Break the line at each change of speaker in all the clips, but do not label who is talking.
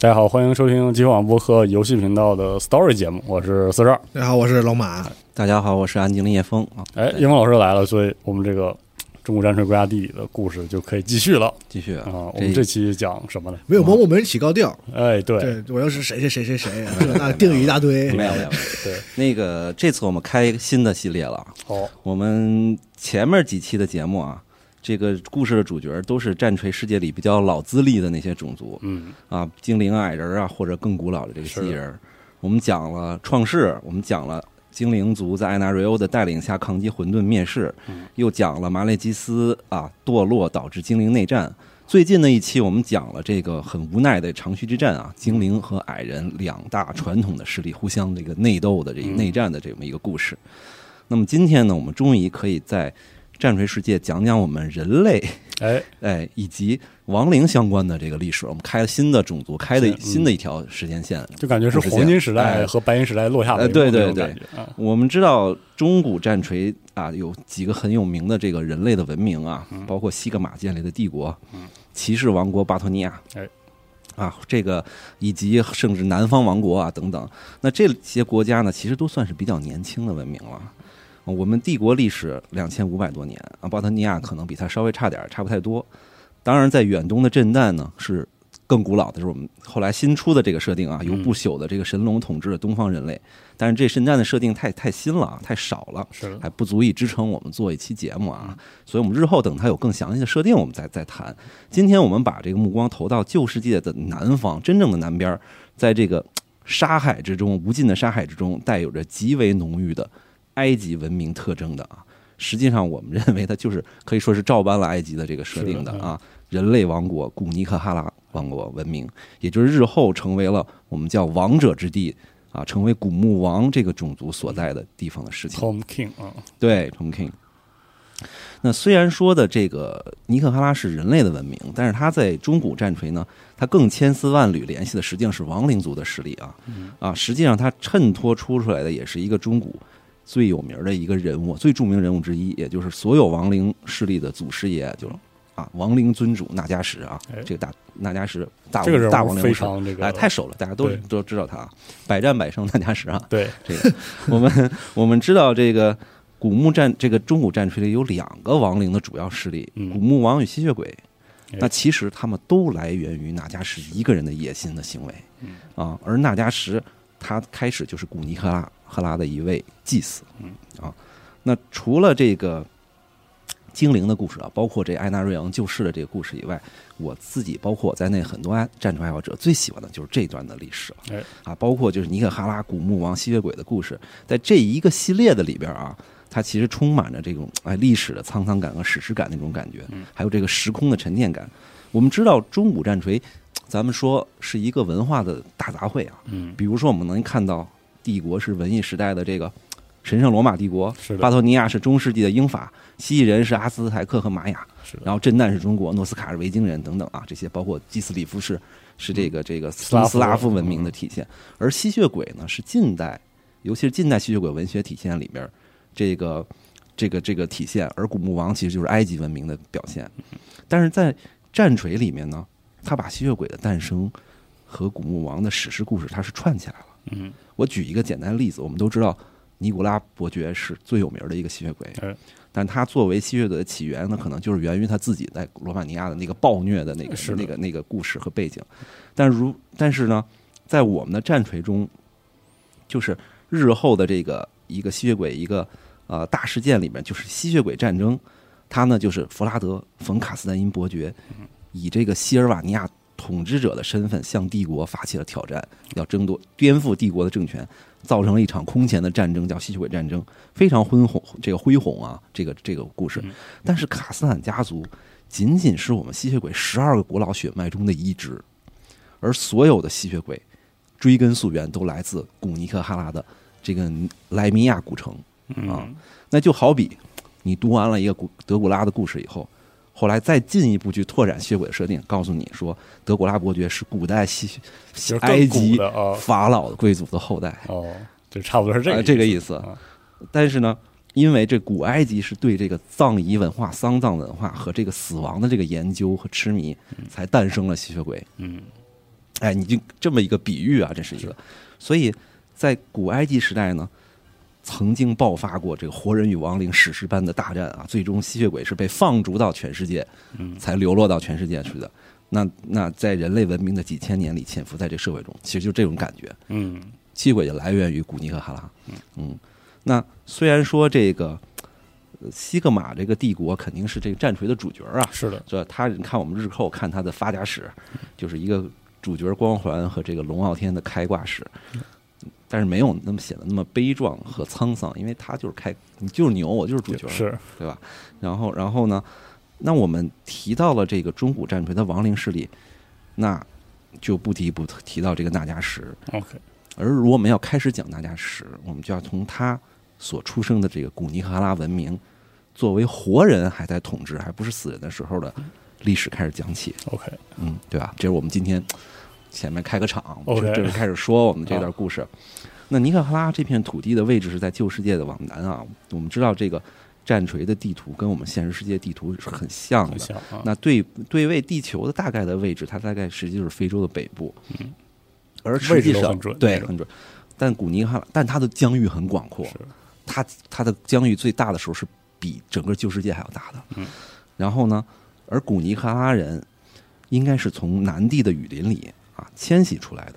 大家好，欢迎收听极客网播客游戏频道的 Story 节目，我是四十二。
大家好，我是龙马。
大家好，我是安吉丽叶枫啊，
哎，
对
英文老师来了，所以我们这个中国战锤国家地理的故事就可以继续了
继续
啊、我们
这
这期讲什么呢？
没有某某没人起高调，
哎，对
对我又是谁谁谁谁谁，这那定语一大 堆。
没有没有，
对，
那个这次我们开一个新的系列了啊，
好，
我们前面几期的节目啊。这个故事的主角都是战锤世界里比较老资历的那些种族
嗯，
啊，精灵、矮人啊，或者更古老的这个蜥蜴人。我们讲了创世，我们讲了精灵族在艾纳瑞欧的带领下抗击混沌灭世，
嗯
又讲了马列基斯啊堕落导致精灵内战。最近的一期我们讲了这个很无奈的长须之战啊，精灵和矮人两大传统的势力互相这个内斗的这个
嗯
内战的这么一个故事。那么今天呢，我们终于可以在战锤世界讲讲我们人类
哎，
哎，以及亡灵相关的这个历史，我们开了新的种族，开
是
的
嗯
新的一条时间线。
就感觉是黄金时代
哎
和白银时代落下的、
呃对对对
感觉啊，
我们知道中古战锤啊，有几个很有名的这个人类的文明啊，包括西格玛建立的帝国、骑士王国巴托尼亚，
哎，
啊，这个以及甚至南方王国啊等等。那这些国家呢，其实都算是比较年轻的文明了。我们帝国历史两千五百多年啊，巴托尼亚可能比它稍微差点儿，差不太多。当然，在远东的震旦呢是更古老的，是我们后来新出的这个设定啊，由不朽的这个神龙统治的东方人类。但是这神战的设定太太新了啊，太少了，
是的，
还不足以支撑我们做一期节目
嗯
啊。所以我们日后等它有更详细的设定，我们再再谈。今天我们把这个目光投到旧世界的南方，真正的南边儿，在这个嘖沙海之中，无尽的沙海之中，带有着极为浓郁的埃及文明特征的啊。实际上，我们认为它就是可以说是照搬了埃及的这个设定的
是的嗯
啊，人类王国古尼克哈拉王国文明，也就是日后成为了我们叫王者之地啊，成为古墓王这个种族所在的地方的事情。
Tom King 啊，
对，Tom King。那虽然说的这个尼克哈拉是人类的文明，但是它在中古战锤呢，它更千丝万缕联系的实际上是亡灵族的实力啊，
嗯
啊，实际上它衬托出出来的也是一个中古最有名的一个人物，最著名人物之一，也就是所有亡灵势力的祖师爷，就是啊，亡灵尊主纳加什啊
哎，
这个大纳加什大
这个人
大
物
亡灵
非
是
常这个
哎太熟了，大家都
对
都知道他，啊，百战百胜纳加什啊，
对，
这个 我们我们知道这个古墓战这个中古战锤里有两个亡灵的主要势力，
嗯
古墓王与吸血鬼
哎。
那其实他们都来源于纳加什一个人的野心的行为
嗯，
啊，而纳加什他开始就是古尼克拉赫拉的一位祭司
嗯，
啊，那除了这个精灵的故事啊，包括这艾纳瑞昂救世的这个故事以外，我自己包括我在内很多爱战锤爱好者最喜欢的就是这段的历史了。
哎，
啊，包括就是尼可哈拉古墓王吸血鬼的故事，在这一个系列的里边啊，它其实充满着这种哎历史的沧桑感和史诗感那种感觉
嗯，
还有这个时空的沉淀感。我们知道中古战锤，咱们说是一个文化的大杂烩啊，
嗯，
比如说我们能看到帝国是文艺时代的这个。神圣罗马帝国
是的，
巴托尼亚是中世纪的英法，蜥蜴人是阿斯台克和玛雅，
是的，
然后震旦是中国，诺斯卡是维京人等等啊，这些包括基斯里夫是是这个这个
嗯斯拉夫嗯
斯拉夫文明的体现，而吸血鬼呢是近代，尤其是近代吸血鬼文学体现里边这个这个这个体现，而古墓王其实就是埃及文明的表现，
嗯
但是在战锤里面呢，他把吸血鬼的诞生和古墓王的史诗故事它是串起来了。
嗯，
我举一个简单的例子，我们都知道尼古拉伯爵是最有名的一个吸血鬼
哎，
但他作为吸血鬼的起源呢，可能就是源于他自己在罗马尼亚的那个暴虐的那个
是的
那个那个故事和背景。但如但是呢，在我们的战锤中，就是日后的这个一个吸血鬼一个呃大事件里面，就是吸血鬼战争，他呢就是弗拉德·冯·卡斯丹因伯爵以这个西尔瓦尼亚统治者的身份向帝国发起了挑战，要争夺颠覆帝国的政权，造成了一场空前的战争，叫吸血鬼战争，非常恢宏，这个恢宏啊，这个这个故
嗯
事。但是卡斯坦家族仅仅是我们吸血鬼十二个古老血脉中的一支，而所有的吸血鬼追根溯源都来自古尼克哈拉的这个莱米亚古城。啊
嗯，
那就好比你读完了一个古德古拉的故事以后，后来再进一步去拓展血鬼的设定，告诉你说德古拉伯爵是古代西
就是更
埃
古
及
的啊，
法老的贵族的后代，
哦，就差不多是这
啊
个
这个
意
意思。但是呢，因为这古埃及是对这个葬仪文化、丧葬文化和这个死亡的这个研究和痴迷，才诞生了吸血鬼。
嗯，
哎，你就这么一个比喻啊，这是一个。所以在古埃及时代呢，曾经爆发过这个活人与亡灵史诗般的大战啊，最终吸血鬼是被放逐到全世界，
嗯
才流落到全世界去的。那那在人类文明的几千年里潜伏在这社会中，其实就这种感觉。
嗯
吸血鬼就来源于古尼和哈拉。嗯，那虽然说这个呃西格玛这个帝国肯定是这个战锤的主角啊，
是的，
这他你看我们日寇看他的发家史，就是一个主角光环和这个龙傲天的开挂史，但是没有那么显得那么悲壮和沧桑，因为他就是开，你就是牛，我就是主角，
是
对吧？然后，然后呢？那我们提到了这个中古战锤的亡灵势力，那就不提不提到这个纳迦什，
OK，
而如果我们要开始讲纳迦什，我们就要从他所出生的这个古尼和哈拉文明，作为活人还在统治，还不是死人的时候的
嗯
历史开始讲起，
OK，
嗯，对吧？这是我们今天前面开个场，就
OK
就是开始说我们这段故事。那尼克哈拉这片土地的位置是在旧世界的往南啊，我们知道这个战锤的地图跟我们现实世界地图是很像
很
的，
像啊，
那对对位地球的大概的位置，它大概实际就是非洲的北部，而实际
位置都
上
很准
对
是
很准。但古尼哈拉，但它的疆域很广阔
是，
它它的疆域最大的时候是比整个旧世界还要大的。
嗯，
然后呢，而古尼哈拉人应该是从南地的雨林里啊迁徙出来的。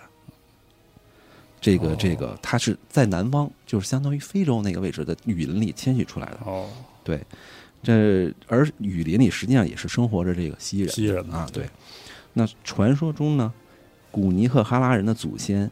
这个
哦
这个，它是在南方，就是相当于非洲那个位置的雨林里迁徙出来的。
哦，
对，这而雨林里实际上也是生活着这个蜥人
蜥蜴人
啊。对，那传说中呢，古尼和哈拉人的祖先，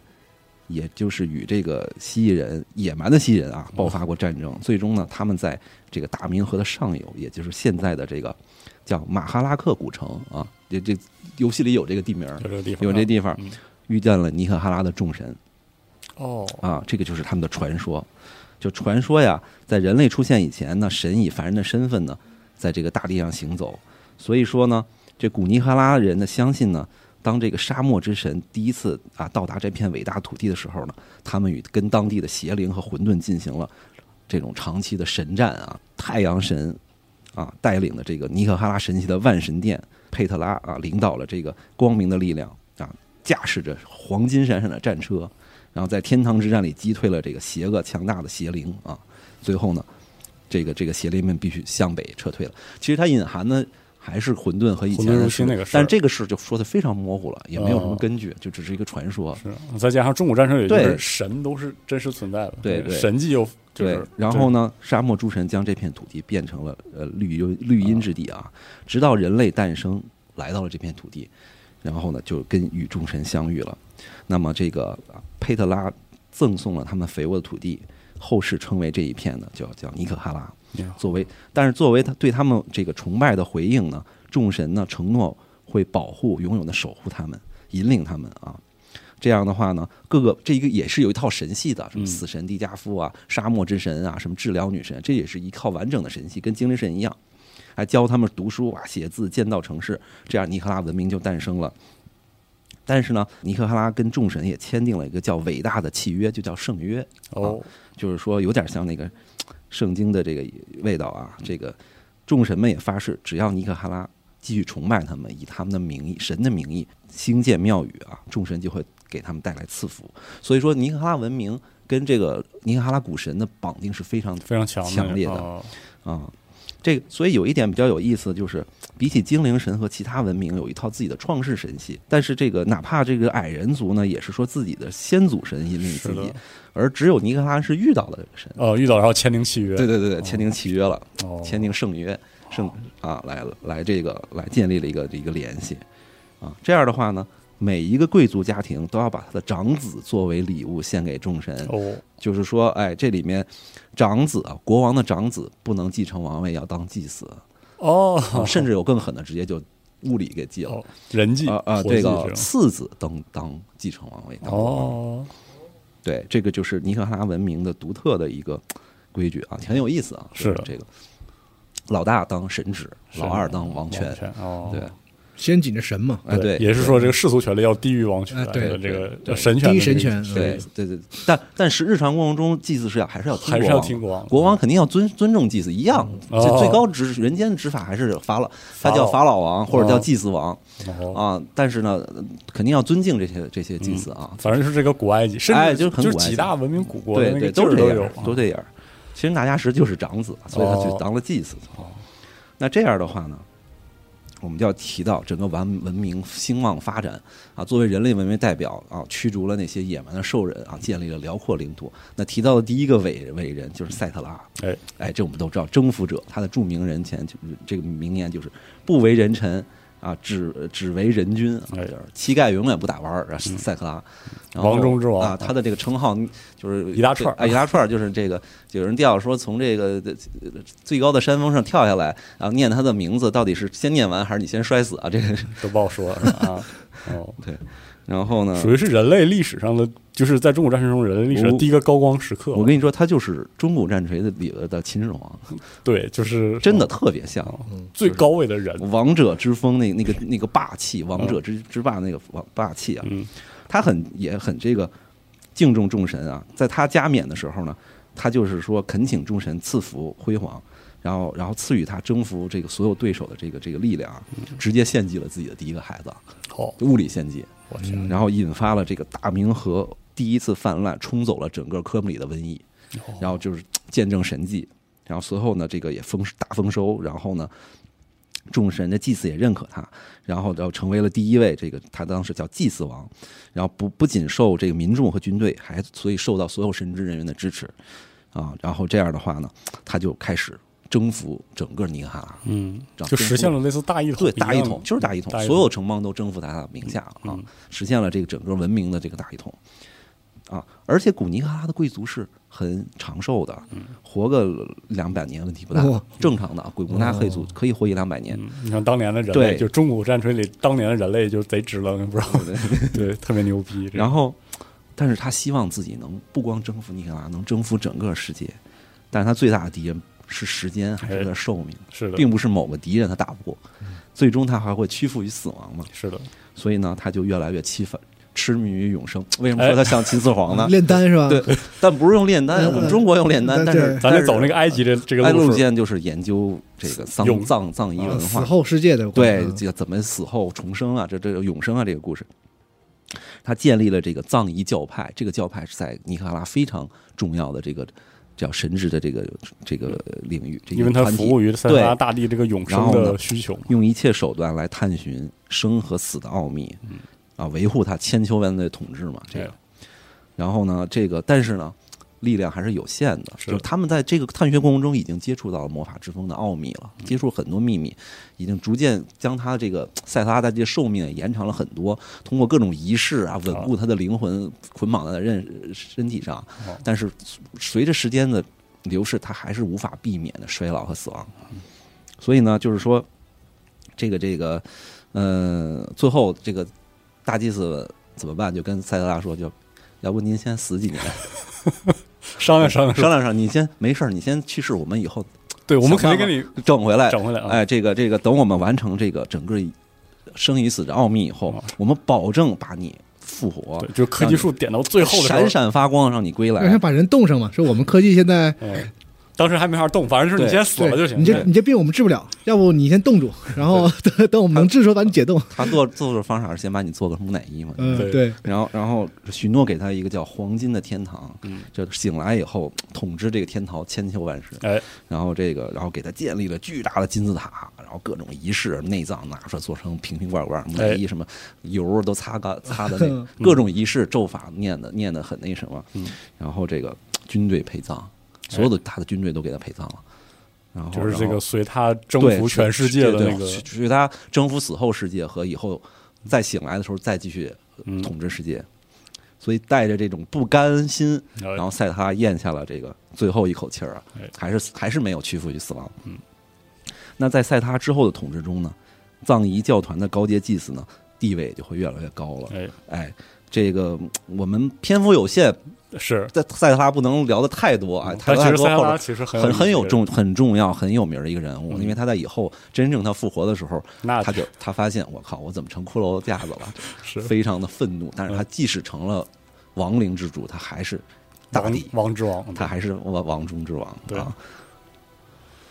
也就是与这个蜥蜴人、野蛮的蜥蜴人啊爆发过战争，最终呢，他们在这个大明河的上游，也就是现在的这个叫马哈拉克古城啊，这这游戏里有这个地名儿
有，这个地方，
有这地方
嗯
遇见了尼和哈拉的众神。
哦，
啊，这个就是他们的传说。就传说呀，在人类出现以前呢，神以凡人的身份呢，在这个大地上行走。所以说呢，这古尼哈拉人呢相信呢，当这个沙漠之神第一次啊到达这片伟大土地的时候呢，他们与跟当地的邪灵和混沌进行了这种长期的神战啊。太阳神啊带领的这个尼可哈拉神奇的万神殿佩特拉啊，领导了这个光明的力量啊，驾驶着黄金闪闪的战车，然后在天堂之战里击退了这个邪恶强大的邪灵啊。最后呢，这个这个邪灵们必须向北撤退了。其实它隐含的还是混沌和以前
混沌入
的
侵那个事儿哦
但是这个事就说的非常模糊了，也没有什么根据，就只是一个传说。
是嗯再加上中古战车里，就
对
是神都是真实存在的，
对对
神迹又就
对
是，
然后呢，沙漠诸神将这片土地变成了呃绿荫绿荫之地啊，直到人类诞生来到了这片土地，然后呢就跟与众神相遇了。那么这个啊佩特拉赠送了他们肥沃的土地，后世称为这一片呢叫叫尼可哈拉。
对
作为，但是作为他对他们这个崇拜的回应呢，众神呢承诺会保护、永远的守护他们，引领他们啊。这样的话呢，各个这一个也是有一套神系的，什么死神迪迦夫啊、沙漠之神啊、什么治疗女神，这也是一套完整的神系，跟精灵神一样，还教他们读书啊、写字、建造城市，这样尼赫拉文明就诞生了。但是呢，尼赫哈拉跟众神也签订了一个叫伟大的契约，就叫圣约。啊
哦，
就是说有点像那个圣经的这个味道啊。这个众神们也发誓，只要尼可哈拉继续崇拜他们，以他们的名义、神的名义兴建庙宇啊，众神就会给他们带来赐福。所以说，尼可哈拉文明跟这个尼可哈拉古神的绑定是非常
非常强的
强烈的
哦
啊。这个，所以有一点比较有意思，就是比起精灵神和其他文明有一套自己的创世神系，但是这个哪怕这个矮人族呢，也是说自己的先祖神引领
是
自己
的，，
而只有尼可哈拉是遇到了这个神，
哦，遇到然后签订契约，
对对对对，签订契约了，
哦，
签订圣约，圣啊，来来这个来建立了一个一个联系啊。这样的话呢，每一个贵族家庭都要把他的长子作为礼物献给众神，
哦，
就是说，哎，这里面长子啊，国王的长子不能继承王位，要当祭司，啊
哦，
甚至有更狠的，直接就物理给祭了。
哦人际
啊啊，
活
这
计
个
是
次子当当继承王位，
吧
当国王
哦，
对，这个就是尼克哈拉文明的独特的一个规矩啊，很有意思啊。
是的
这个老大当神职，
是
老二当王权，
哦，
对，
先紧着神嘛，
哎，对，
也是说这个世俗权力要低于王权
哎，对
这个
对
神权的
第一
这个
神权，嗯
对对对，但但是日常过程中祭祀是要还是要听
还是
国
要
王
听
的
国王。
国王肯定要尊尊重祭祀一样，
哦
最最高执人间执法还是法老，他叫法老王或者叫祭祀王
哦，嗯
啊。但是呢，肯定要尊敬这些这些祭祀啊。
反正就是这个古埃及，甚
哎
至
就是很古埃及
几大文明古国的
对
那
对，
个劲儿
是这
有
样
啊，，
都这样。其实纳迦什就是长子，所以他就当了祭司。
哦
那这样的话呢，我们就要提到整个文文明兴旺发展啊，作为人类文明代表啊，驱逐了那些野蛮的兽人啊，建立了辽阔领土。那提到的第一个伟伟人就是塞特拉，
哎
哎，这我们都知道，征服者他的著名人前就是这个名言就是不为人臣。啊，只只为人君啊，就
哎嗯
是膝盖永远不打弯儿。啊塞特拉，然后
王中之王
啊，他的这个称号就是
一大串儿
啊，一大串儿就是这个有人调说从这个呃最高的山峰上跳下来，然后念他的名字，到底是先念完还是你先摔死啊？这个，
都不好说是吧啊。哦，
然后呢，
属于是人类历史上的，就是在中古战争中人类历史的第一个高光时刻。
我跟你说，他就是中古战锤的里边的秦始皇，
对，就是嗯
真的特别像。
最高位的人，
王者之风那那个那个霸气，王者之之霸那个王霸气啊，
嗯，
他很也很这个敬重众神啊，在他加冕的时候呢，他就是说恳请众神赐福辉煌，然后然后赐予他征服这个所有对手的这个这个力量啊，直接献祭了自己的第一个孩子啊，
好，
物理献祭，
我天，
然后引发了这个大明河第一次泛滥，冲走了整个科姆里的瘟疫，
哦
然后就是见证神迹，然后随后呢，这个也丰大丰收，然后呢，众神的祭祀也认可他，然后然后成为了第一位这个他当时叫祭祀王，然后不不仅受这个民众和军队，还所以受到所有神职人员的支持啊，然后这样的话呢，他就开始征服整个尼哈拉，
嗯，
然后
就
征
实
服
现了类似大一统
对，
样的，
大一统就是大一统
大，一统嗯
所有城邦都征服在他的名下了啊，实现了这个整个文明的这个大一统啊。而且古尼哈拉的贵族是很长寿的，
嗯
活个两百年问题不大
哇，
正常的啊。古古纳黑族可以活一两百年，
哦嗯，你看当年的人
对
类，就中古战锤里当年的人类就贼直愣，不知道，对，特别牛逼。这个
然后，但是他希望自己能不光征服尼哈拉，能征服整个世界。但是他最大的敌人是时间还是
哎
他的寿命，
是的，
并不是某个敌人他打不过，
嗯
最终他还会屈服于死亡嘛。
是的，
所以呢，他就越来越欺负，痴迷于 永生。为什么说他像秦始皇
哎
呢？
炼丹是吧？
对，但不是用炼丹，
嗯
我们中国用炼丹，
嗯
但是
咱得走那个埃及这这
这
个
路
路数，
线，就是研究这个
永啊
丧葬葬仪文
死
化，
后世界的嗯过
对
程，
嗯
这个怎么死后重生啊，这这个永生啊，这个故事。他建立了这个藏仪教派，这个教派是在尼赫拉非常重要的这个叫神职的这个这个领域，这个
因为它
团体
服务于塞
对
拉大地这个永
然
生
后呢
的需求。
用一切手段来探寻生和死的奥秘，啊，维护他千秋万代的统治嘛，这个
嗯对。
然后呢，这个但是呢，力量还是有限的，
是
就是他们在这个探寻过程中已经接触到了魔法之风的奥秘了，
嗯
接触很多秘密，已经逐渐将他这个塞特拉大帝的寿命也延长了很多，通过各种仪式啊，稳固他的灵魂，捆绑在人身体上
哦。
但是随着时间的流逝，他还是无法避免的衰老和死亡。所以呢，就是说，这个这个，呃，最后这个大祭司怎么办？就跟塞德拉说，就要不您先死几 年，
商量商量，
商量商量，你先没事儿，你先去世，我们以后
对我们肯
想
定
办法
给你
整回来。
整回来啊！
哎，这个这个，等我们完成这个整个生与死的奥秘以后
哦，
我们保证把你复活
对，，就科技树点到最后的时候
闪，闪发光，让你归
让他
来。
把人冻上嘛。说我们科技现在，
嗯，当时还没法动，反正就是你
对
先死了就
对，
行。
你这
对
你这病我们治不了，要不你先冻 住，然后等 等我们能治的时候把你解冻。
他做做的方法是先把你做个木乃伊嘛，
嗯，
对
对，
然后，然后许诺给他一个叫“黄金的天堂”，
嗯，
就醒来以后统治这个天堂千秋万世。
哎，
然后这个，然后给他建立了巨大的金字塔，然后各种仪式，内脏拿出来做成瓶瓶罐罐，木乃伊什么油都擦 干擦的那个各种仪式咒法念的念的很那什么
嗯，
然后这个军队陪葬，所有的他的军队都给他陪葬了，然后
就是这
哦然后
个随他征
对
服全世界的那个
对对对是他征服死后世界和以后再醒来的时候再继续
嗯
统治世界，所以带着这种不甘心，
然
然后塞特拉咽下了这个最后一口气儿啊
哎，嗯
还是还是没有屈服于死亡。那在塞特拉之后的统治中呢，藏仪教团的高阶祭司呢地位也就会越来越高了。
哎，
哎，这个我们篇幅有限，
是，
在塞特拉不能聊的太多啊，他
嗯但其
太
实
多
塞
后
拉
边
其实很
很很
有
有
意思，
重很重要很有名的一个人物，
嗯
因为他在以后真正他复活的时候，
那
他就他发现我靠，我怎么成骷髅架子了？
是嗯
非常的愤怒。但是他即使成了亡灵之主，他还是大
王
帝，
王之王，
他还是王王中之王
对
啊。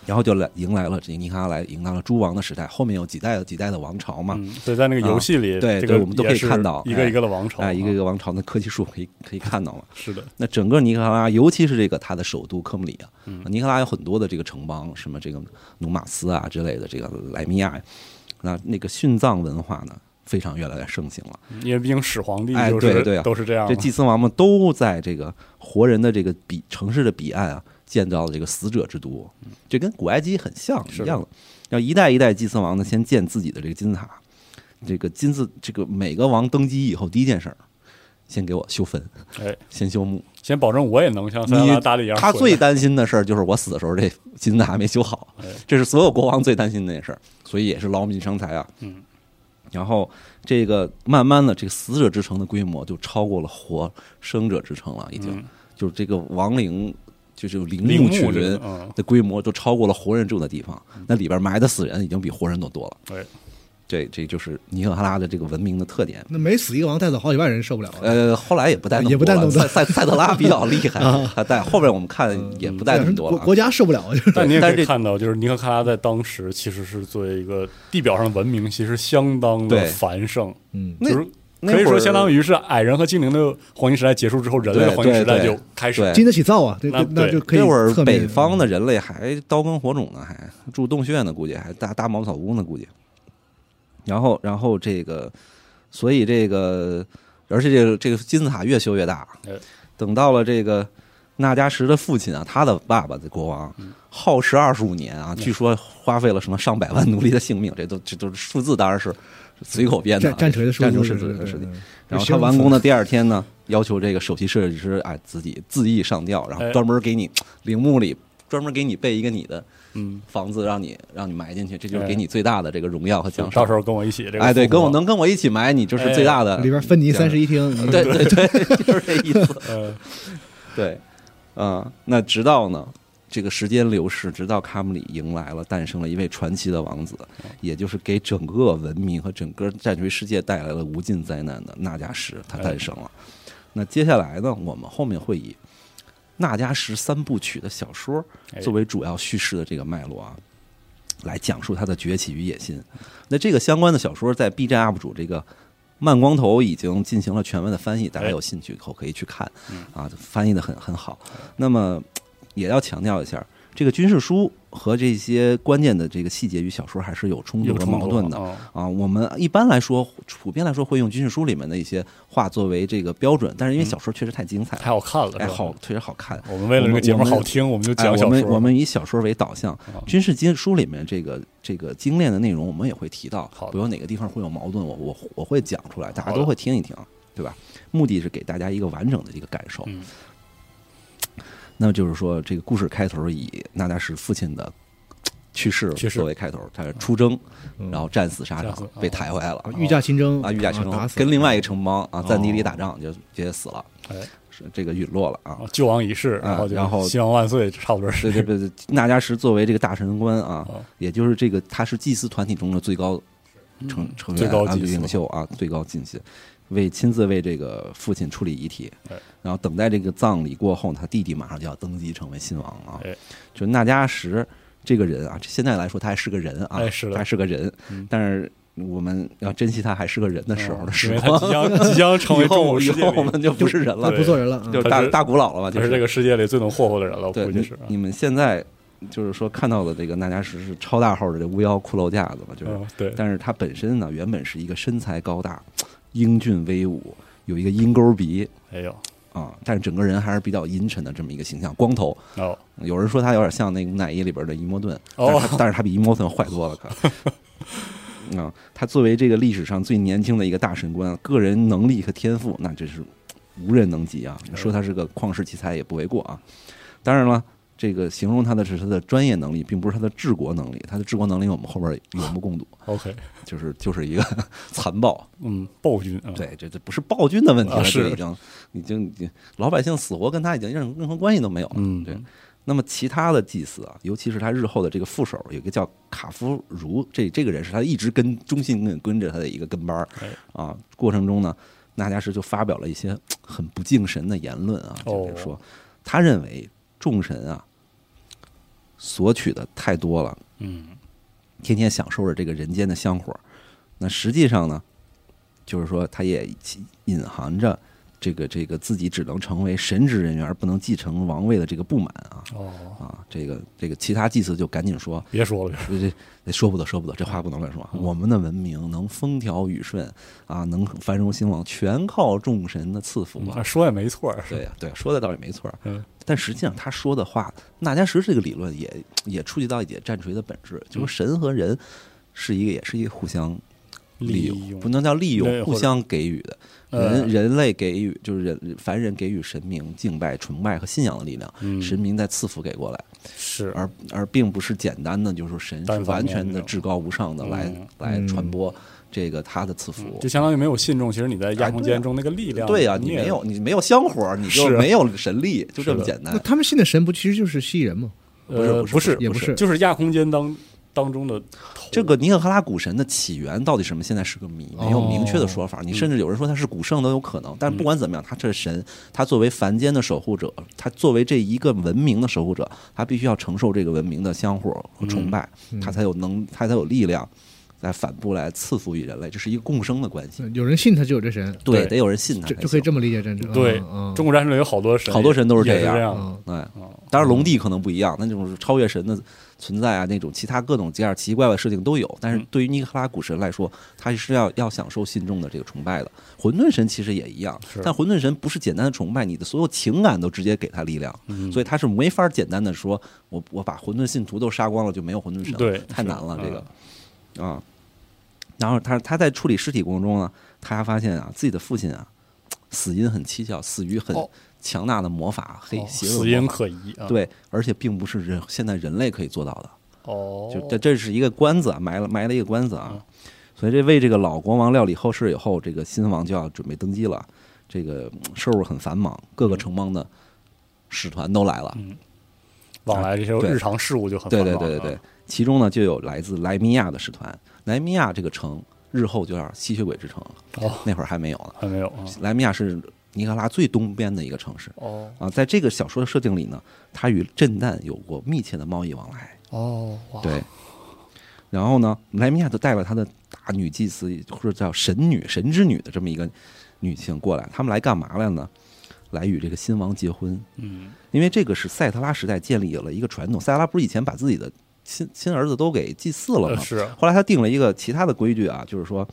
然后就来迎来了这尼卡莱迎来了诸王的时代，后面有几代几代的王朝嘛，
嗯，所以在那个游戏里，
啊对
这
对
个
我们都可以
也是
看到
一个一个的王朝，
哎，一个一
啊
个王朝的科技树可以可以看到嘛。
是的，
那整个尼克拉，尤其是这个它的首都科姆里啊，
嗯
尼克拉有很多的这个城邦，什么这个努马斯啊之类的，这个莱米亚呀，那那个殉葬文化呢，非常越来越盛行了。
因为毕竟始皇帝
嗯哎
就是
对对啊
都是这样
这
嘛，
祭司王们都在这个活人的这个彼城市的彼岸啊，建造了这个死者之都，这跟古埃及很像一
嗯是的
样的。要一代一代祭司王呢，先建自己的这个金字塔，这个金字这个每个王登基以后第一件事儿，先给我修坟，
哎，
先修墓。
先保证我也能像塞拉
你
达里一样回来，
他最担心的事儿就是我死的时候这金字塔还没修好
哎，
这是所有国王最担心的事儿，所以也是劳民伤财啊。
嗯，
然后这个慢慢的，这个死者之城的规模就超过了活生者之城了，已经、
嗯
就是这个亡灵，就是有陵
陵
墓
墓
群
这个
人
嗯，
的规模都超过了活人住的地方，那里边埋的死人已经比活人都多了。
哎，
这这就是尼赫哈拉的这个文明的特点。
那每死一个王带走好几万人受不了啊。
呃，后来也不带那么
也不带
多
那么
了
多
塞塞塞特拉比较厉害
啊，嗯
他带后边我们看也不带那么多了
国
啊。
国家受不了，就是
但你也
但
可
是
以
这
看到，就是尼克卡拉在当时其实是作为一个地表上的文明，其实相当的
对
繁盛，
嗯，
那
就是
那
可以
会儿
说相当于是矮人和精灵的黄金时代结束之后，人类的黄金时代就开始
对
了。
经得起造啊，这
那
那
对
就可以
那会儿
侧面
北方的人类还刀耕火种呢，还住洞穴呢，估计还搭搭茅草屋呢，估计。然后，然后这个，所以这个，而且这个这个金字塔越修越大
哎。
等到了这个纳加什的父亲啊，他的爸爸的国王，
嗯
耗时二十五年啊，据说花费了什么上百万奴隶的性命，这都这都是数字，当然是随口编的啊
战。战锤的数
战
字
锤
是
数字
对嗯
是的
对对
然后他完工的第二天呢，要求这个首席设计师哎自己自缢上吊，然后
哎
专门给你陵墓里专门给你备一个你的
嗯，哎
房子，让你让你埋进去，这就是给你最大的这个荣耀和奖赏
到时。候跟我一起这个复活。
哎，对，跟我能跟我一起埋，你就是最大的。
里边芬尼三室一厅，嗯
对对对， 就是这意思。
呃，
对，啊、那直到呢，这个时间流逝，直到卡姆里迎来了诞生了一位传奇的王子，也就是给整个文明和整个战锤世界带来了无尽灾难的纳加什，他诞生了。那接下来呢，我们后面会以纳加什三部曲的小说
哎
作为主要叙事的这个脉络啊。来讲述他的崛起与野心。那这个相关的小说在 B 站 UP 主这个慢光头已经进行了全文的翻译，大家
哎
有兴趣以后可以去看。
嗯
啊，翻译的很很好。那么也要强调一下，这个军事书和这些关键的这个细节与小说还是有冲突
哎有
和
冲突
矛盾的。
嗯
啊，我们一般来说，普遍来说会用军事书里面的一些话作为这个标准，但是因为小说确实太精彩
嗯太好
了，
看了，
哎，
是吧
好，，确实好看。
我们为了这个节目
我们
好听，我们就
哎，
讲
我
小
们
说。
我们以小说为导向
啊，
军事经书里面这个这个精炼的内容，我们也会提到
好，的
比如哪个地方会有矛盾，我我我会讲出来，大家
好
都
的
会听一听，对吧？目的是给大家一个完整的一个感受。
嗯
那么就是说，这个故事开头以纳达什父亲的去世
去世
作为开头，他出征，
嗯
然后战死沙
战死
场，
啊
被抬回来了，
御驾亲征
啊，御驾亲
打
征，
死了
跟另外一个城邦啊，在泥
哦
里打仗就直接死了，
哎，
是这个陨落了啊
然。后救亡仪式，
啊
然后就
然后
新王万岁，差不多
对
是
对对，对纳加什作为这个大神官啊
哦，
也就是这个他是祭司团体中的最高成成
嗯
员
最高
啊
祭司
领袖啊，最高进去，为亲自为这个父亲处理遗体
哎，
然后等待这个葬礼过后，他弟弟马上就要登基成为新王啊
哎。
就纳加什这个人啊，这现在来说他还是个人啊，
哎是的嗯
他还是个人，但是我们要珍惜他还是个人的时候的
哦因
时
为他
光
即。将即将成为
以后
中国
以
世界
后我
里，
们就不是人了
那，不做人了啊
就，是
他
大
是
大古老了吧？就
他是这个世界里最能霍霍的人了，我
对，
估计是。啊
你你们现在就是说看到的这个纳加什是超大号的这巫妖骷髅架子嘛，就是，
嗯，对，
但是他本身呢，原本是一个身材高大、英俊威武，有一个鹰钩鼻
哎呦，
啊，但是整个人还是比较阴沉的这么一个形象，光头。
哦，
有人说他有点像那个木乃伊里边的伊莫顿，但
哦
是他但是他比伊莫顿坏多了，可。啊，他作为这个历史上最年轻的一个大神官，个人能力和天赋那真是无人能及啊！说他是个旷世奇才也不为过啊。当然了，这个形容他的是他的专业能力，并不是他的治国能力。他的治国能力我们后边有目共睹，
OK，
就是就是一个 残暴。
嗯，暴君啊，
对，这这不是暴君的问题了，
啊
这
是
已经已经已经老百姓死活跟他已经任任何关系都没有了。
嗯，
对，那么其他的祭司啊，尤其是他日后的这个副手，有一个叫卡夫如，这这个人是他一直跟忠心跟跟着他的一个跟班儿
哎
啊。过程中呢，那加什就发表了一些很不敬神的言论啊，
哦
就是说他认为众神啊索取的太多了，
嗯，
天天享受着这个人间的香火。那实际上呢，就是说他也隐含着这个这个自己只能成为神职人员而不能继承王位的这个不满啊
哦，
啊！这个这个其他祭司就赶紧说，
别说了，
这这说不得说不得，这话不能乱说啊。
嗯
我们的文明能风调雨顺啊，能繁荣兴旺，全靠众神的赐福啊。
嗯说也没错儿，
对呀、啊对、呀，说的倒也没错儿。
嗯
但实际上他说的话，纳加什这个理论也也触及到一点战锤的本质，
嗯
就是神和人是一个也是一个互相利
利用
不能叫利
对
用，
或者
互相给予的。
呃
人人类给予就是人凡人给予神明敬拜、崇拜和信仰的力量，
嗯
神明再赐福给过来，
是，
而而并不是简单的就是说神是
单方
完
面
全
那
的
种
至高无上的来
嗯
来
嗯
传播这个他的赐福。
就相当于没有信众，其实你在
哎
亚空
对呀
间中那个力量，
对呀、啊
你
你
也
没有你没有香火，你就是没有神力，就这么
是的
简
那
单。
他们信的神不其实就是蜥蜴人吗？
呃，
不
不
是
是，
也不是
就是亚空间当当中的头
这个尼克哈拉古神的起源到底什么？现在是个谜，没有明
哦
确的说法。你
嗯
甚至有人说他是古圣都有可能，但是不管怎么样，他这是神，他作为凡间的守护者，他作为这一个文明的守护者，他必须要承受这个文明的香火和崇拜，
嗯
他才有能，他才有力量来反扑来赐福于人类，这是一个共生的关系。
嗯有人信他就有这神，
对，
对
得有人信他
就
才
就可以
行。
这么理解战争。
对
嗯
中国战神里有好多神，
好多神都是
也
这样
这
嗯
样，
嗯
哎，
哦
当然龙帝可能不一样，那种超越神的存在啊，那种其他各种各样奇奇怪怪的事情都有。但是对于尼克拉古神来说，他是要要享受信众的这个崇拜的。混沌神其实也一样
是，
但混沌神不是简单的崇拜，你的所有情感都直接给他力量，
嗯
所以他是没法简单的说，我我把混沌信徒都杀光了就没有混沌神了，
对
太难了
是
这个啊。然后他他在处理尸体过程中呢，他还发现啊自己的父亲啊死因很蹊跷，死于很
哦
强大的魔法黑
哦
邪恶
死
魔法
因可疑啊，，
对，而且并不是人现在人类可以做到的，
哦，嗯
就这这是一个关子啊，埋了埋了一个关子啊，所以这为这个老国王料理后事以后，这个新王就要准备登基了，这个嗯事务很繁忙，各
嗯
个城邦的使团都来了，
往来这些
对
日常事务就嗯很
对
繁
对
忙
对对
啊
对，，其中呢就有来自莱米亚的使团，莱米亚这个城日后就要吸血鬼之城了，
哦，
那会儿还没有呢，
还没有啊，
莱米亚是尼加拉最东边的一个城市
哦
啊，在这个小说的设定里呢，它与震旦有过密切的贸易往来。
哦，哇，
对。然后呢，莱米亚就带了他的大女祭司，或者叫神女、神之女的这么一个女性过来，他们来干嘛来了呢？来与这个新王结婚，
嗯，
因为这个是塞特拉时代建立了一个传统。塞特拉不是以前把自己的亲亲儿子都给祭祀了
呃
吗？
是
后来他定了一个其他的规矩啊，就是说，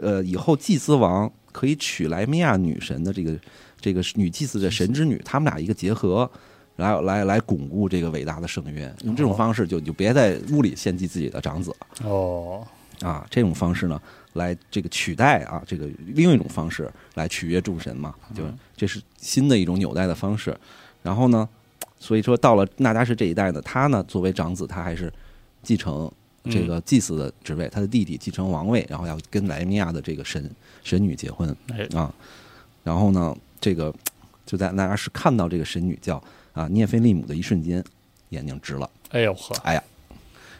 呃，以后祭司王可以娶莱米亚女神的这个这个女祭司的神之女，他们俩一个结合，来来来巩固这个伟大的圣约。用这种方式就，就别在屋里献祭自己的长子
哦，
啊，这种方式呢，来这个取代啊，这个另一种方式来取悦众神嘛，就是这是新的一种纽带的方式。然后呢，所以说到了纳达什这一代呢，他呢作为长子，他还是继承这个祭司的职位，他的弟弟继承王位，然后要跟莱米亚的这个神神女结婚
哎，
啊。然后呢，这个就在纳达什看到这个神女叫啊涅菲利姆的一瞬间，眼睛直了，
哎呦呵，
哎呀，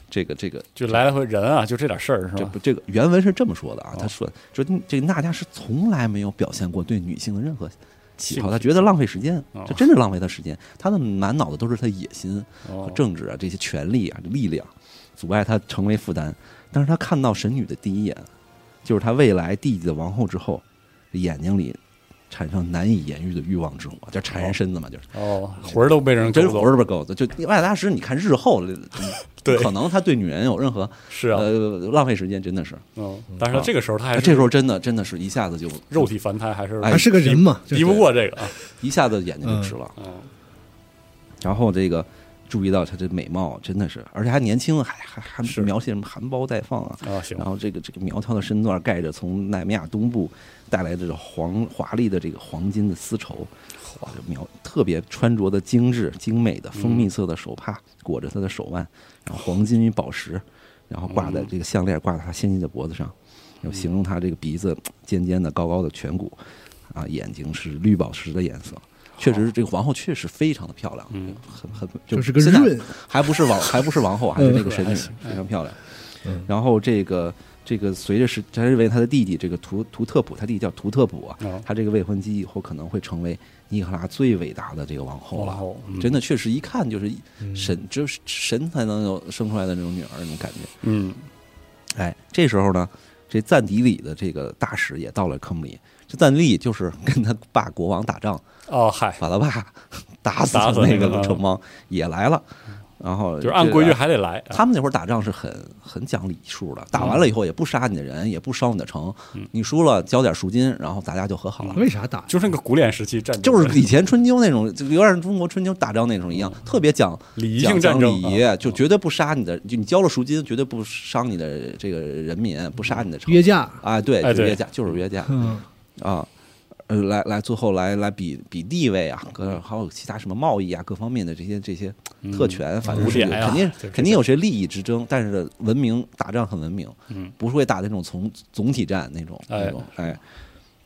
这个这个
就来来回人啊，就这点事儿是
这
吧？
不，这个原文是这么说的啊，
哦
他说说这个娜迦是从来没有表现过对女性的任何喜
兴
好，
趣
他觉得浪费时间
哦，
这真是浪费他时间。他的满脑子都是他野心和
哦，
政治啊这些权力啊力量，阻碍他成为负担。但是他看到神女的第一眼，就是他未来弟弟的王后之后，眼睛里产生难以言喻的欲望之火，叫缠人身子嘛，就是。
哦，魂儿都被人
真
勾走
火是不是狗子？就外大师，你看日后，
对
可能他对女人有任何
是啊，
呃浪费时间，真的是。
嗯，但是
啊
他这个时候他还
啊
是
这时候真的真的是一下子就
肉体凡胎还是
哎
还是个人嘛，就
敌不过这个啊，
一下子眼睛就直了。
嗯
然后这个注意到她这美貌，真的是，而且还年轻，还还还
是
描写什么含苞待放啊，
啊，行
然，后这个这个苗条的身段盖着从奈米亚东部带来的这种黄华丽的这个黄金的丝绸，哇，这苗特别穿着的精致精美的蜂蜜色的手帕裹着她的手腕，然后黄金与宝石，然后挂在这个项链挂在她纤细的脖子上，有形容她这个鼻子尖尖的高高的颧骨，啊，眼睛是绿宝石的颜色。确实，这个皇后确实非常的漂亮，
嗯
很很
就
就是
个
现在
润，
还不是王，还不是王嗯后，还是那个神女，
还行
非常漂亮
嗯。
然后这个这个随着时，他认为他的弟弟这个图图特普，他弟弟叫图特普啊，
啊，
他这个未婚妻以后可能会成为尼克拉最伟大的这个王后
然
了。
后
真，的，确实一看就是一
嗯
神，只有神才能有生出来的那种女儿那种感觉。
嗯
哎，这时候呢，这赞迪里的这个大使也到了坑里。这赞迪里就是跟他爸国王打仗，
嗯哦，嗨，
把他爸打死
打死
的那
那个嗯
个城邦也来了。然后
就是按
这
规矩
个
还得来，啊嗯
他们那会儿打仗是很很讲礼数的，打完了以后也不杀你的人，也不烧你的城，你输了交点赎金，然后大家就和好了。
嗯
为啥打呀？
就是那个古典时期战争，
就是以前春秋那种，就有点中国春秋打仗那种一样，特别讲
礼仪嗯
讲
性战
讲
争
礼
啊，
仪，就绝对不杀你的，就你交了赎金，绝对不伤你的这个人民，不杀你的城。
约架？
啊，对，
哎
就
对
约架，就是约架
嗯，
啊。呃，来来，最后来来比比地位啊，各还有其他什么贸易啊，各方面的这些这些
嗯
特权，反正
古
是有
典呀
肯定
这这
肯定有些利益之争，但是文明打仗很文明，
嗯
不是会打那种从总体战那种
哎
那种哎。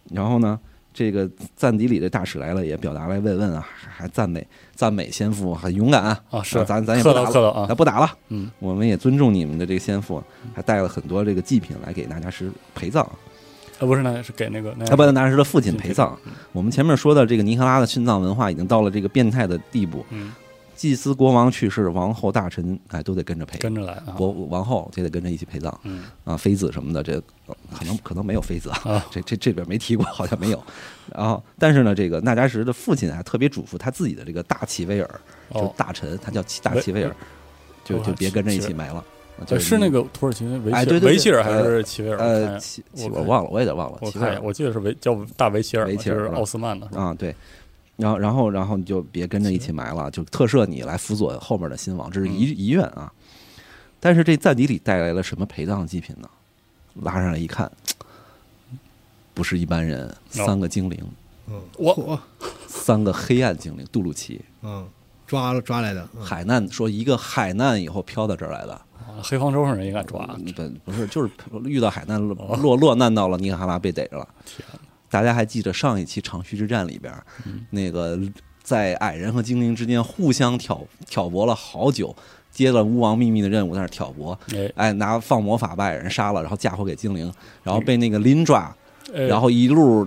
然后呢，这个赞迪里的大使来了，也表达了慰问啊，还还赞美赞美先父很勇敢啊，
啊
啊
是，
咱咱也不
客
打
套
了
客套啊
咱，不打了，
嗯，
我们也尊重你们的这个先父，啊还带了很多这个祭品来给大家是陪葬啊。
啊不是那是给那个那
他把他纳什的父亲陪葬
嗯。
我们前面说的这个尼克拉的殉葬文化已经到了这个变态的地步，
嗯
祭司、国王去世，王后、大臣哎都得跟着陪，
跟着来啊，
国王后也得跟着一起陪葬
嗯
啊，妃子什么的，这呃可能可能没有妃子
啊，
这这这里边没提过，好像没有。然后，但是呢，这个纳加什的父亲还特别嘱咐他自己的这个大齐威尔，就是
哦，
大臣，他叫齐大齐威尔，就
哦
就别跟着一起
是
埋了。就
呃
是
是
你
那个土耳其维
哎
希
对
尔
对对
维希尔还是齐维尔？我看一
呃，
眼
齐
我
齐我
看
忘了，我也得忘了，
我
齐威
看一
尔
眼，我记得是维叫大维齐尔嘛，
维齐尔
就是
吧
奥斯曼的，
啊，对。然后，然后，然后你就别跟着一起埋了，就特赦你来辅佐后面的新王，这是遗遗愿啊。但是这赞迪里带来了什么陪葬祭品呢？拉上来一看，不是一般人，三个精灵，
嗯，
我
嚯
三个黑暗精灵，杜鲁奇，
嗯，抓了抓来的，嗯
海难说一个海难以后飘到这儿来的，
啊黑方舟上人也敢抓，
不嗯不是就是 遇到海难落落落难到了尼哈拉被逮着了。
哦天哪！嗯
大家还记着上一期长须之战里边，那个在矮人和精灵之间互相挑挑拨了好久，接了巫王秘密的任务，在那儿挑拨，
哎
哎，拿放魔法把矮人杀了，然后嫁祸给精灵，然后被那个林抓，
哎，
然后一路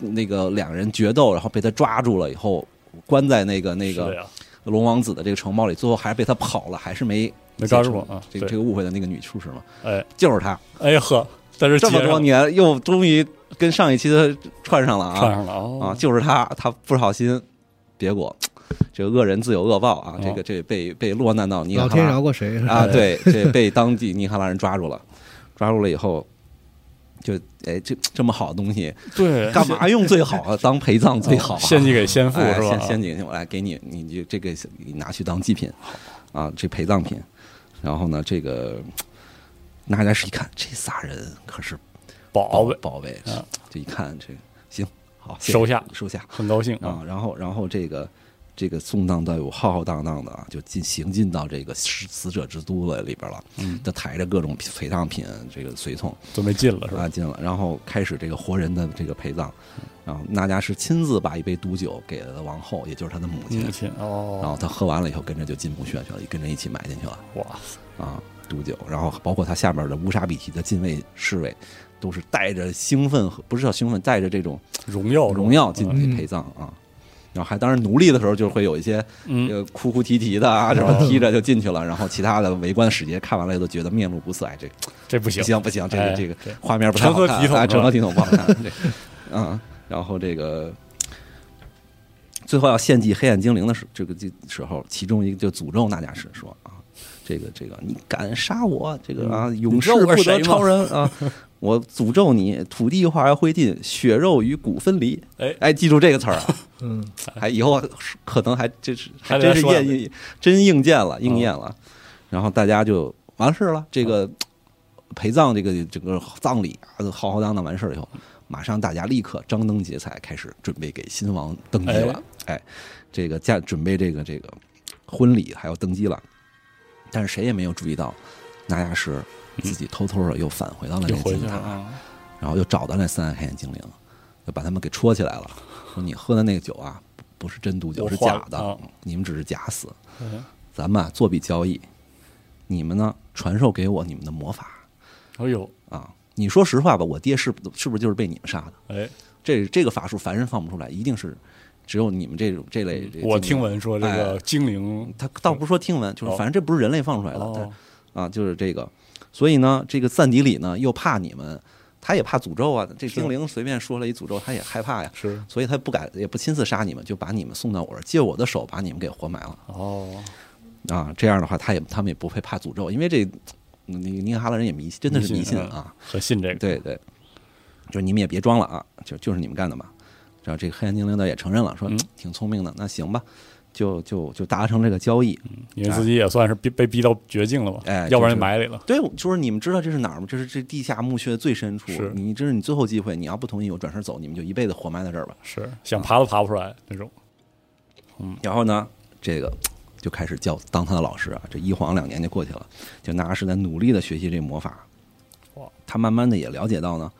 那个两人决斗，然后被他抓住了以后，关在那个那
哎是的
个
呀，
龙王子的这个城堡里，最后还是被他跑了，还是没
没抓住啊
这个
对
这个误会的那个女术士嘛，
哎
就是他，
哎呀呵，但是
这么多年又终于跟上一期的串上了啊，
串上了哦
啊，就是他，他不小心，结果这个恶人自有恶报啊，
哦
这个这被被落难到尼
老
哈
天
拉
饶过谁？
啊，对，这被当地尼哈拉人抓住了，抓住了以后。就哎，这这么好的东西，
对，
干嘛用最好啊？当陪葬最好、啊。
哎献祭给先父
哎
是吧？
献献给我来给你，你就这个你拿去当祭品，啊，这陪葬品。然后呢，这个纳加什一看，这仨人可是
宝贝，
宝贝
啊，
这一看这行好谢谢
收下
收下。
很高兴
啊
啊，，
然后然后这个这个送葬队伍浩浩荡荡的啊，就进行进到这个死死者之都了里边了，
嗯
就抬着各种陪葬品这个随从
准备进了是吧？
啊进了，然后开始这个活人的这个陪葬，然后纳加什亲自把一杯毒酒给了王后，也就是他的母亲
母，亲
然
哦，
后他喝完了以后跟着就进墓穴去了，跟着一起埋进去了
哇，
啊毒酒，然后包括他下面的乌沙比提的禁卫侍卫。都是带着兴奋和，不是叫兴奋，带着这种
荣耀
荣耀进
嗯
去陪葬啊。然后还当然奴隶的时候就会有一些
嗯，
呃哭哭啼啼的啊，什么
哦
踢着就进去了，然后其他的围观使节看完了都觉得面目不色，哎，这
这不
不
行，
行不行，这个
哎
这个
对
画面不太好
成
看
何体，统
哎，
是吧
成何体统不好看，这嗯，然后这个。最后要献祭黑暗精灵的时，这个这时候，其中一个就诅咒纳迦什说啊，这个这个，你敢杀我，这个啊，
嗯
勇士
你知道我是
不得
谁吗
超人啊， 我诅咒你，土地化为灰烬，血肉与骨分离。
哎
哎，记住这个词儿啊！
嗯，
还以后可能还真是
还
还
得
真是
说呢嗯
验真应验了，应验了。然后大家就完事儿了，这个陪葬这个整个葬礼啊，浩浩荡荡完事儿以后，马上大家立刻张灯结彩，开始准备给新王登基了。哎，这个家准备这个这个婚礼还要登基了，但是谁也没有注意到，拿亚什自己偷偷的又返回到了那
又
个
回
金
去
字塔
了，啊，
然后又找到那三个黑暗精灵，就把他们给戳起来了，说你喝的那个酒啊，不是真毒酒，
我
是
换
假的，
啊
你们只是假死。
嗯
咱们啊做笔交易，你们呢传授给我你们的魔法
哎呦，
啊。你说实话吧，我爹是不是不是就是被你们杀的？
哎，
这这个法术凡人放不出来，一定是只有你们这种这类。这
我
精
听
灵，
闻说这个精灵
哎他倒不是说听闻，就是
哦
反正这不是人类放出来的，但
哦，
啊，就是这个。所以呢，这个赞迪里呢又怕你们，他也怕诅咒啊。这精灵随便说了一诅咒，他也害怕呀，
是
所以他不敢也不亲自杀你们，就把你们送到我这儿，借我的手把你们给活埋了
哦，
啊。这样的话，他也他们也不会怕诅咒，因为这尼尼哈拉人也迷，真的是迷
迷信
信啊。
很信这个，
对对，就你们也别装了啊，就就是你们干的嘛。然后这个黑暗精灵呢也承认了，说
嗯
挺聪明的，那行吧，就就就达成这个交易。
因为自己也算是逼被逼到绝境了吧，
哎
要不然
就是
埋里了，
对，就是你们知道这是哪儿吗？这是这地下墓穴最深处
是，
你这是你最后机会，你要不同意，我转身走，你们就一辈子活埋在这儿吧。
是
啊
想爬都爬不出来那种，
然后呢，这个就开始教当他的老师啊，这一晃两年就过去了，就纳什在努力的学习这魔法
哇。
他慢慢的也了解到呢，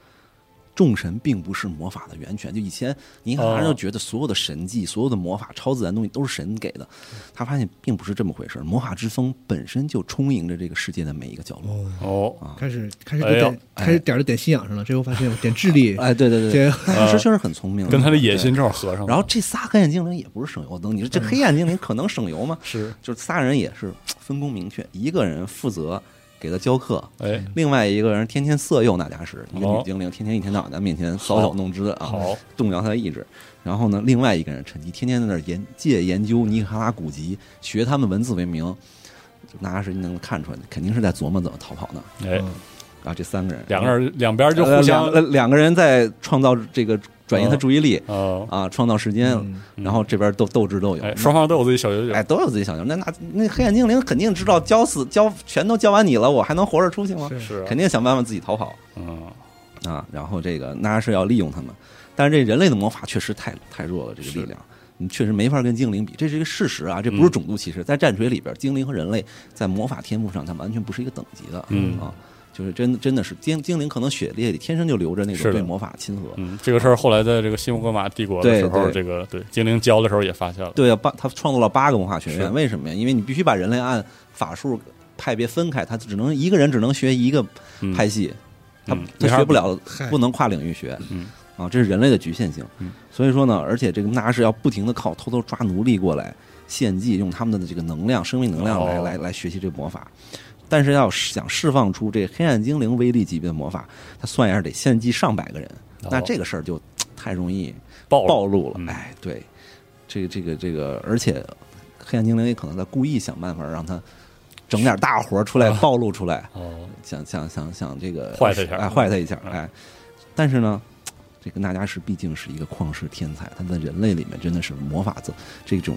众神并不是魔法的源泉。就以前你好像
哦
就觉得所有的神迹、所有的魔法、超自然东西都是神给的，
嗯
他发现并不是这么回事儿。魔法之风本身就充盈着这个世界的每一个角落。
哦，
哦，
嗯
开始开始
哎呦
点开始点儿点信仰上了，这我发现我点智力，
哎，对对对，
这
他确实确实很聪明，
跟他的野
对
心正好合上了，
然后这仨黑暗精灵也不是省油灯，你说这黑暗精灵可能省油吗？
是
就是仨人也是分工明确，一个人负责给他教课，
哎，
另外一个人天天色诱那家使，一个
哦
女精灵天天一天到晚在面前搔首弄姿啊，
好，
动摇他的意志。然后呢，另外一个人趁机天天在那儿研借研究尼卡拉古籍，学他们文字为名，那是能看出来，肯定是在琢磨怎么逃跑呢。
哎，
嗯
啊，这三个人，
两个人两边就
呃
互
两
相
个两个人在创造这个转移他注意力。
哦，
啊，创造时间，
嗯
然后这边斗斗智斗勇，
哎，双方都有自己小九
嗯哎，
九，
都有自己小牛。那那那黑暗精灵肯定知道教死教全都教完你了，我还能活着出去吗？
是
是啊
肯定想办法自己逃跑
嗯，
啊。然后这个那是要利用他们，但是这人类的魔法确实太太弱了，这个
是嗯
力量。你确实没法跟精灵比，这是一个事实啊，这不是种族歧视。在战锤里边，精灵和人类在魔法天赋上，它完全不是一个等级的，
嗯
啊，就是真真的是精精灵可能血液里天生就留着那
是的
种对魔法亲和，
嗯，这个事儿后来在这个新乌格玛帝国的时候，
对对
这个对精灵教的时候也发现了，
对啊，八他创造了八个文化学
是
院，为什么呀？因为你必须把人类按法术派别分开，他只能一个人只能学一个
嗯
派系，他
嗯
他
没法
学不了
嗨，
不能跨领域学
嗯，
啊，这是人类的局限性
嗯。
所以说呢，而且这个纳什要不停的靠偷偷抓奴隶过来献祭，用他们的这个能量、生命能量来
哦
来来学习这个魔法。但是要想释放出这黑暗精灵威力级别的魔法，他算一下得献祭上百个人，那
哦
这个事儿就太容易
暴
暴露了
嗯。
哎，对，这个这个这个，而且黑暗精灵也可能在故意想办法让他整点大活儿出来暴露出来，
哦，
想想想想这个
坏他一下
哎，坏他一下，
嗯
哎。但是呢，这个纳加什毕竟是一个旷世天才，他在人类里面真的是魔法子这种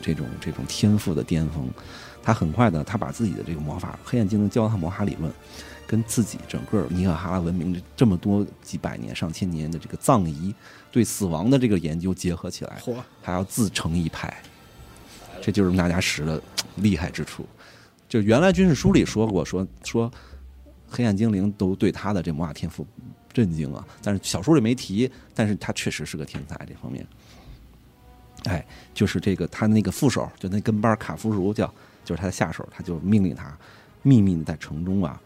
这种这种天赋的巅峰。他很快的，他把自己的这个魔法黑暗精灵教他魔法理论，跟自己整个尼可哈拉文明这么多几百年、上千年的这个葬仪对死亡的这个研究结合起来，
嚯，
还要自成一派，这就是纳加什的厉害之处。就原来军事书里说过，说说黑暗精灵都对他的这魔法天赋震惊啊，但是小说里没提，但是他确实是个天才这方面。哎，就是这个他那个副手，就那跟班卡夫茹叫，就是他的下手，他就命令他秘密的在城中啊，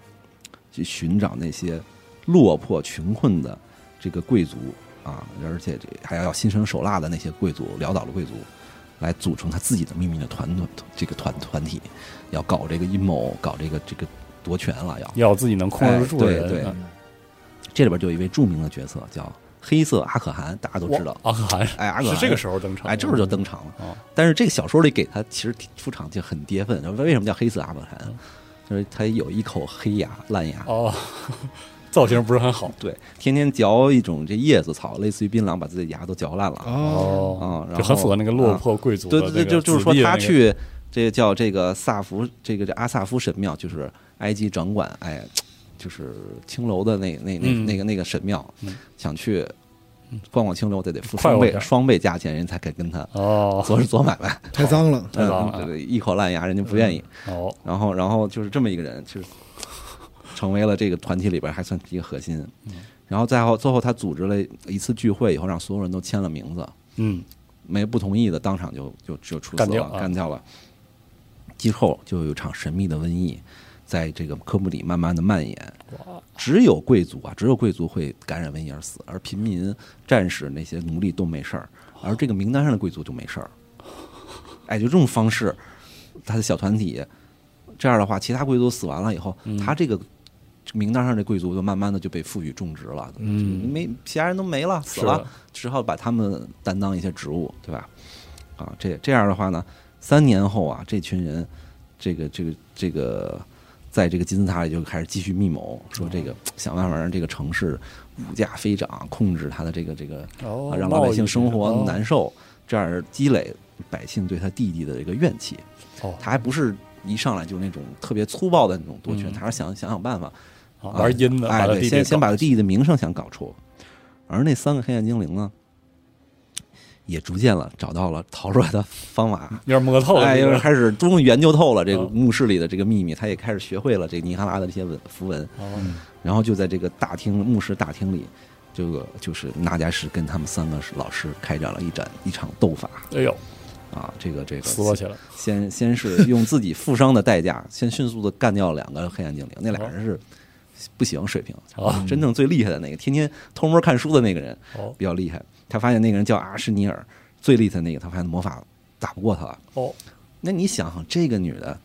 去寻找那些落魄穷困的这个贵族啊，而且这还要心狠手辣的那些贵族，潦倒的贵族，来组成他自己的秘密的团团这个团团体，要搞这个阴谋，搞这个这个夺权了要。
要有自己能控制住的人，
哎对对
嗯
这里边就有一位著名的角色叫黑色阿可汗，大家都知道
哇。阿克汗
哎，阿可汗
是这个时候登场，
哎，这会儿就登场了。
哦
但是这个小说里给他其实出场就很跌
嗯
份，为什么叫黑色阿可汗？就是他有一口黑牙、烂牙，
哦，造型不是很好。
对，天天嚼一种这叶子草，类似于槟榔，把自己牙都嚼烂了啊。
哦，
啊然
就很符合那个落
后
魄贵族的
对
那个
对对，就就是说
子弟的那
他
个
去这个叫这个萨福，这个这阿萨夫神庙，就是埃及掌管哎，就是青楼的那那那
嗯
那个那个神庙
嗯，
想去逛逛青楼得得付
快
双
活
倍
点
双倍价钱，人才肯跟他
哦
做 做买卖，
太脏了，
太脏了
嗯对一口烂牙，人家不愿意。
哦，
然后然后就是这么一个人，就是成为了这个团体里边还算一个核心。
嗯
然后再后最后他组织了一次聚会以后，让所有人都签了名字，
嗯
没不同意的当场就就就处死
干
了，干
掉
掉
啊
了。之后就有一场神秘的瘟疫，在这个科布里慢慢的蔓延。只有贵族啊，只有贵族会感染瘟疫而死，而平民、战士那些奴隶都没事儿，而这个名单上的贵族就没事儿。哎，就这种方式，他的小团体，这样的话，其他贵族死完了以后，
嗯
他这个名单上这贵族就慢慢的就被赋予种植了，
嗯，
没其他人都没了，死
是
了
的，
只好把他们担当一些职务，对吧？啊，这这样的话呢，三年后啊，这群人，这个这个这个，在这个金字塔里就开始继续密谋，说这个
哦
想办法让这个城市物价飞涨，控制它的这个这个，
哦
啊让老百姓生活
贸易
难受，这样积累百姓对他弟弟的一个怨气。
哦，
他还不是一上来就是那种特别粗暴的那种夺权，
嗯
他是想想想办法，
哦玩阴的，
哎，
把他弟
对，
弟
先先
搞
把他弟弟的名声想搞臭，而那三个黑暗精灵呢，也逐渐了找到了逃出来的方法，
有点摸透了
哎，
这
又
个，
开始终于研究透了这个
啊
墓室里的这个秘密，他也开始学会了这尼哈拉的这些文符文，
哦
然后就在这个大厅墓室大厅里，这个就是纳加什跟他们三个老师开展了一展一场斗法
哎呦，
啊，这个这个
撕巴起来，
先先是用自己负伤的代价，先迅速的干掉两个黑暗精灵，那俩人是不行水平，
啊
真正最厉害的那个，天天偷摸看书的那个人
哦
比较厉害。他发现那个人叫阿什尼尔，最厉害的那个，他发现魔法打不过他了。
哦，
那你想想，这个女的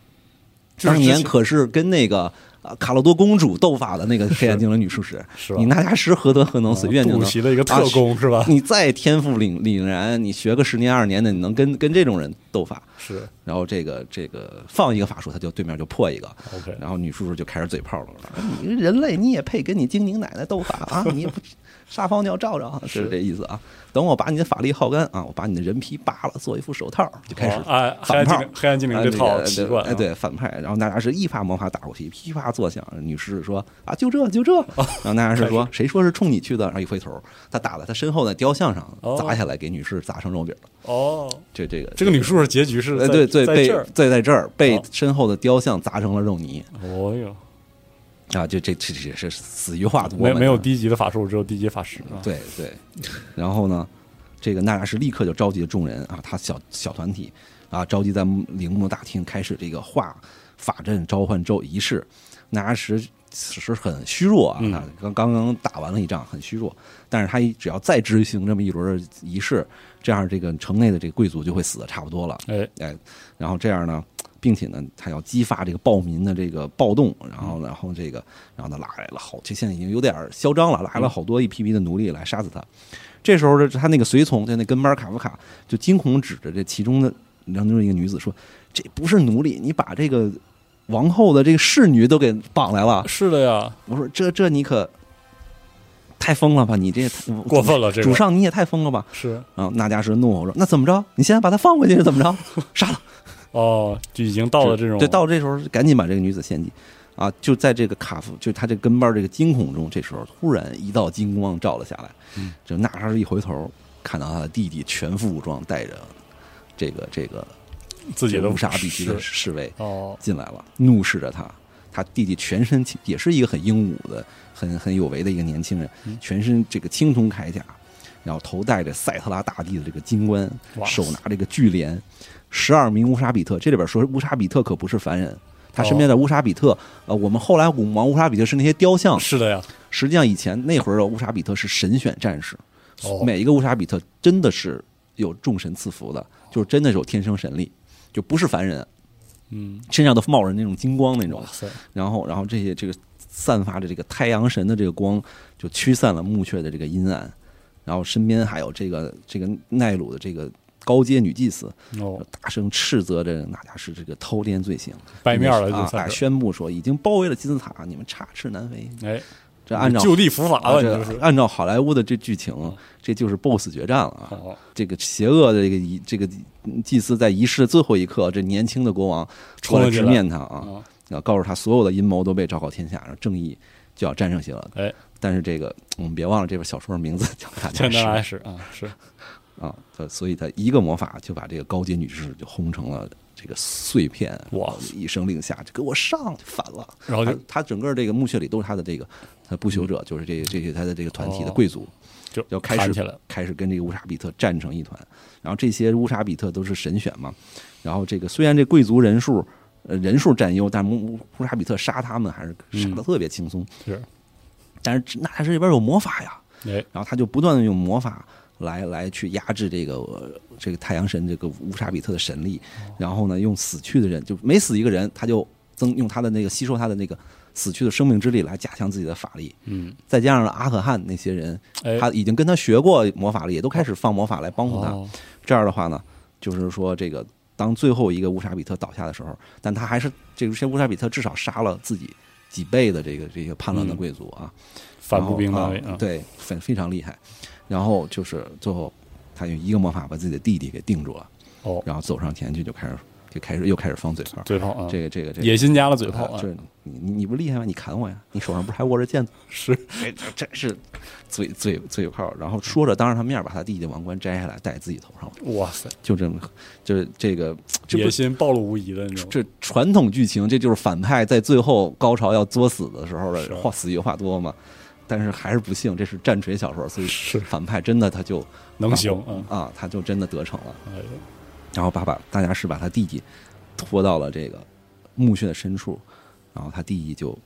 就是
当
之
年
前
可是跟那个呃卡洛多公主斗法的那个黑暗精灵女术士，
是吧
你纳加什何德何能，随便就
补
能
啊
啊
习的一个特工是吧？
你再天赋凛凛然，你学个十年二十年的，你能跟跟这种人斗法？
是
然后这个这个放一个法术，他就对面就破一个，
OK，
然后女叔叔就开始嘴炮了，说
嗯
你人类你也配跟你精灵奶奶斗法 啊？你不撒泡尿照照啊，是这意思啊？等我把你的法力耗干啊，我把你的人皮扒了，做一副手套，就开始
哦哎，黑暗精
反炮
灵。黑暗精灵这套习惯，啊
哎，，对反派，然后娜迦是一发魔法打过去，噼啪作响。女士说：“啊，就这，就这。”
哦
然后娜迦是说：“谁说是冲你去的？”然后一回头，他打在他身后的雕像上，
哦
砸下来，给女士砸成肉饼了。
哦，
这这个
这个女术士结局是
呃，
在
对对，
在
被
这儿，
对在这儿被
哦
身后的雕像砸成了肉泥
哦哟，
啊！就这这这是死于化毒嘛，
没没有低级的法术，只有低级法师啊，
对对。然后呢，这个纳亚什立刻就召集了众人啊，他小小团体啊，召集在陵墓大厅开始这个画法阵召唤咒仪式。纳亚什此时很虚弱啊，
嗯
他刚刚刚打完了一仗，很虚弱。但是他一只要再执行这么一轮的仪式，这样这个城内的这个贵族就会死的差不多了。
哎，
哎，然后这样呢，并且呢，他要激发这个暴民的这个暴动，然后，然后这个，然后呢，拉来了好，这现在已经有点嚣张了，来了好多一批批的奴隶来杀死他。这时候呢，他那个随从，就那跟班卡夫卡，就惊恐指着这其中的其中的一个女子说：“这不是奴隶，你把这个王后的这个侍女都给绑来了。
是的呀，”
我说：“这这你可太疯了吧！你这也太
过分了，这
主
个
上你也太疯了吧！”
是
然后纳迦什怒吼说：“那怎么着？你现在把他放回去是怎么 着？杀了！”
哦，就已经到了这种
对，到这时候赶紧把这个女子献祭啊！就在这个卡夫，就他这跟班这个惊恐中，这时候突然一道金光照了下来，
嗯
就纳啥一回头，看到他的弟弟全副武装，带着这个这个
自己的
乌纱比基的
是
侍卫
哦，
进来了，怒视着他。他弟弟全身青也是一个很英武的、很很有为的一个年轻人，
嗯
全身这个青铜铠甲，然后头戴着塞特拉大帝的这个金冠，
哇
手拿这个巨镰，十二名乌沙比特。这里边说乌沙比特可不是凡人，他身边
哦
的乌沙比特，呃，我们后来古王乌沙比特是那些雕像，
是的呀，
实际上以前那会儿的乌沙比特是神选战士，
哦
每一个乌沙比特真的是有众神赐福的，就是真的是有天生神力，就不是凡人，啊
嗯，
身上都冒着那种金光那种
哇。塞，
然后，然后这些这个散发着这个太阳神的这个光，就驱散了墓穴的这个阴暗。然后身边还有这个这个奈鲁的这个高阶女祭司，
哦，
大声斥责着纳迦是这个偷奸罪行，
掰面了
啊
就
啊！
算是，
宣布说已经包围了金字塔，你们插翅难飞。
哎，
这按照
就地伏法
啊
了，
这
你就是。嗯
按照好莱坞的这剧情，这就是 BOSS 决战了啊！
好，
这个邪恶的这个仪这个祭司在仪式的最后一刻，这年轻的国王过
冲了
来
进
直
来
面他啊，
啊，
要告诉他所有的阴谋都被昭告天下，然后正义就要战胜邪恶。
哎，
但是这个我们别忘了，这本小说名字叫《大
天
战士
南》 来使啊，是
啊，呃所以他一个魔法就把这个高阶女士就轰成了这个碎片。
哇！
一声令下，就给我上，就反了。
然后
他
就
他整个这个墓穴里都是他的这个他不朽者，就是这个这些他的这个团体的
嗯哦
贵族，
就
要开
弹
始
起来了，
开始跟这个乌沙比特战成一团。然后这些乌沙比特都是神选嘛，然后这个虽然这贵族人数呃人数占优，但是乌乌乌沙比特杀他们还是杀的特别轻松。
是
但是纳塔什这边有魔法呀，
哎，
然后他就不断的用魔法来来去压制这个、呃这个太阳神这个乌沙比特的神力，然后呢，用死去的人就每死一个人，他就增用他的那个吸收他的那个死去的生命之力来加强自己的法力，
嗯，
再加上阿可汗那些人，
哎，
他已经跟他学过魔法了，也都开始放魔法来帮助他。
哦
这样的话呢，就是说这个当最后一个乌沙比特倒下的时候，但他还是这个乌沙比特至少杀了自己几倍的这个这个叛乱的
嗯
贵族啊。
反步兵
然后
单
啊
位啊，
对，非非常厉害。然后就是最后，他用一个魔法把自己的弟弟给定住了，
哦，
然后走上前去就开始就开始又开始放嘴炮，
嘴炮啊，
这个这个这个
野心家的嘴炮啊
啊就，是你你你不厉害吗？你砍我呀！你手上不是还握着剑呢？
是
这哎这真是嘴嘴嘴炮，然后说着当着他面把他弟弟的王冠摘下来戴在自己头上，
哇塞，
就这么就是这个这不
野心暴露无遗的那种，
这传统剧情，这就是反派在最后高潮要作死的时候
是啊
的话死越话多嘛。但是还是不幸，这是战锤小说，所以
是
反派真的他就
能行啊，
啊，他就真的得逞了。
哎呀
然后爸爸大家是把他弟弟拖到了这个墓穴的深处，然后他弟弟就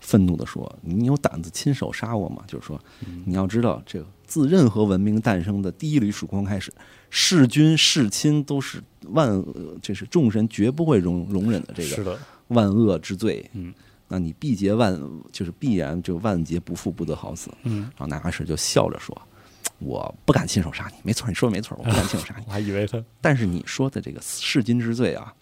愤怒地说：“你有胆子亲手杀我吗？”就是说，
嗯
你要知道，这个自任何文明诞生的第一缕曙光开始，弑君弑亲都是万恶，这是众神绝不会容容忍的这个
是的，
万恶之罪。
嗯，
那你必劫万，就是必然就万劫不复，不得好死。
嗯，
然后纳卡什就笑着说：“我不敢亲手杀你，没错，你说的没错，我不敢亲手 杀你。
我还以为他
但是你说的这个弑君之罪啊，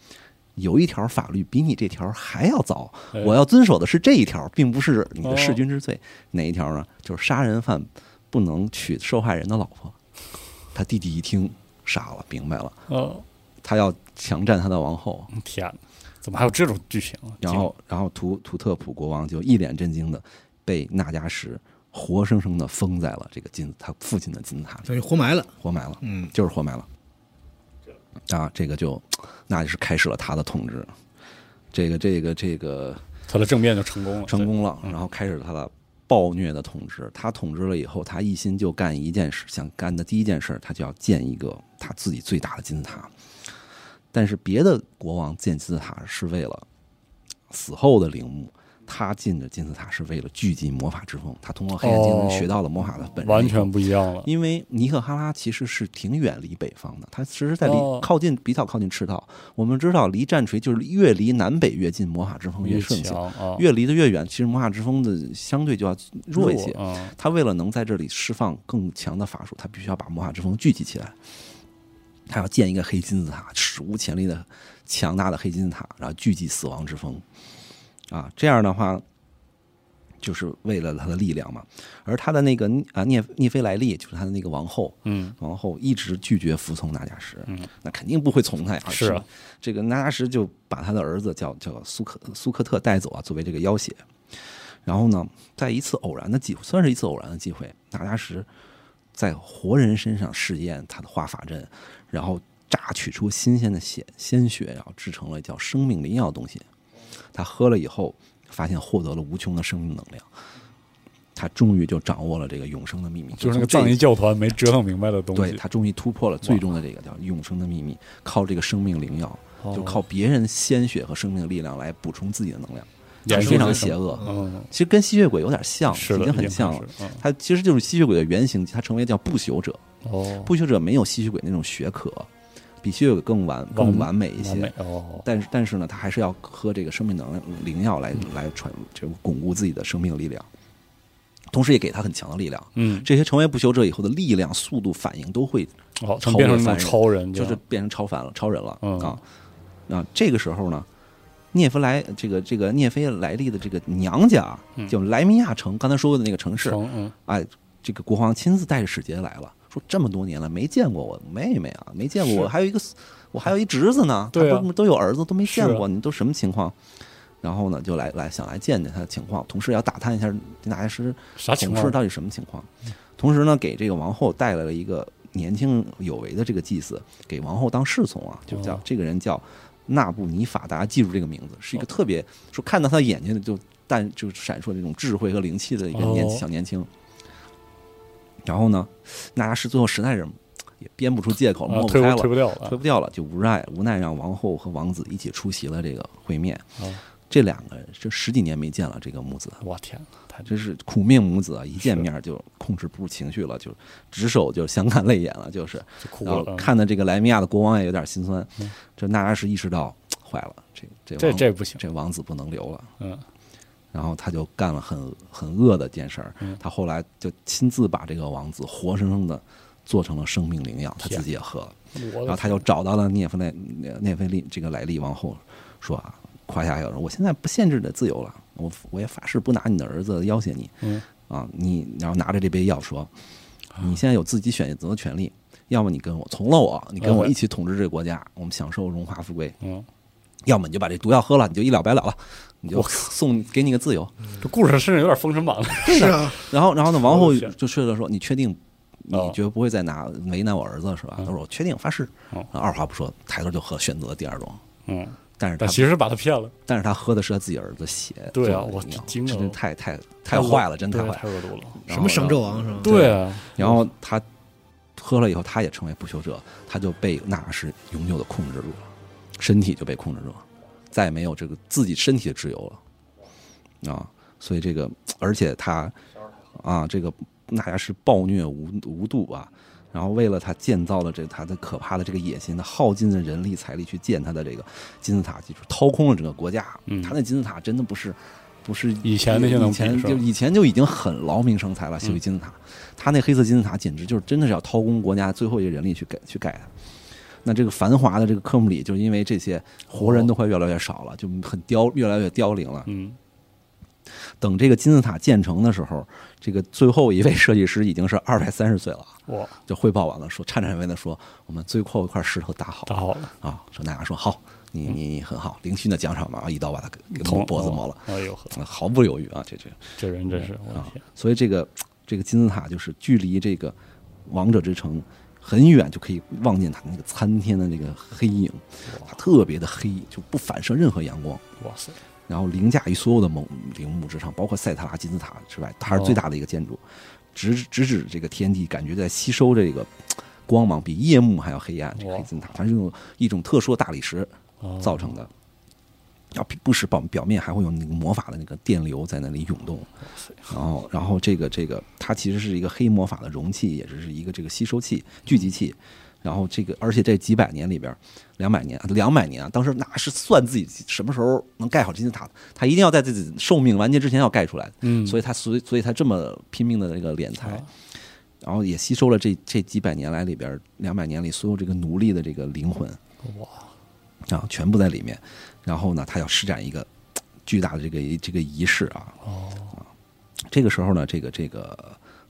有一条法律比你这条还要早
哎，
我要遵守的是这一条，并不是你的
哦
弑君之罪。哪一条呢？就是杀人犯不能娶受害人的老婆。”他弟弟一听傻了，明白了，
哦，
他要强占他的王后。
天哪，怎么还有这种剧情啊？
然后，然后图图特普国王就一脸震惊的被纳加什活生生的封在了这个金他父亲的金字塔里，
等于活埋了。
活埋了，
嗯，
就是活埋了。啊，这个就那就是开始了他的统治，这个这个这个
挺他的政变就成功了，
成功了，
嗯
然后开始了他的暴虐的统治。他统治了以后，他一心就干一件事，想干的第一件事，他就要建一个他自己最大的金字塔。但是别的国王建金字塔是为了死后的陵墓，他进的金字塔是为了聚集魔法之风。他通过黑暗精灵
哦
学到了魔法的
对
本身，
完全不一样了，
因为尼克哈拉其实是挺远离北方的，它其实在离
哦
靠近比较靠近赤道。我们知道，离战锤就是越离南北越近，魔法之风越
越
盛行；
强啊，
越离得越远，其实魔法之风的相对就要弱一些。
啊，
他为了能在这里释放更强的法术，他必须要把魔法之风聚集起来。他要建一个黑金字塔，史无前例的强大的黑金字塔，然后聚集死亡之风。啊，这样的话，就是为了他的力量嘛。而他的那个啊涅涅菲莱利，就是他的那个王后，
嗯，
王后一直拒绝服从纳加什，
嗯，
那肯定不会从他呀。
是啊
这个纳加什就把他的儿子叫叫苏克苏克特带走啊，作为这个要挟。然后呢，在一次偶然的机会，算是一次偶然的机会，纳加什在活人身上试验他的化法阵，然后榨取出新鲜的血鲜血，然后制成了叫生命灵药的东西。他喝了以后，发现获得了无穷的生命能量。他终于就掌握了这个永生的秘密，
就是那个
从这
藏
一
医教团没折腾明白的东
对
西，
他终于突破了最终的这个叫永生的秘密，靠这个生命灵药，
哦
就靠别人鲜血和生命的力量来补充自己的能量，
衍生
非常
的生
邪恶。
嗯，
其实跟吸血鬼有点像，
是
已
的，
经很像了
了。，嗯
它其实就是吸血鬼的原型，它成为叫不朽者。
哦，
不朽者没有吸血鬼那种血渴，比吸血鬼更完
完
更完美一
完
些
美。哦，
但是但是呢，他还是要喝这个生命能量灵药来
嗯
来传，就巩固自己的生命力量，同时也给他很强的力量。
嗯，
这些成为不朽者以后的力量、速度、反应都会
好，
超
成变成
人
那种
反人
超人这
就
样，
是变成超凡了、超人了、
嗯
啊！啊，这个时候呢，涅夫莱这个这个涅菲莱利的这个娘家啊
嗯，
叫莱米亚城，刚才说过的那个城市，
成嗯
哎，这个国王亲自带着使节来了，说这么多年了没见过我妹妹啊，没见过我，
是
还有一个我还有一侄子呢，
对啊
他都都有儿子都没见
是啊
过，你都什么情况？然后呢，就来来想来见见他的情况，同时也要打探一下纳莱什
啥情
同
况
事？到底什么情况。同时呢，给这个王后带来了一个年轻有为的这个祭司，给王后当侍从啊，就叫、
哦
这个人叫纳布尼法达，记住这个名字，
哦
是一个特别、说看到他的眼睛里就但就闪烁这种智慧和灵气的一个年、
哦
小年轻。然后呢，纳拉什最后实在是也编不出借口，
啊
抹，不
推
开
不
了
推，不掉了
推
啊
不掉了，就无奈无奈让王后和王子一起出席了这个会面。
哦
这两个人这十几年没见了，这个母子
我天，太
真是苦命母子啊！一见面就控制不住情绪了，就直手就相看泪眼了，就是。
就哭
然后
了。
看的这个莱米亚的国王也有点心酸
嗯，
这纳拉什意识到坏了，这这
这
王
这不行，
这王子不能留了。
嗯，
然后他就干了很很恶的一件事儿
嗯，
他后来就亲自把这个王子活生生的做成了生命灵药，他
天
自己也喝了。
我
然后
的
他就找到了涅菲内涅菲利这个莱利王后，说啊，夸下有人，我现在不限制你的自由了，我我也发誓不拿你的儿子要挟你，
嗯啊
啊，你然后拿着这杯药说，你现在有自己选择的权利，要么你跟我从了我，你
啊
跟我一起统治这个国家，我们享受荣华富贵，
嗯，
要么你就把这毒药喝了，你就一了百了了，你就
我
送给你个自由。
这故事甚至有点《封神榜》了。
是啊，
然后然后呢，王后
我的天
就睡了说，你确定？你
哦
绝不会再拿为难我儿子是吧？他
嗯
说我确定发誓，
哦
然后二话不说抬头就喝，选择了第二种。
嗯，
但是 他
但其实把他骗了，
但是他喝的是他自己儿子血，
对啊
做的
我
酿
惊了
真是太太太坏了，真
对
太坏了。
太恶毒了。
然
什
后
么商纣王是吧？
对啊，
然后他喝了以后，他也成为不朽者，他就被纳什永久的控制住了，身体就被控制住了，再也没有这个自己身体的自由了啊！所以这个，而且他啊，这个纳亚什暴虐无无度啊。然后为了他建造了这他的可怕的这个野心，他耗尽了人力财力去建他的这个金字塔基础，掏空了整个国家。
嗯
他那金字塔真的不是不是
以前那些能
以前
比是吧嗯
就以前就已经很劳民伤财了，修一金字塔。他那黑色金字塔简直就是真的是要掏空国家最后一个人力去盖去盖它。那这个繁华的这个科姆里，就是因为这些活人都快越来越少了，就很凋越来越凋零了。
嗯，
等这个金字塔建成的时候，这个最后一位设计师已经是二百三十岁了啊，
哇，
就汇报完了，说颤颤巍巍的说，我们最后一块石头搭好
打好了，
啊，说大家说好，你你你很好，零星的奖赏嘛，一刀把他给给
捅
脖子磨了，。
哦哎呦呵，
毫不犹豫啊，这这
这人真是我的
啊
天，，
所以这个这个金字塔就是距离这个王者之城很远就可以望见它那个参天的那个黑影，它特别的黑，就不反射任何阳光，
哇塞，
然后凌驾于所有的猛陵墓之上，包括塞塔拉金字塔之外，它是最大的一个建筑，直直指这个天地，感觉在吸收这个。光芒比夜幕还要黑暗，这个
哇
黑金字塔，它是用一种特殊的大理石
哦
造成的，要不不时表表面还会有那个魔法的那个电流在那里涌动，
哇塞
然后，哦然后这个这个，它其实是一个黑魔法的容器，也只是一个这个吸收器、聚集器。然后这个，而且这几百年里边，两百年，两百年啊，当时那是算自己什么时候能盖好金字塔，他一定要在自己寿命完结之前要盖出来，
嗯，
所以他所以所以他这么拼命的那个敛财，然后也吸收了这这几百年来里边两百年里所有这个奴隶的这个灵魂，
哇，
啊，全部在里面。然后呢，他要施展一个巨大的这个这个仪式啊。
哦
啊，这个时候呢，这个这个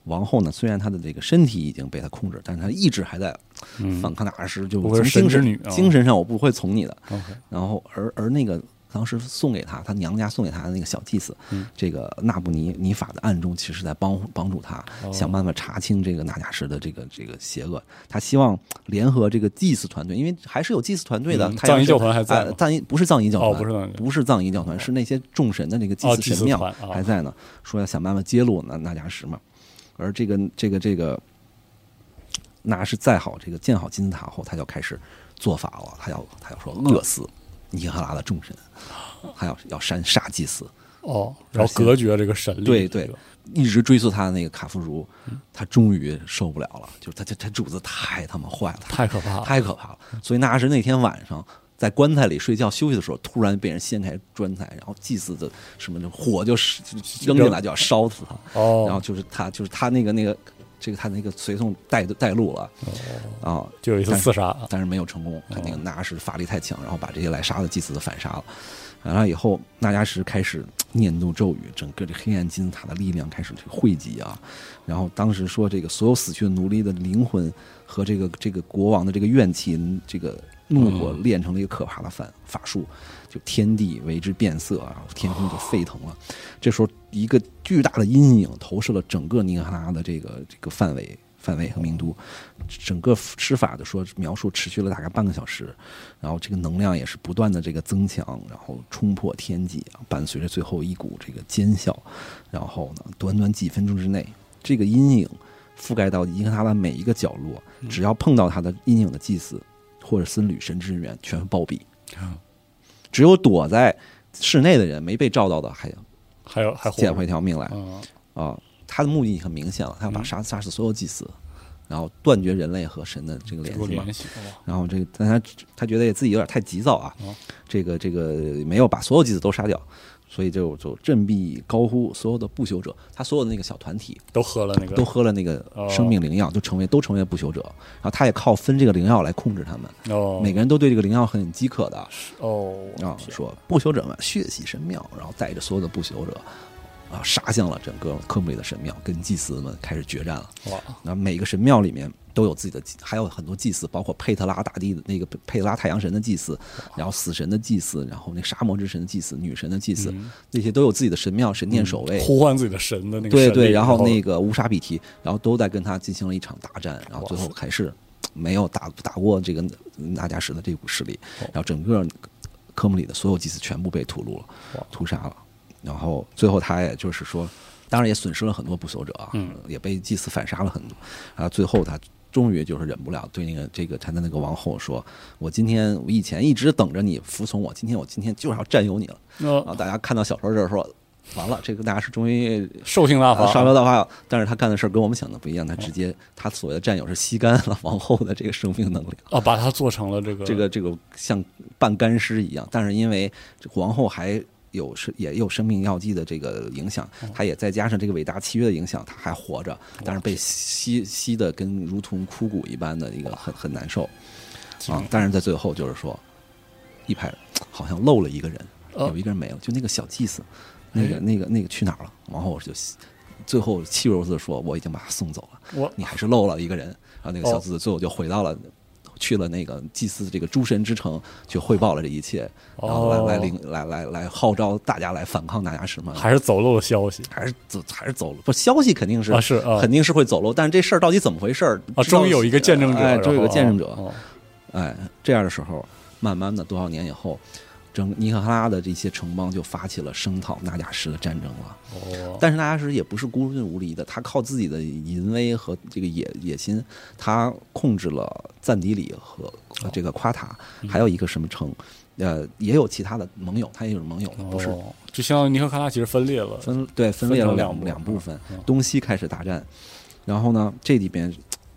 王后呢，虽然她的这个身体已经被他控制，但是她意志还在
嗯
反抗大师，就
我是
从
神
精
之
神
女啊
精神上我不会从你的。
，OK，
然后而而那个当时送给他，他娘家送给他的那个小祭司，
嗯
这个纳布尼尼法的暗中其实在帮帮助他，
哦
想办法查清这个纳迦什的这个这个邪恶。他希望联合这个祭祀团队，因为还是有祭祀团队的。
嗯
他要
藏
是
仪教团还在
呃
吗
藏仪不是藏仪教团，
哦不是藏仪
不是藏仪教
嗯
团，是那些众神的那个祭
哦
祀
祭
神
祀
庙
团啊
还在呢，说要想办法揭露纳纳迦什嘛。而这个这个这个那是再好这个建好金字塔后，他就开始做法了，他要他要说饿死尼赫拉的众神，他要要删杀祭司，
哦，然后隔绝这个神力，
嗯对对，一直追溯他的那个卡夫茹，他终于受不了了，就是他他他主子太他妈坏了，
太可怕了，
太可怕了。所以纳什那天晚上在棺材里睡觉休息的时候，突然被人掀开棺材，然后祭祀的什么的火就是扔进来就要烧死他，
哦，
然后就是他就是他那个那个这个他那个随从带带路了啊，
就有一次
但是
刺杀，
但是没有成功。那个纳什法力太强，然后把这些来杀的祭司反杀了。完了以后，纳迦什开始念动咒语，整个这黑暗金字塔的力量开始汇集啊。然后当时说，这个所有死去的奴隶的灵魂和这个这个国王的这个怨气，嗯这个怒火炼成了一个可怕的反法术，就天地为之变色啊，天空就沸腾了。这时候，一个巨大的阴影投射了整个尼加拉的这个这个范围。范围和名都，整个施法的说描述持续了大概半个小时，然后这个能量也是不断的这个增强，然后冲破天际啊，伴随着最后一股这个尖啸，然后呢，短短几分钟之内，这个阴影覆盖到伊克塔的每一个角落，只要碰到他的阴影的祭司或者僧侣神职人员，全部暴毙。
嗯
只有躲在室内的人没被照到的，还
还有还活
捡
着
回一条命来
嗯
啊。他的目的很明显了，他要把杀杀死所有祭司，然后断绝人类和神的这个联
有
系嘛。
联系哇
然后这个，但他他觉得也自己有点太急躁啊
哦，
这个这个没有把所有祭司都杀掉，所以就就振臂高呼所有的不朽者，他所有的那个小团体
都喝了那个哦
都喝了那个生命灵药，就成为都成为不朽者。然后他也靠分这个灵药来控制他们，
哦
每个人都对这个灵药很饥渴的
哦
啊，说不朽者们血洗神庙，然后带着所有的不朽者啊杀向了整个科姆里的神庙，跟祭司们开始决战了。
哇
那每个神庙里面都有自己的祭，还有很多祭祀，包括佩特拉大帝的那个佩特拉太阳神的祭祀，然后死神的祭祀，然后那沙漠之神的祭祀，女神的祭祀，那些都有自己的神庙神殿守卫。
呼唤自己的神的那个
对
神
对，
力然
然后那个乌沙比提，然后都在跟他进行了一场大战，然后最后还是没有打打过这个纳加什的这股势力，
哦
然后整个科姆里的所有祭司全部被屠戮
哇
了，屠杀了，然后最后他也就是说，当然也损失了很多不朽者啊，
嗯
也被祭司反杀了很多，然后最后他。终于就是忍不了，对那个这个他的那个王后说：“我今天我以前一直等着你服从我，今天我今天就是要占有你了。”然后
那
大家看到小说这儿说：“完了，这个纳迦什终于
兽性大
啊，
法
沙雕大法，但是他干的事儿跟我们想的不一样，他直接他所谓的战友是吸干了王后的这个生命能量，
啊，把它做成了这个
这个这个像半干尸一样，但是因为这皇后还。有是也有生命药剂的这个影响，他也再加上这个伟大契约的影响，他还活着，但是被吸吸的跟如同枯骨一般的一个很很难受啊！但是在最后就是说，一拍好像漏了一个人，
哦
有一个人没了，就那个小祭司，那
哎
个那个那个去哪儿了？王后就最后气若游丝说我已经把他送走了，
我
你还是漏了一个人。然后那个小
哦
祭司最后就回到了。去了那个祭祀这个诸神之城，去汇报了这一切，然后
哦
来来领来来来号召大家来反抗纳迦什嘛，
还是走漏的消息
还是走还是走了，不消息肯定是
啊是啊
肯定是会走漏，但是这事儿到底怎么回事儿
啊，终于有一个见证者，
哎
然后
终于有个见证者，
哦
哎，这样的时候，慢慢的多少年以后，整尼克哈拉的这些城邦就发起了声讨纳迦什的战争了。
哦
但是纳迦什也不是孤军无力的，他靠自己的淫威和这个野野心，他控制了赞迪里和
哦
和这个夸塔，
嗯
还有一个什么城，呃，也有其他的盟友，他也有盟友的，不是
哦就相当于尼克卡拉其实分裂了，
分对
分
分
哦
裂了
成
两
两
两
部
部分，东西开始大战。然后呢，这里边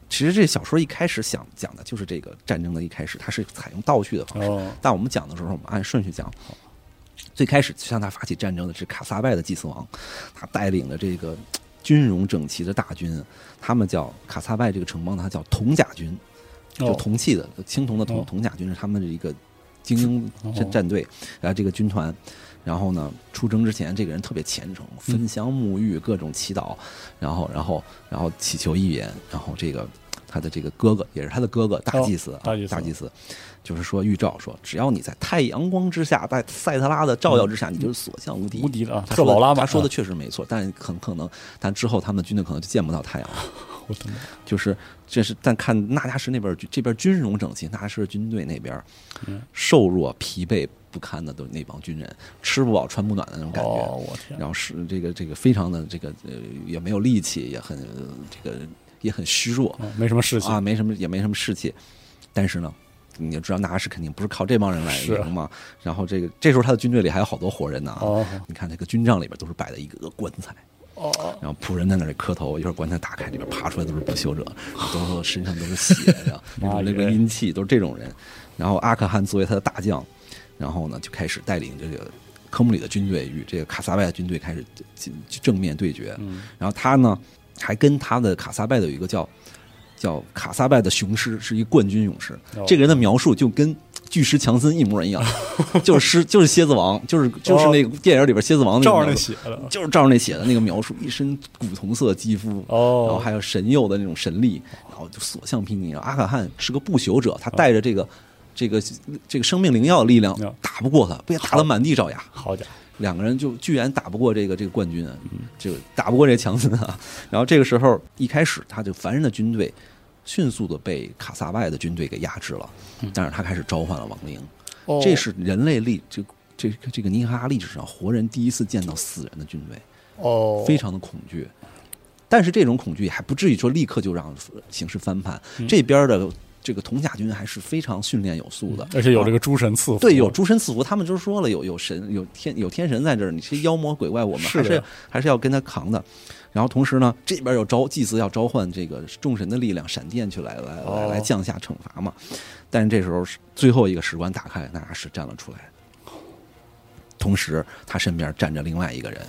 其实这小说一开始想讲的就是这个战争的一开始，它是采用倒叙的方式。
哦
但我们讲的时候，我们按顺序讲。最开始向他发起战争的是卡萨拜的祭司王，他带领的这个军容整齐的大军，他们叫卡萨拜这个城邦呢，它叫铜甲军，就
哦
铜器的青铜的铜
哦
铜甲军是他们的一个精英
哦
战战队，然后这个军团，然后呢出征之前，这个人特别虔诚，
嗯
焚香沐浴，各种祈祷，然后然后然后祈求预言，然后这个他的这个哥哥也是他的哥哥大
哦
祭司啊，
大祭司
大祭司。就是说，预兆说，只要你在太阳光之下，在塞特拉的照耀之下，你就是所向无敌。
嗯无敌的啊，
他
特
说
保拉
他
嘛
说的
啊
确实没错，但是很可能，但之后他们的军队可能就见不到太阳了。
我的妈
就是这是，但看纳迦什那边儿这边儿军容整齐，纳迦什军队那边儿
嗯
瘦弱疲惫不堪的都那帮军人，吃不饱穿不暖的那种感觉。
哦，我天，
然后是这个这个非常的这个呃也没有力气，也很呃这个也很虚弱
哦没什么事情
啊，没什么也没什么士气。但是呢，你就知道纳迦什肯定不是靠这帮人来
是啊
赢嘛。然后这个这时候他的军队里还有好多活人呢啊。
哦
你看这个军帐里边都是摆的一个个棺材，
哦哦
然后仆人在那里磕头，一会儿棺材打开，里边爬出来都是不朽者，都说身上都是血，然后 那种那个阴气，都是这种人。然后阿克汗作为他的大将，然后呢就开始带领这个科姆里的军队与这个卡萨拜的军队开始进正面对决。
嗯
然后他呢还跟他的卡萨拜的有一个叫叫卡萨拜的雄狮，是一冠军勇士
哦。
这个人的描述就跟。巨石强森一模一样，就是狮就是蝎子王，就是就是那个电影里边蝎子王那个
哦照着
描
那
述
写的。
就是照着那写的那个描述，一身古铜色肌肤，然后
哦，
还有神佑的那种神力，然后就所向披靡。阿卡汉是个不朽者，他带着这个这个这个生命灵药的力量
嗯
打不过他，被打得满地找牙。
好家
两个人就居然打不过这个这个冠军啊，就打不过这强森啊。 然后这个时候一开始，他就凡人的军队迅速的被卡萨外的军队给压制了，但是他开始召唤了亡灵，
伙，
这是人类历这这这个尼哈哈历史上活人第一次见到死人的军队。
哦，
非常的恐惧。但是这种恐惧也还不至于说立刻就让形势翻盘。
嗯
这边的这个铜甲军还是非常训练有素的，
嗯而且有这个诸神赐福，
对，有诸神赐福，他们就说了有有神有天有天神在这儿，你这些妖魔鬼怪，我们
是
还
的
是还是要跟他扛的。然后同时呢，这边有召祭司要召唤这个众神的力量，闪电去来来来
哦
来降下惩罚嘛。但是这时候是最后一个石棺打开，那是站了出来，同时他身边站着另外一个人。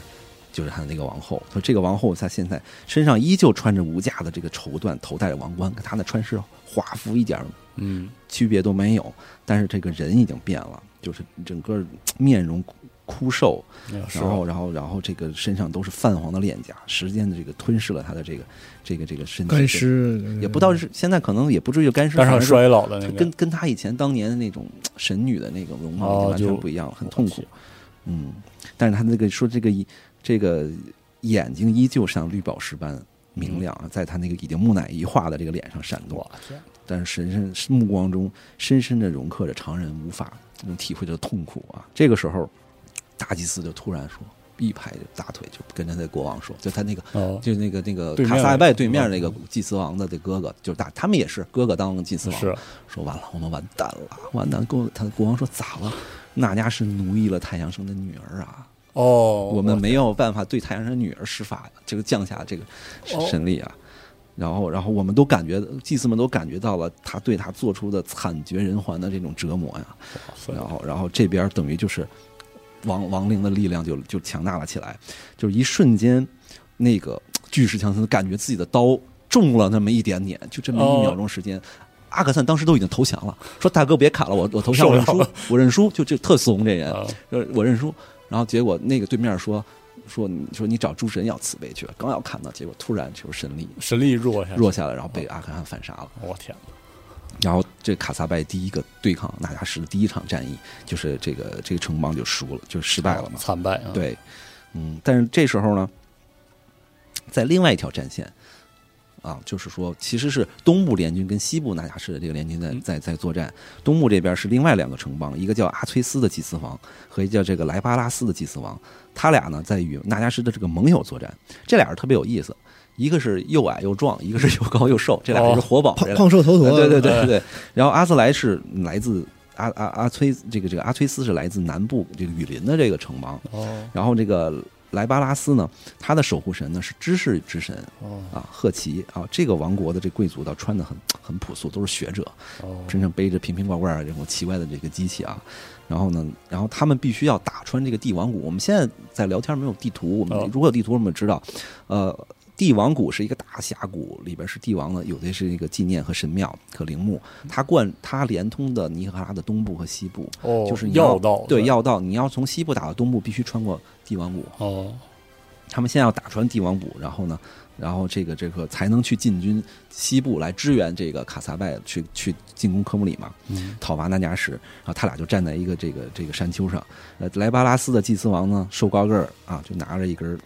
就是他的那个王后，说这个王后她现在身上依旧穿着无价的这个绸缎，头戴着王冠，跟她的穿饰华服一点儿
嗯，
区别都没有，但是这个人已经变了，就是整个面容枯枯瘦，
是
然后然后然后这个身上都是泛黄的脸颊，时间的这个吞噬了他的这个这个这个身体，
干尸
也不到是现在可能也不至于干尸，
但是很
反正
衰老的
他
那个
跟，跟他以前当年的那种神女的那个容貌
哦
已经完全
就
不一样了，很痛苦。嗯，但是他那个说这个这个眼睛依旧像绿宝石般明亮，
嗯
在他那个已经木乃伊化的这个脸上闪动。
我天，
但是深深目光中深深的融刻着常人无法能体会的痛苦啊。这个时候，大祭司就突然说，一拍大腿就跟着那国王说，就他那个
哦，
就是那个那个
对面
卡
的
萨拜对面那个祭司王的这哥哥，就是大他们也是哥哥当祭司王，
是
说完了，我们完蛋了，完蛋！国他国王说咋了？那家是奴役了太阳神的女儿啊，
哦，
我们没有办法对太阳神的女儿施法，这个降下这个神
哦
神力啊。然后，然后我们都感觉，祭司们都感觉到了他对他做出的惨绝人寰的这种折磨呀、
哇塞
然后，然后这边等于就是亡亡灵的力量就就强大了起来，就是一瞬间，那个巨石强森感觉自己的刀中了那么一点点，就这么一秒钟时
哦
间。阿克赞当时都已经投降了，说：“大哥，别砍了，我我投降，
受不了
我认输
了，
我认输。”就这特怂这人，
啊
呃，我认输。然后结果那个对面说说你说你找诸神要慈悲去，刚要看到，结果突然就是神力
神力弱下去
弱，下来，然后被阿克汗反杀了。
我天哪，
然后这卡萨拜第一个对抗纳加什的第一场战役，就是这个这个城邦就输了，就失败了嘛。
惨败啊，，
对，嗯，但是这时候呢，在另外一条战线啊，就是说其实是东部联军跟西部纳加什的这个联军在在在作战，东部这边是另外两个城邦，一个叫阿崔斯的祭司王和一个叫这个莱巴拉斯的祭司王，他俩呢在与纳加什的这个盟友作战，这俩人特别有意思。一个是又矮又壮，一个是又高又瘦，这俩人是活宝，这
胖
俩呃
胖瘦头啊陀，
对对对
哎
对对。然后阿斯莱是来自阿阿阿崔这个这个阿崔斯是来自南部这个雨林的这个城邦，
哦
然后这个莱巴拉斯呢，他的守护神呢是知识之神
哦
啊赫奇啊，这个王国的这贵族倒穿的很很朴素，都是学者，
哦，
身上背着瓶瓶罐罐儿这种奇怪的这个机器啊。然后呢，然后他们必须要打穿这个帝王谷。我们现在在聊天没有地图，我们
哦
如果有地图，我们知道，呃，帝王谷是一个大峡谷，里边是帝王的，有的是那个纪念和神庙和陵墓，它贯它连通的尼赫哈拉的东部和西部，
哦
就是你
要道
对
要
要道，你要从西部打到东部，必须穿过帝王谷。
哦
他们先要打穿帝王谷，然后呢，然后这个这个才能去进军西部来支援这个卡萨拜，去去进攻科姆里嘛。
嗯
讨伐纳加什，然后他俩就站在一个这个这个山丘上。呃，莱巴拉斯的祭司王呢，瘦高个儿啊，就拿着一根儿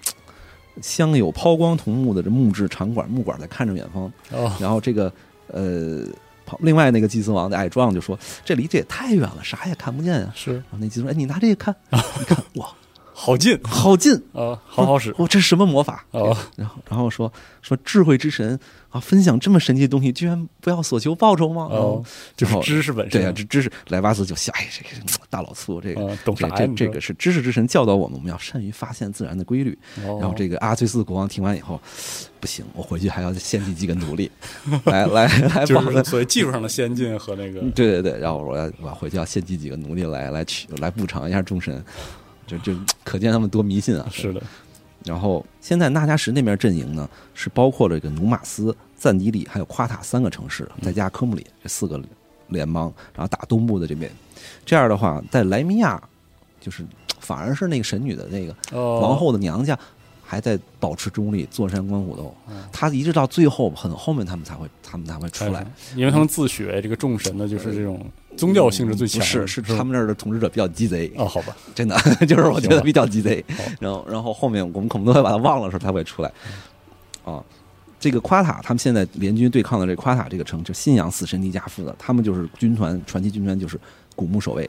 嘖镶有抛光桐木的这木质长管木管在看着远方。
哦
然后这个呃，跑另外那个祭司王的矮壮就说：“这离这也太远了，啥也看不见啊呀、
是
然后那祭司说：“哎，你拿这个看，你看哇，
好近
哦好近，
啊， 好好使
哇，这是什么魔法？”
哦
然后然后说说智慧之神啊，分享这么神奇的东西，居然不要所求报酬吗？然后
哦，就是知识本身
对啊，这知识莱巴斯就笑，哎，这个大老粗，这个、
啊懂
这
啥
这
呀？
这个是知识之神教导我们，我们要善于发现自然的规律。
然
然后这个阿崔斯国王听完以后，不行，我回去还要献祭几个奴隶，来来来
就
保
是
存。
所谓技术上的先进和那个
嗯对对对，然后我要我要回去要献祭几个奴隶来来去来补偿一下众神，就就可见他们多迷信啊！
是的
然后现在纳加什那边阵营呢，是包括了这个努马斯、赞迪里还有夸塔三个城市，再加科穆里这四个联邦，然后打东部的这边。这样的话，在莱米亚，就是反而是那个神女的那个王
王
后的娘家，还在保持中立，坐山观虎斗
嗯。
她一直到最后很后面，他们才会他们才会出来。，
因为他们自诩这个众神的就是这种宗教性质最强，
嗯不是是
吧
他们那儿的统治者比较鸡贼，
哦，好吧，
真的 就是我觉得比较鸡贼
好。
然后然后后面我们恐怖都要把它忘了的时候，它会出来。啊，这个夸塔他们现在联军对抗的这夸塔这个城，就信仰死神尼加夫的，他们就是军团传奇军团，就是古墓守卫。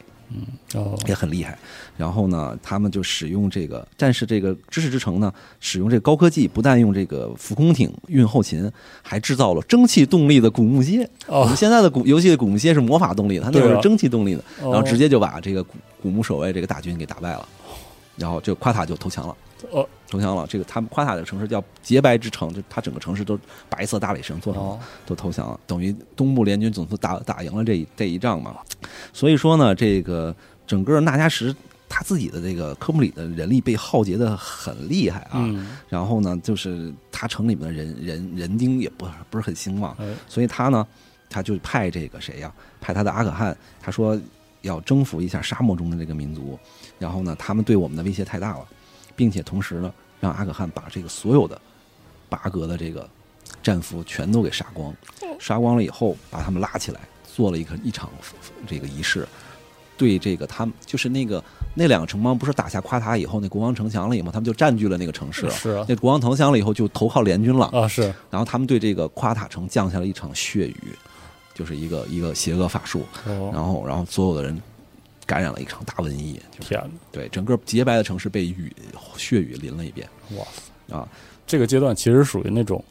哦，
也很厉害。然后呢，他们就使用这个战士这个知识之城呢，使用这个高科技，不但用这个浮空艇运后勤，还制造了蒸汽动力的古木楔。我们
哦，
现在的古游戏的古木楔是魔法动力的，它那会
对
儿
啊
是蒸汽动力的，然后直
接
接就把这个古古墓守卫这个大军给打败了，然后这个夸塔就投降了。
哦
投降了，这个他们夸塔的城市叫洁白之城，就它整个城市都白色大理石做成的。
哦，
都投降了，等于东部联军总督打打赢了这一这一仗嘛。所以说呢，这个整个纳加什他自己的这个科姆里的人力被浩劫的很厉害啊。
嗯，
然后呢，就是他城里面的人人人丁也不不是很兴旺，
哎
所以他呢，他就派这个谁呀、派他的阿可汗，他说要征服一下沙漠中的这个民族，然后呢，他们对我们的威胁太大了，并且同时呢，让阿可汗把这个所有的拔格的这个战俘全都给杀光，杀光了以后，把他们拉起来，做了一个一场这个仪式。对这个，他们就是那个那两个城邦，不是打下夸塔以后，那国王城降了以后，他们就占据了那个城市。
是啊，
那国王投降了以后，就投靠联军了。
啊是，
然后他们对这个夸塔城降下了一场血雨，就是一个一个邪恶法术，
哦，
然后然后所有的人感染了一场大瘟疫，就是
天啊
对整个洁白的城市被雨血雨淋了一遍
哪，哇塞，
啊。
这个阶段其实属于那种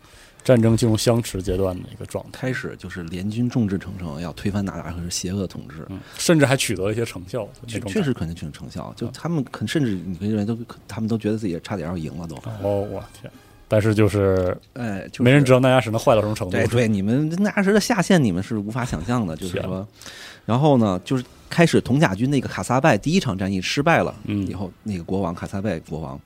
战争进入相持阶段的一个状态，
开始就是联军众志成城，要推翻纳达和邪恶统治，
嗯，甚至还取得了一些成效，那
确
种感
确
觉，
实肯定取得成效。就他们肯甚至你可以认为都他们都觉得自己差点要赢了都，
哦，我天，但是就是
哎，就是、
没人知道那家神能坏到什么程度，
对对，你们纳什的下限你们是无法想象的，就是
是啊
说，然后呢，就是开始铜甲军那个卡萨拜第一场战役失败了，
嗯
以后那个国王卡萨拜国王，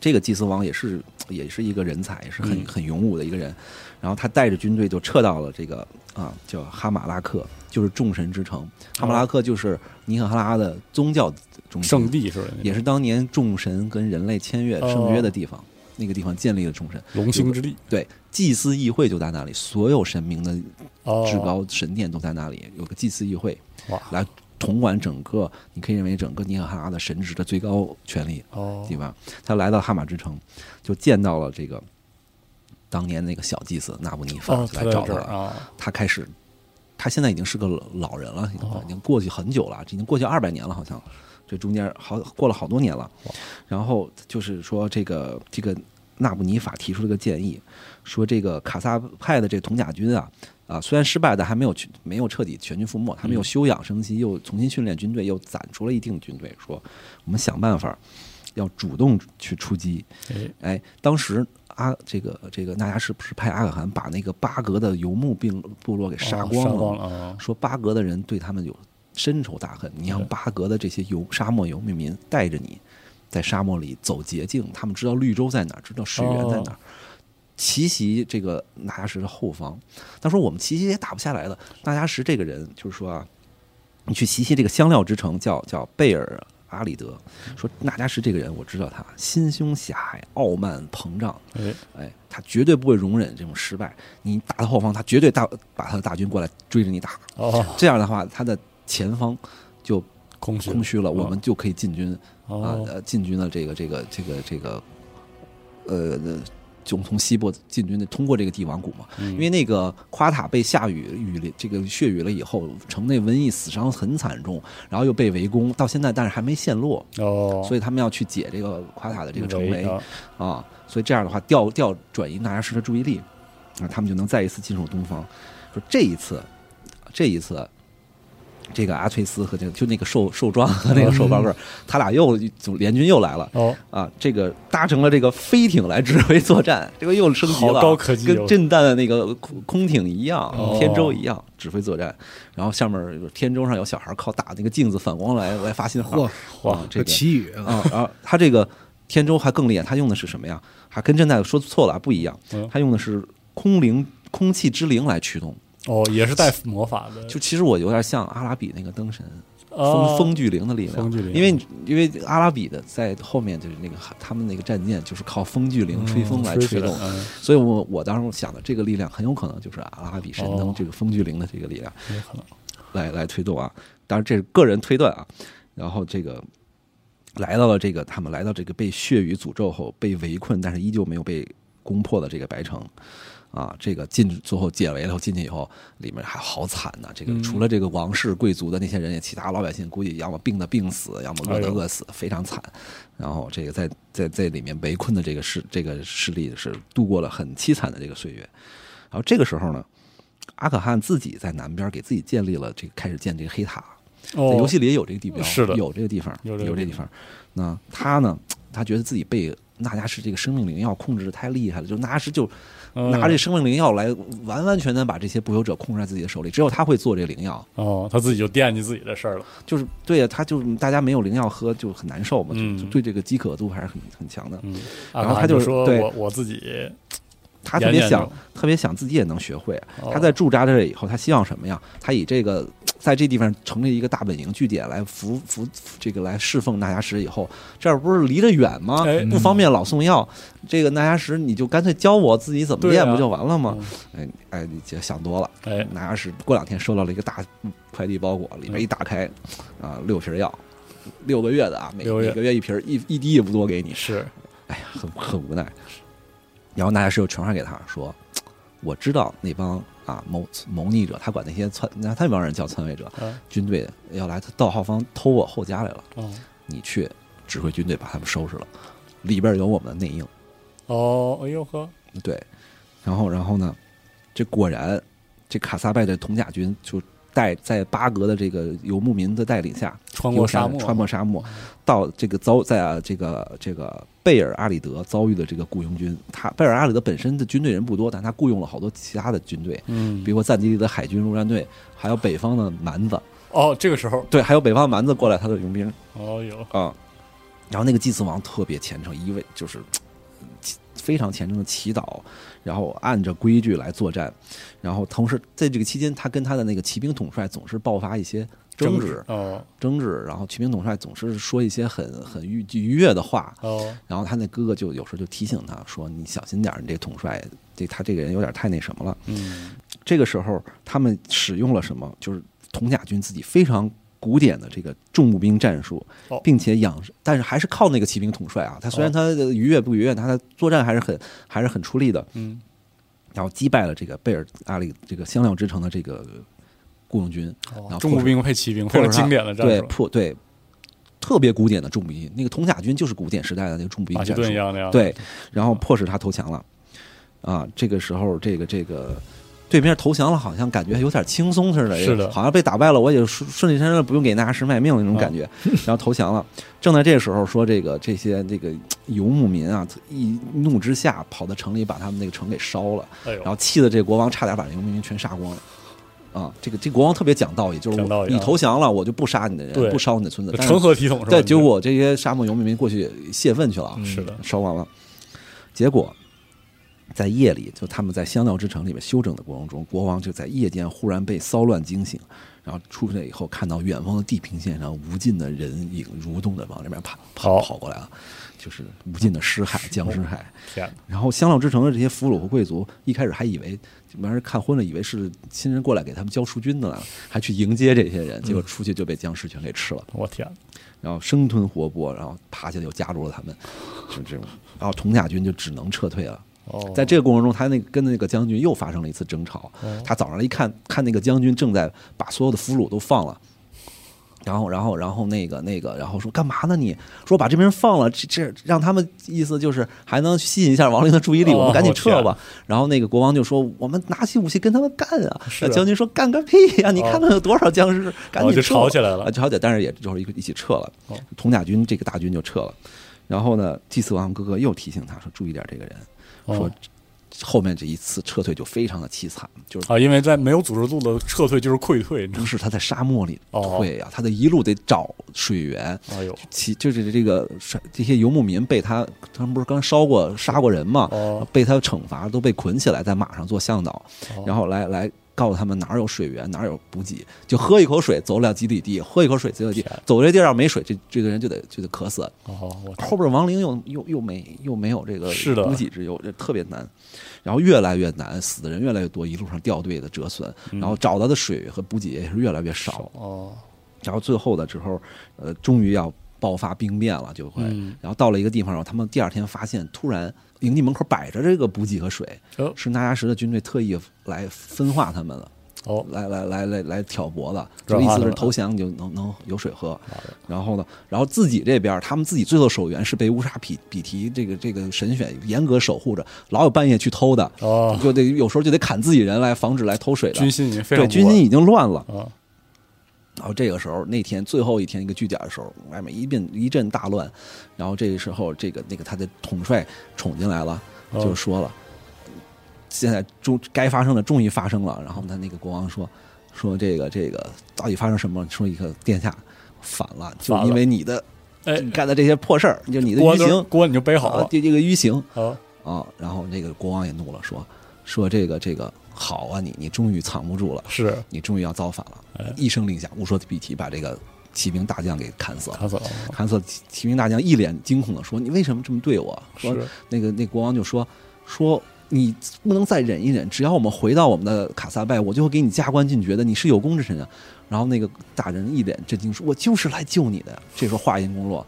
这个祭司王也是也是一个人才，也是很
嗯
很勇武的一个人，然后他带着军队就撤到了这个啊叫哈马拉克，就是众神之城，哈马拉克就是尼赫哈拉的宗教中心，
圣地是哦吧？
嗯也是当年众神跟人类签约圣约的地方，那个地方建立了众神，
龙兴之地，
对，祭司议会就在那里，所有神明的
哦，
至高神殿都在那里，有个祭司议会
哇，
来统管整个，你可以认为整个尼赫哈拉的神职的最高权力
哦
地，方。他来到哈马之城，就见到了这个当年那个小祭司纳布尼法
哦，
来
他在
找
这
他
儿
了。
啊，
他开始，他现在已经是个老人了，
哦
已经过去很久了，已经过去二百年了，好像这中间好过了好多年了
哇。
然后就是说，这个这个纳布尼法提出了个建议，说这个卡萨派的这个铜甲军啊。啊，虽然失败，但还没有去，没有彻底全军覆没。他们又休养生息，又重新训练军队，又攒出了一定军队。说我们想办法，要主动去出击，
哎，
哎，当时阿这个这个纳迦是不是派阿可汗把那个巴格的游牧并部落给杀
哦
光了？
光了啊，
说巴格的人对他们有深仇大恨，你让
对
巴格的这些游沙漠游牧民带着你在沙漠里走捷径，他们知道绿洲在哪儿，知道水源在哪儿。奇袭这个纳迦什的后方，他说我们奇袭也打不下来的。纳迦什这个人就是说啊，你去奇袭这个香料之城叫叫贝尔阿里德，说纳迦什这个人我知道他心胸狭隘、傲慢膨胀，
哎，
哎，他绝对不会容忍这种失败。你打他后方，他绝对大把他的大军过来追着你打。
哦，
这样的话，他的前方就
空虚，
空虚了，
哦
我们就可以进军啊
哦，，
呃进军了这个这个这个这个，呃，就从西部进军的，通过这个帝王谷嘛。
因
因为那个夸塔被下雨雨淋这个血雨了以后，城内瘟疫死伤很惨重，然后又被围攻，到现在但是还没陷落，
哦，
所以他们要去解这个夸塔的这个城
围
围。
啊
啊，所以这样的话调调转移纳迦什的注意力，啊，他们就能再一次进入东方。说这一次，这一次，这个阿崔斯和这个就那个寿寿庄和那个寿
嗯
巴个儿，他俩又就联军又来了
哦，
啊，这个搭乘了这个飞艇来指挥作战，这个又升级
好
了，
高科技哦
跟震旦的那个空空艇一样
哦，
天舟一样指挥作战。然后下面有天舟上有小孩靠打那个镜子反光来来发信号
嚯，
哇，
这
这个
奇语啊，
啊，然后他这个天舟还更厉害，他用的是什么呀？还跟正代说错了，不一样
嗯，
他用的是空灵空气之灵来驱动，
哦，也是带魔法的，
就其实我有点像阿拉比那个灯神
啊
风风巨灵的力量
风，巨灵，
因为你因为阿拉比的在后面就是那个他们那个战舰就是靠风巨灵吹风来
嗯
吹
起来
动，
嗯
所以我我当时想的这个力量很有可能就是阿拉比神灯
哦
这个风巨灵的这个力量
有可能
来来推动啊，当然这是个人推断啊，然后这个。来到了这个，他们来到这个被血雨诅咒后被围困，但是依旧没有被攻破的这个白城，啊，这个进最后解围了，进去以后里面还好惨呐、这个
嗯
除了这个王室贵族的那些人，也其他老百姓估计要么病的病死，要么饿的
哎呦
饿死，非常惨。然后这个在在在里面围困的这个势这个势力是度过了很凄惨的这个岁月。然后这个时候呢，阿可汗自己在南边给自己建立了这个开始建这个黑塔，在
哦，
游戏里也有这个地标，
是的
有这个地方，
有
有
这个
这个地方。那他呢，他觉得自己被纳迦氏这个生命灵药控制的太厉害了，就纳迦氏就
嗯
拿这生命灵药来完完全全把这些不朽者控制在自己的手里，只有他会做这灵药，
哦，他自己就惦记自己的事儿了，
就是对呀、他就是大家没有灵药喝就很难受嘛，就
嗯
就对这个饥渴度还是很很强的。
嗯，
然后
阿卡
他就
说
对
我我自己
他特别
研究
想，特别想自己也能学会。
哦
他在驻扎这以后，他希望什么呀？他以这个在这地方成立一个大本营据点来服服这个来侍奉纳迦石以后，这儿不是离着远吗？
哎
不方便老送药，这个纳迦石你就干脆教我自己怎么
对啊嗯
练不就完了吗？哎哎，你这想多了。
哎
拿是过两天收到了一个大快递包裹，
嗯
里面一打开，啊、六瓶药，六个月的啊，每
六个月
每个月一瓶，一一滴也不多给你，
是
哎很很无奈。然后大家是又传话给他说，我知道那帮啊谋谋逆者，他管那些篡，那他那帮人叫篡位者，
嗯
军队要来到后方偷我后家来了，
哦
你去指挥军队把他们收拾了，里边有我们的内应。
哦，哎呦呵，
对，然后然后呢，这果然，这卡萨拜的铜甲军就带在巴格的这个游牧民的带领下，
穿过
游山
沙漠，
穿过沙漠，到这个遭在、啊、这个这个贝尔阿里德遭遇的这个雇佣军。他贝尔阿里德本身的军队人不多，但他雇佣了好多其他的军队，
嗯
比，如说赞迪里的海军陆战队，还有北方的蛮子，
哦，这个时候，
对，还有北方蛮子过来他的佣兵。
哦有，
啊、然后那个祭祀王特别虔诚，一位就是祈非常虔诚的祈祷，然后按着规矩来作战，然后同时在这个期间，他跟他的那个骑兵统帅总是爆发一些争执，
哦
争执，然后骑兵统帅总是说一些很很愉愉悦的话，
哦，
然后他那哥哥就有时候就提醒他说：“你小心点儿，你这统帅，这他这个人有点太那什么了。”
嗯，
这个时候，他们使用了什么？就是铜甲军自己非常古典的这个重步兵战术
哦，
并且养，但是还是靠那个骑兵统帅啊。他虽然他呃愉悦不愉悦，他的作战还是很还是很出力的。
嗯，
然后击败了这个贝尔阿里这个香料之城的这个雇佣军，然后
重步兵配骑 兵，非常经典的战
对
术，
破对特别古典的重步兵。那个铜甲军就是古典时代的那个重步兵
马其
战术
顿一。样的呀，，
对，然后迫使他投降了。啊，这个时候，这个这个对面投降了，好像感觉有点轻松似的，
是的
好像被打败了，我也顺顺理成章地不用给纳什卖命那种感
啊
觉。然后投降了，正在这时候，说这个这些这个游牧民啊，一怒之下跑到城里，把他们那个城给烧了，
哎呦
然，后气的这国王差点把游牧民全杀光了。啊，这个这国王特别讲道义，就是
讲道
我
义啊
你投降了，我就不杀你的人，
对
不烧你的村子，但是
纯合体统是吧？
对，结果这些沙漠游牧民过去泄愤去了啊，
嗯是的
烧完了。结果在夜里，就他们在香料之城里面休整的过程中，国王就在夜间忽然被骚乱惊醒，然后出来以后看到远方的地平线上无尽的人影蠕动的往这边跑跑
好
跑过来啊，就是无尽的尸海、僵尸海。
天哪，
然后香料之城的这些俘虏和贵族一开始还以为完事看昏了，以为是亲人过来给他们交赎金的呢，还去迎接这些人，结果出去就被僵尸全给吃了。
我天哪，
然后生吞活剥，然后爬起来就加入了他们，就这种。然后铜甲军就只能撤退了。
哦，
在这个过程中，他那个跟那个将军又发生了一次争吵。
哦
他早上一看，看那个将军正在把所有的俘虏都放了。然后，然后，然后那个那个，然后说干嘛呢你？说把这边人放了，这这让他们意思就是还能吸引一下亡灵的注意力，
哦
我们赶紧撤
我天
吧。然后那个国王就说：“我们拿起武器跟他们干啊！”
是
那
啊
将军说：“干个屁呀、你看看有多少僵尸，赶
哦
紧
就
撤
吵起来了
啊，吵起来，但是也就是一个一起撤了
哦。
铜甲军这个大军就撤了。然后呢，祭祀王哥哥又提醒他说：“注意点这个人。”说
哦
后面这一次撤退就非常的凄惨，就是
啊，因为在没有组织度的撤退就是溃退，你知道
不
吗？
是他在沙漠里
哦
退啊，他得一路得找水源。
哎呦，
其就是这个沙这些游牧民被他，他们不是刚烧过杀过人嘛，
哦
被他惩罚，都被捆起来在马上做向导，
哦
然后来来告诉他们哪儿有水源，哪儿有补给，就喝一口水走不了几里地，喝一口水走几里地
天，
走这地儿要没水，这这个人就得就得渴死了。
哦，我
后边亡灵又又又没又没有这个
是的
补给之忧，这特别难。然后越来越难，死的人越来越多，一路上掉队的折损，
嗯
然后找到的水和补给也是越来越少。
哦，
然后最后的时候，呃，终于要爆发兵变了，就会。
嗯
然后到了一个地方，然后他们第二天发现，突然营地门口摆着这个补给和水，
哦
是纳迦什的军队特意来分化他们的，
哦，
来来来来来挑拨的，就
转
意
化
思
他
是
们
投降你就能能有水喝
好的。
然后呢，然后自己这边他们自己最后守园是被乌沙比比提这个这个神选严格守护着，老有半夜去偷的，
哦，
就得有时候就得砍自己人来防止来偷水的
军。心已经非
对，
常
军心已经乱了。
啊，
然后这个时候，那天最后一天一个据点的时候，外面一阵一阵大乱，然后这个时候，这个那个他的统帅冲进来了，
哦
就说了，现在终该发生的终于发生了。然后他那个国王说，说这个这个到底发生什么？说一个殿下反了，就
反了
因为你的
哎，
干的这些破事儿，就你的
锅
愚
都
行
锅你就背好
啊，
了
这这个愚行
啊，
啊。然后那个国王也怒了，说说这个这个好啊，你你终于藏不住了。
是
你终于要造反了！一声令下，乌说比提把这个骑兵大将给砍死了。
砍死了，
砍死了骑骑兵大将一脸惊恐的说：“你为什么这么对我？”说
是
那个那国王就说：“说你不能再忍一忍，只要我们回到我们的卡萨拜，我就会给你加官进爵的，你是有功之臣啊。”然后那个大人一脸震惊说：“我就是来救你的呀。”这时候话音刚落，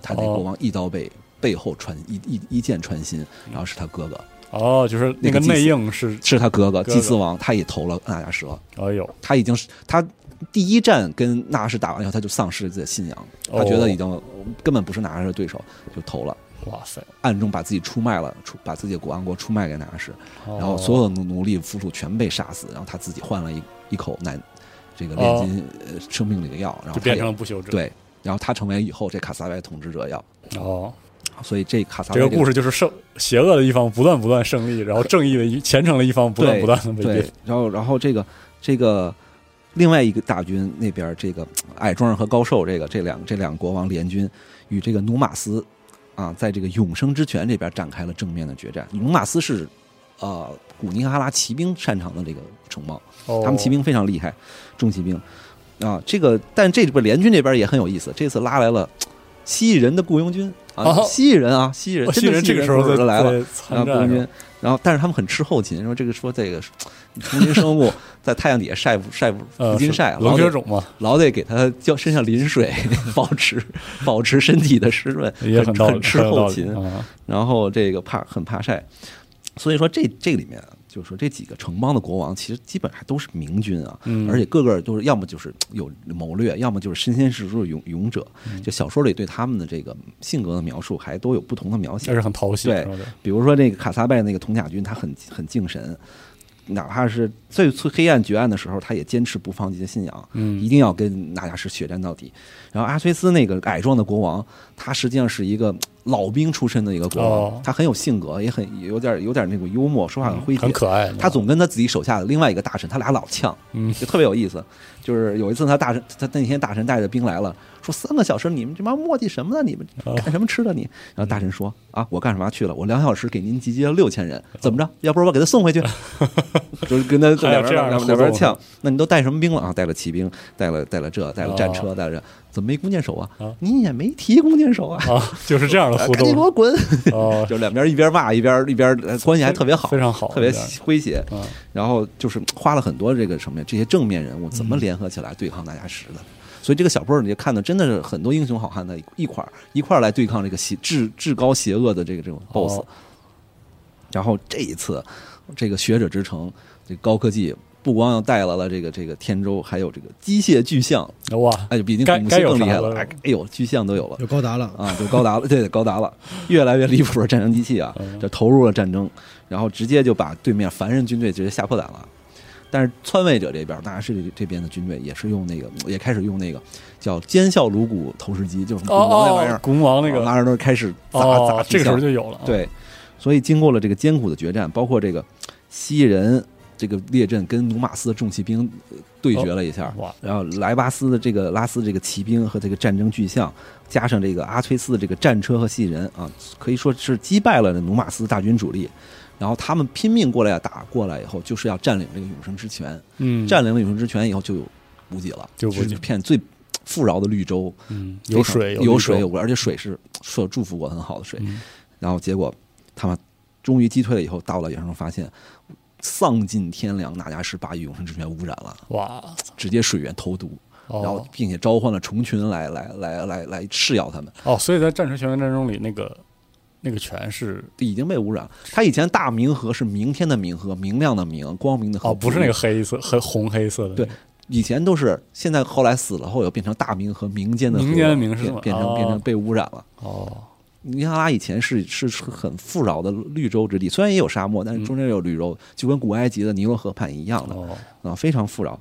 他那
哦
国王一刀被背后穿一一一剑穿心，然后是他哥哥，
哦，就是那个
那个祭司
内应是，
是他哥哥
哥
祭司王，他也投了纳迦蛇。
哎呦，
他已经是他第一战跟纳什打完以后，他就丧失了自己的信仰，
哦
他觉得已经根本不是纳什的对手，就投了，
哇塞，
暗中把自己出卖了，出把自己的国王国出卖给纳什，
然
然后所有的奴奴隶俘虏全被杀死，然后他自己换了一一口难这个炼金呃生命里的药，然
就
后他
变成
也
了不朽者，
对，然后他成为以后这卡萨拜统治者要，
哦，
所以这卡萨
这
拜
个故事就是胜邪恶的一方不断不断胜利，然后正义的一虔诚的一方不断
对
不断的被
对
灭，，
然后然后这个这个另外一个大军那边儿这个矮壮和高寿这个这两这两国王联军与这个努马斯啊，在这个永生之泉这边展开了正面的决战。努马斯是呃古尼哈拉骑兵擅长的这个城邦，
哦
他们骑兵非常厉害，重骑兵啊。这个但这边联军这边也很有意思，这次拉来了蜥蜴人的雇佣军啊
哦，
蜥蜴人啊，蜥蜴人，
哦
真
新
的
人这个时候
雇佣
在
人来了。
在
啊，
参
雇佣
战是吧
军，然后但是他们很吃后勤，说这个 说这个丛林生物在太阳底下晒不晒不
呃
不
是
经晒，
冷
老
血
得
种嘛，
老得给它浇身上淋水， 保持保持身体的湿润，
也
很
很道理，
很吃
很有道
后
理
勤，
啊，
然后这个怕很怕晒，所以说这这里面啊就是说这几个城邦的国王其实基本还都是明君啊，
嗯
而且个个都是要么就是有谋略，要么就是身先士卒的勇勇者，
嗯
就小说里对他们的这个性格的描述还都有不同的描写
但。是很讨喜，
对
是吧
比如说那个卡萨拜那个铜甲军，他很很敬神，哪怕是最最黑暗绝暗的时候，他也坚持不放弃的信仰，
嗯
一定要跟纳迦什血战到底。然后阿崔斯那个矮壮的国王，他实际上是一个嗯老兵出身的一个国王，
哦嗯
他很有性格，也很有点有点那种幽默，说话很诙谐，
很可爱，
他总跟他自己手下的另外一个大臣，他俩老呛，
嗯
就特别有意思。就是有一次，他大臣，他那天大臣带着兵来了，说三个小时，你们这帮磨叽什么呢？你们
哦
干什么吃的你？然后大臣说啊，我干什么去了？我两小时给您集结了六千人，
哦
怎么着？要不然我给他送 回去？就是跟他
还有
两
这
边
样的
两
互
两边
动啊
呛。那你都带什么兵了啊？带了骑兵，带了带了这，带了战
哦
车，带了这，怎么没弓箭手啊
啊？
你也没提弓箭手啊？
啊，就是这样的
啊
互
赶紧给
动
我滚！
哦，
就两边一边骂一边一边呃关系还特别好
非，常好，
特别
这样
诙谐。
嗯
然后就是花了很多这个什么呀，这些正面人物怎么
嗯
联合起来对抗大家什的。所以这个小说你就看的真的是很多英雄好汉的一块儿一块儿来对抗这个邪至至高邪恶的这个这种 BOSS、
哦
然后这一次，这个学者之城这个高科技不光要带来了这个这个天舟，还有这个机械巨象，
哇，
哎，比那
该
个
该有
更厉
啥
害了，
了
哎哎呦，巨象都有了。
有高达了，
啊，就高达了，对，高达了，越来越离谱的战争机器啊，就投入了战争，然后直接就把对面凡人军队直接吓破胆了。但是篡位者这边，纳什这边的军队也是用那个，也开始用那个叫尖啸颅骨投石机，就是
哦
那玩意
哦
儿，，
古墓王那
啊
个
纳什都开始砸砸
哦，这
巨
个时候
象
就有了，，
对，所以经过了这个艰苦的决战，包括这个蜥蜴人这个列阵跟努马斯的重骑兵呃对决了一下，
啊哇，
然后莱巴斯的这个拉斯这个骑兵和这个战争巨象，加上这个阿崔斯的这个战车和细人啊，可以说是击败了努马斯大军主力。然后他们拼命过来呀打过来以后，就是要占领这个永生之泉。
嗯，
占领了永生之泉以后，就有补给了，
就有补给
是片最富饶的绿洲，
嗯有水
有
绿
水
洲
有，而且水是受祝福过很好的水。
嗯
然后结果他们终于击退了以后，到了远上发现丧尽天良，那家是把永生之泉污染了，
哇，
直接水源投毒，然后
哦
并且召唤了虫群来来来来来噬咬他们，
哦，所以在《战锤全面战争》里，那个那个泉是
已经被污染了。它以前大明河是明天的明河，明亮的明，光明的河，
哦，不是那个黑色和红黑色的，
对，以前都是，现在后来死了后又变成大明和民间的河
民间的民是
变
吗
变成
哦
变成被污染了。
哦，
尼加拉以前是是是很富饶的绿洲之地，虽然也有沙漠，但是中间也有绿洲，就跟古埃及的尼罗河畔一样的啊、
哦，
非常富饶。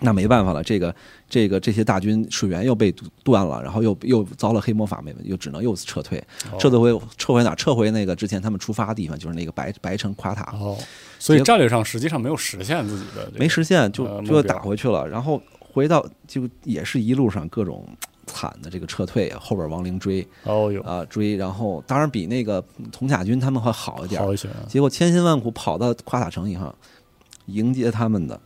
那没办法了，这个这个这些大军水源又被堵断了，然后又又遭了黑魔法，没又只能又撤退，
哦
撤退回撤回哪儿？撤回那个之前他们出发的地方，就是那个白白城垮塔。
哦，所以
结
战略上实际上没有实现自己的这个，
嗯没实现
呃
就
目标
就打回去了，然后回到就也是一路上各种惨的这个撤退，后边亡灵追
哦哟，
啊、追，然后当然比那个铜甲军他们会好一点儿，
好一些啊，
结果千辛万苦跑到夸塔城以后，迎接他们的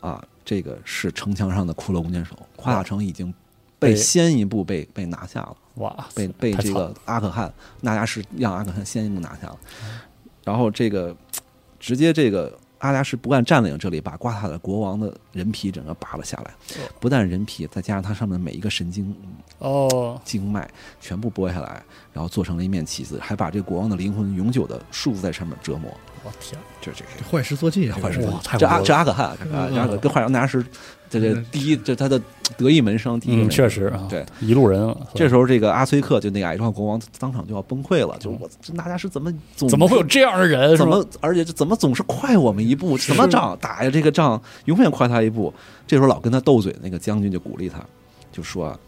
啊，这个是城墙上的骷髅弓箭手，夸塔城已经被
被
先一步被被拿下了。
哇，
被被
太
这
惨
个阿可汗纳加什让阿可汗先一步拿下了，
嗯
然后这个直接这个阿加什不但占领这里，把瓜塔的国王的人皮整个拔了下来
哦，
不但人皮，再加上它上面每一个神经
哦，
经脉全部剥下来，然后做成了一面旗子，还把这国王的灵魂永久的束缚在上面折磨，
我天，
这这
这坏事做尽啊，
坏事
哇
做
太
嗯这
恐
阿
怖
这阿可汗，
嗯
阿阿可跟坏人纳加什，这这
嗯
第一这他的得意门生，第一个
嗯，
人
确实啊，
对。，
一路人了，
这时候，这个阿崔克就那个矮壮国王当场就要崩溃了，就是我这纳迦是怎么总
怎么会有这样的人？
怎
是
么
吗
而且这怎么总是快我们一步？什么仗打呀？这个仗永远快他一步。这时候老跟他斗嘴，那个将军就鼓励他，就说啊：“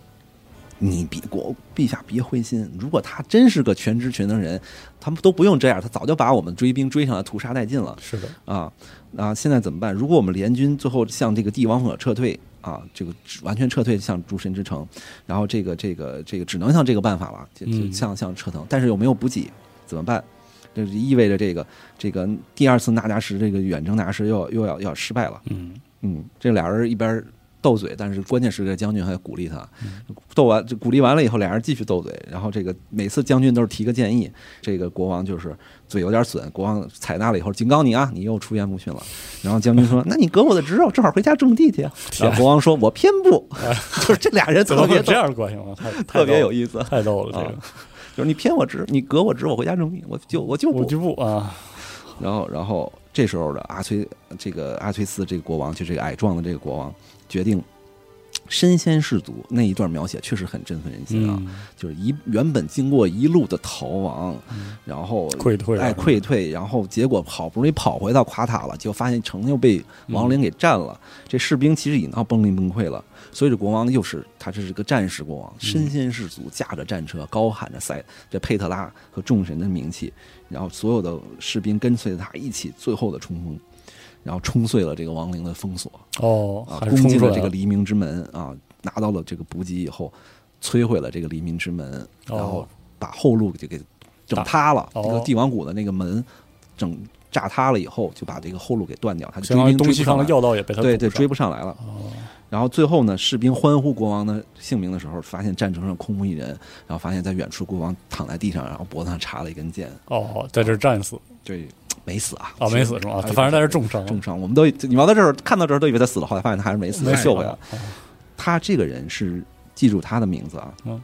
你别国陛下别灰心，如果他真是个全知全能人，他们都不用这样，他早就把我们追兵追上来，屠杀殆尽了。”
是的，
啊啊！现在怎么办？如果我们联军最后向这个帝王府撤退啊，这个完全撤退向诸神之城，然后这个这个这个只能向这个办法了，就就
嗯
向向撤腾，但是又没有补给，怎么办？这就意味着这个这个第二次纳迦什这个远征纳迦什又要又要又要失败了。
嗯，
嗯，这俩人一边斗嘴，但是关键时刻将军还鼓励他，
嗯
斗完就鼓励完了以后，俩人继续斗嘴。然后这个每次将军都是提个建议，这个国王就是嘴有点损，国王采纳了以后警告你啊，你又出言不逊了。然后将军说：“ 那你割我的指头，正好回家种地去啊。”然后国王说：“我偏 不。”就是这俩人
怎么
特
会有
别
这
逗
样的关系吗？太
特别有
意
意思，
太逗了，这
啊
个
就是你偏我指，你割我指，我回家种地，我就我就
我
不
就不 啊，
然后，然后这时候的阿崔，这个阿崔斯这个国王，就这个矮壮的这个国王，决定身先士卒。那一段描写确实很振奋人心啊！
嗯，
就是一原本经过一路的逃亡，
嗯
然后
溃退啊，
哎溃退，然后结果好不容易跑回到垮塔了，结果发现城又被亡灵给占了。这士兵其实已经要崩溃崩溃了，所以这国王又是他这是个战士国王，身先士卒，驾着战车，高喊着塞这佩特拉和众神的名气，然后所有的士兵跟随着他一起最后的冲锋。然后冲碎了这个亡灵的封锁
哦，
啊，
还
攻
是冲
进
出
了
来
这个
了，
黎明之门啊，拿到了这个补给以后，摧毁了这个黎明之门，然后
哦
把后路就给整塌了。
打哦
这个帝王谷的那个门整炸塌了以后，就把这个后路给断掉，他就
相
追
当于
兵追
东
不
西方
上
的
来
要道也被他
对对，
堵
追
上
不上来了。
哦，
然后最后呢，士兵欢呼国王的姓名的时候，发现战场上空无一人，然后发现在远处国王躺在地上，然后脖子上插了一根剑，
哦，在这儿战死
对，没死啊，
啊，没死是吗？啊反正在这儿重伤，
重伤，我们都你玩到这儿看到这儿都以为他死了，后来发现他还是没死，
没
又
死
救回来了。
哦
他这个人是记住他的名字啊，
嗯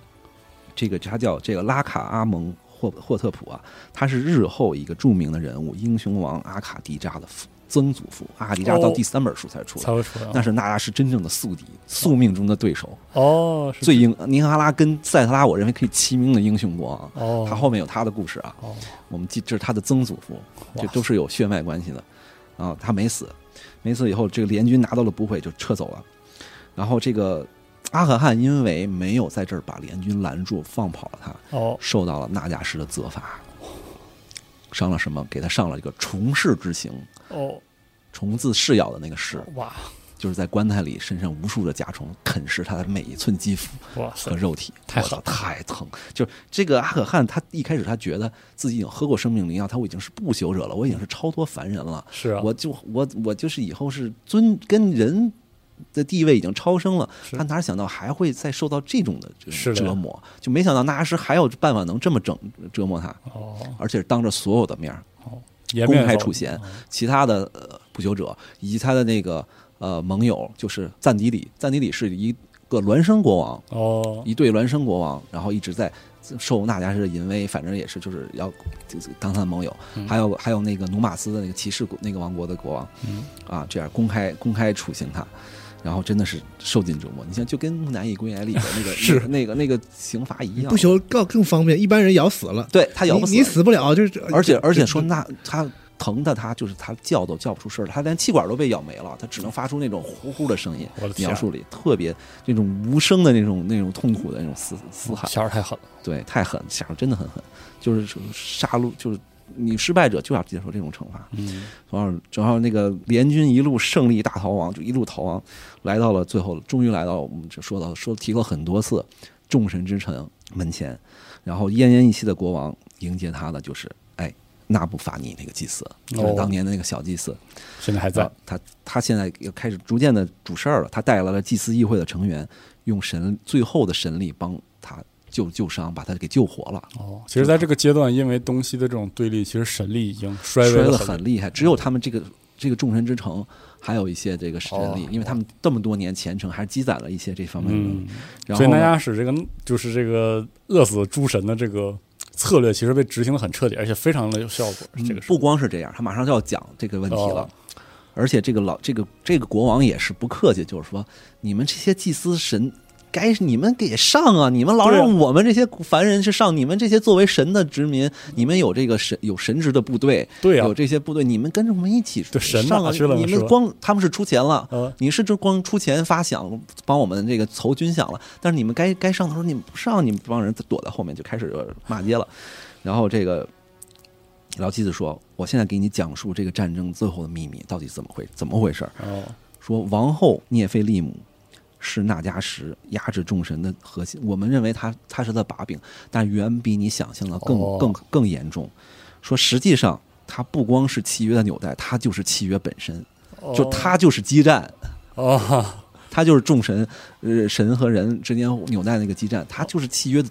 这个他叫这个拉卡阿蒙霍霍特普啊，他是日后一个著名的人物，英雄王阿卡迪扎的父曾祖父。阿卡迪扎到
哦
第三本书才出来，
才会出来啊。
那是纳迦是真正的宿敌，宿命中的对手，
哦，是
最英尼哈拉跟塞特拉，我认为可以齐名的英雄国啊王。
哦，
他后面有他的故事啊，
哦，
我们记这是他的曾祖父，
哇
这都是有血脉关系的。啊，他没死，没死以后，这个联军拿到了补给就撤走了。然后这个阿可汗因为没有在这儿把联军拦住，放跑了他，
哦，
受到了纳迦氏的责罚，伤了什么？给他上了一个虫噬之刑，
哦，
虫子噬咬的那个噬
哇，
就是在棺材里身上无数的甲虫啃食他的每一寸肌肤
哇塞
和，肉体，
太
我操
狠
太疼！就是这个阿可汗，他一开始他觉得自己已经喝过生命灵药，他我已经是不朽者了，我已经是超脱凡人了，
是啊，
我就我我就是以后是尊跟人的地位已经超生了，
是
他哪想到还会再受到这种的这
是
种
的
折磨？就没想到纳阿什还有办法能这么整折磨他，
哦，
而且是当着所有的面儿
颜
公
面
开
扫
处
地
刑
哦，
其他的呃不朽者以及他的那个呃盟友，就是赞迪里，赞迪里是一个孪生国王，
哦，
一对孪生国王，然后一直在受纳迦氏的淫威，反正也是就是要当他的盟友，
嗯
还有还有那个努马斯的那个骑士国那个王国的国王
嗯，
啊，这样公开公开处刑他。然后真的是受尽折磨，你像就跟木乃伊归来里的 那个
是
那个那个刑罚一样，
不朽更更方便，一般人咬死了，
对他咬不死
你，你死不了，就是
而且而且说
就
那他疼的他就是他叫都叫不出声儿，他连气管都被咬没了，他只能发出那种呼呼的声音
我的。天啊
描述里特别那种无声的那种那种痛苦的那种嘶嘶喊，
小孩太狠了，
对，太狠，下手真的很狠，就是说杀戮，就是你失败者就要接受这种惩罚。
嗯，
然后，然后那个联军一路胜利大逃亡，就一路逃亡，来到了最后，终于来到了我们这说到说提过很多次众神之城门前，然后奄奄一息的国王迎接他的就是哎纳布法尼那个祭司，就是
哦
当年的那个小祭司，
现在还在
啊，他他现在又开始逐渐的主事儿了，他带来了祭司议会的成员，用神最后的神力帮他救救伤，把他给救活了。
哦，其实在这个阶段，因为东西的这种对立，其实神力已经衰微
摔得
了
很厉害，只
嗯
有他们这个这个众神之城，还有一些这个神力
哦，
因为他们这么多年前程还积攒了一些这方面的能力。
嗯，
然
所
后
以
呢
南迦使这个就是这个饿死诸神的这个策略，其实被执行的很彻底，而且非常的有效果。
嗯
这个是
不光是这样，他马上就要讲这个问题了
哦。
而且这个老这个这个国王也是不客气，就是说你们这些祭司神，该你们给上啊！你们老
对啊
让我们这些凡人去上，你们这些作为神的殖民，你们有这个神有神职的部队，
对呀
有这些部队，你们跟着我们一起
对神
上
哪
啊！
去了呢
你们
是吧
光他们是出钱了，
呃，
你是这光出钱发饷帮我们这个筹军饷了，但是你们该该上的时候你们不上，你们这帮人躲在后面就开始骂街了。然后这个老妻子说：“我现在给你讲述这个战争最后的秘密到底怎么回怎么回事儿。
哦，
说王后涅菲利姆是纳迦什压制众神的核心，我们认为他他是他的把柄，但远比你想象的更
哦
更更严重。说实际上。”他不光是契约的纽带，他就是契约本身，就他就是激战，
哦，哦，
他就是众神，呃，神和人之间纽带那个激战，他就是契约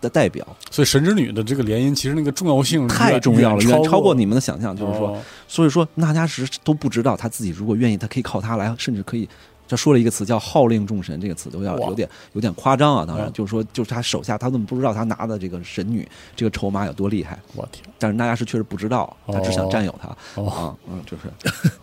的代表，
所以神之女的这个联姻，其实那个重要性远
太重要了，远
远
超过
过
你们的想象。就是说，
哦，
所以说纳迦什都不知道他自己如果愿意，他可以靠他来，甚至可以。他说了一个词叫“号令众神”，这个词有点
哇
有点有点夸张啊。当然，
嗯
就是说，就是他手下，他怎么不知道他拿的这个神女这个筹码有多厉害？
我天，
但是纳迦什确实不知道，他只想占有她
哦，
啊，嗯，就是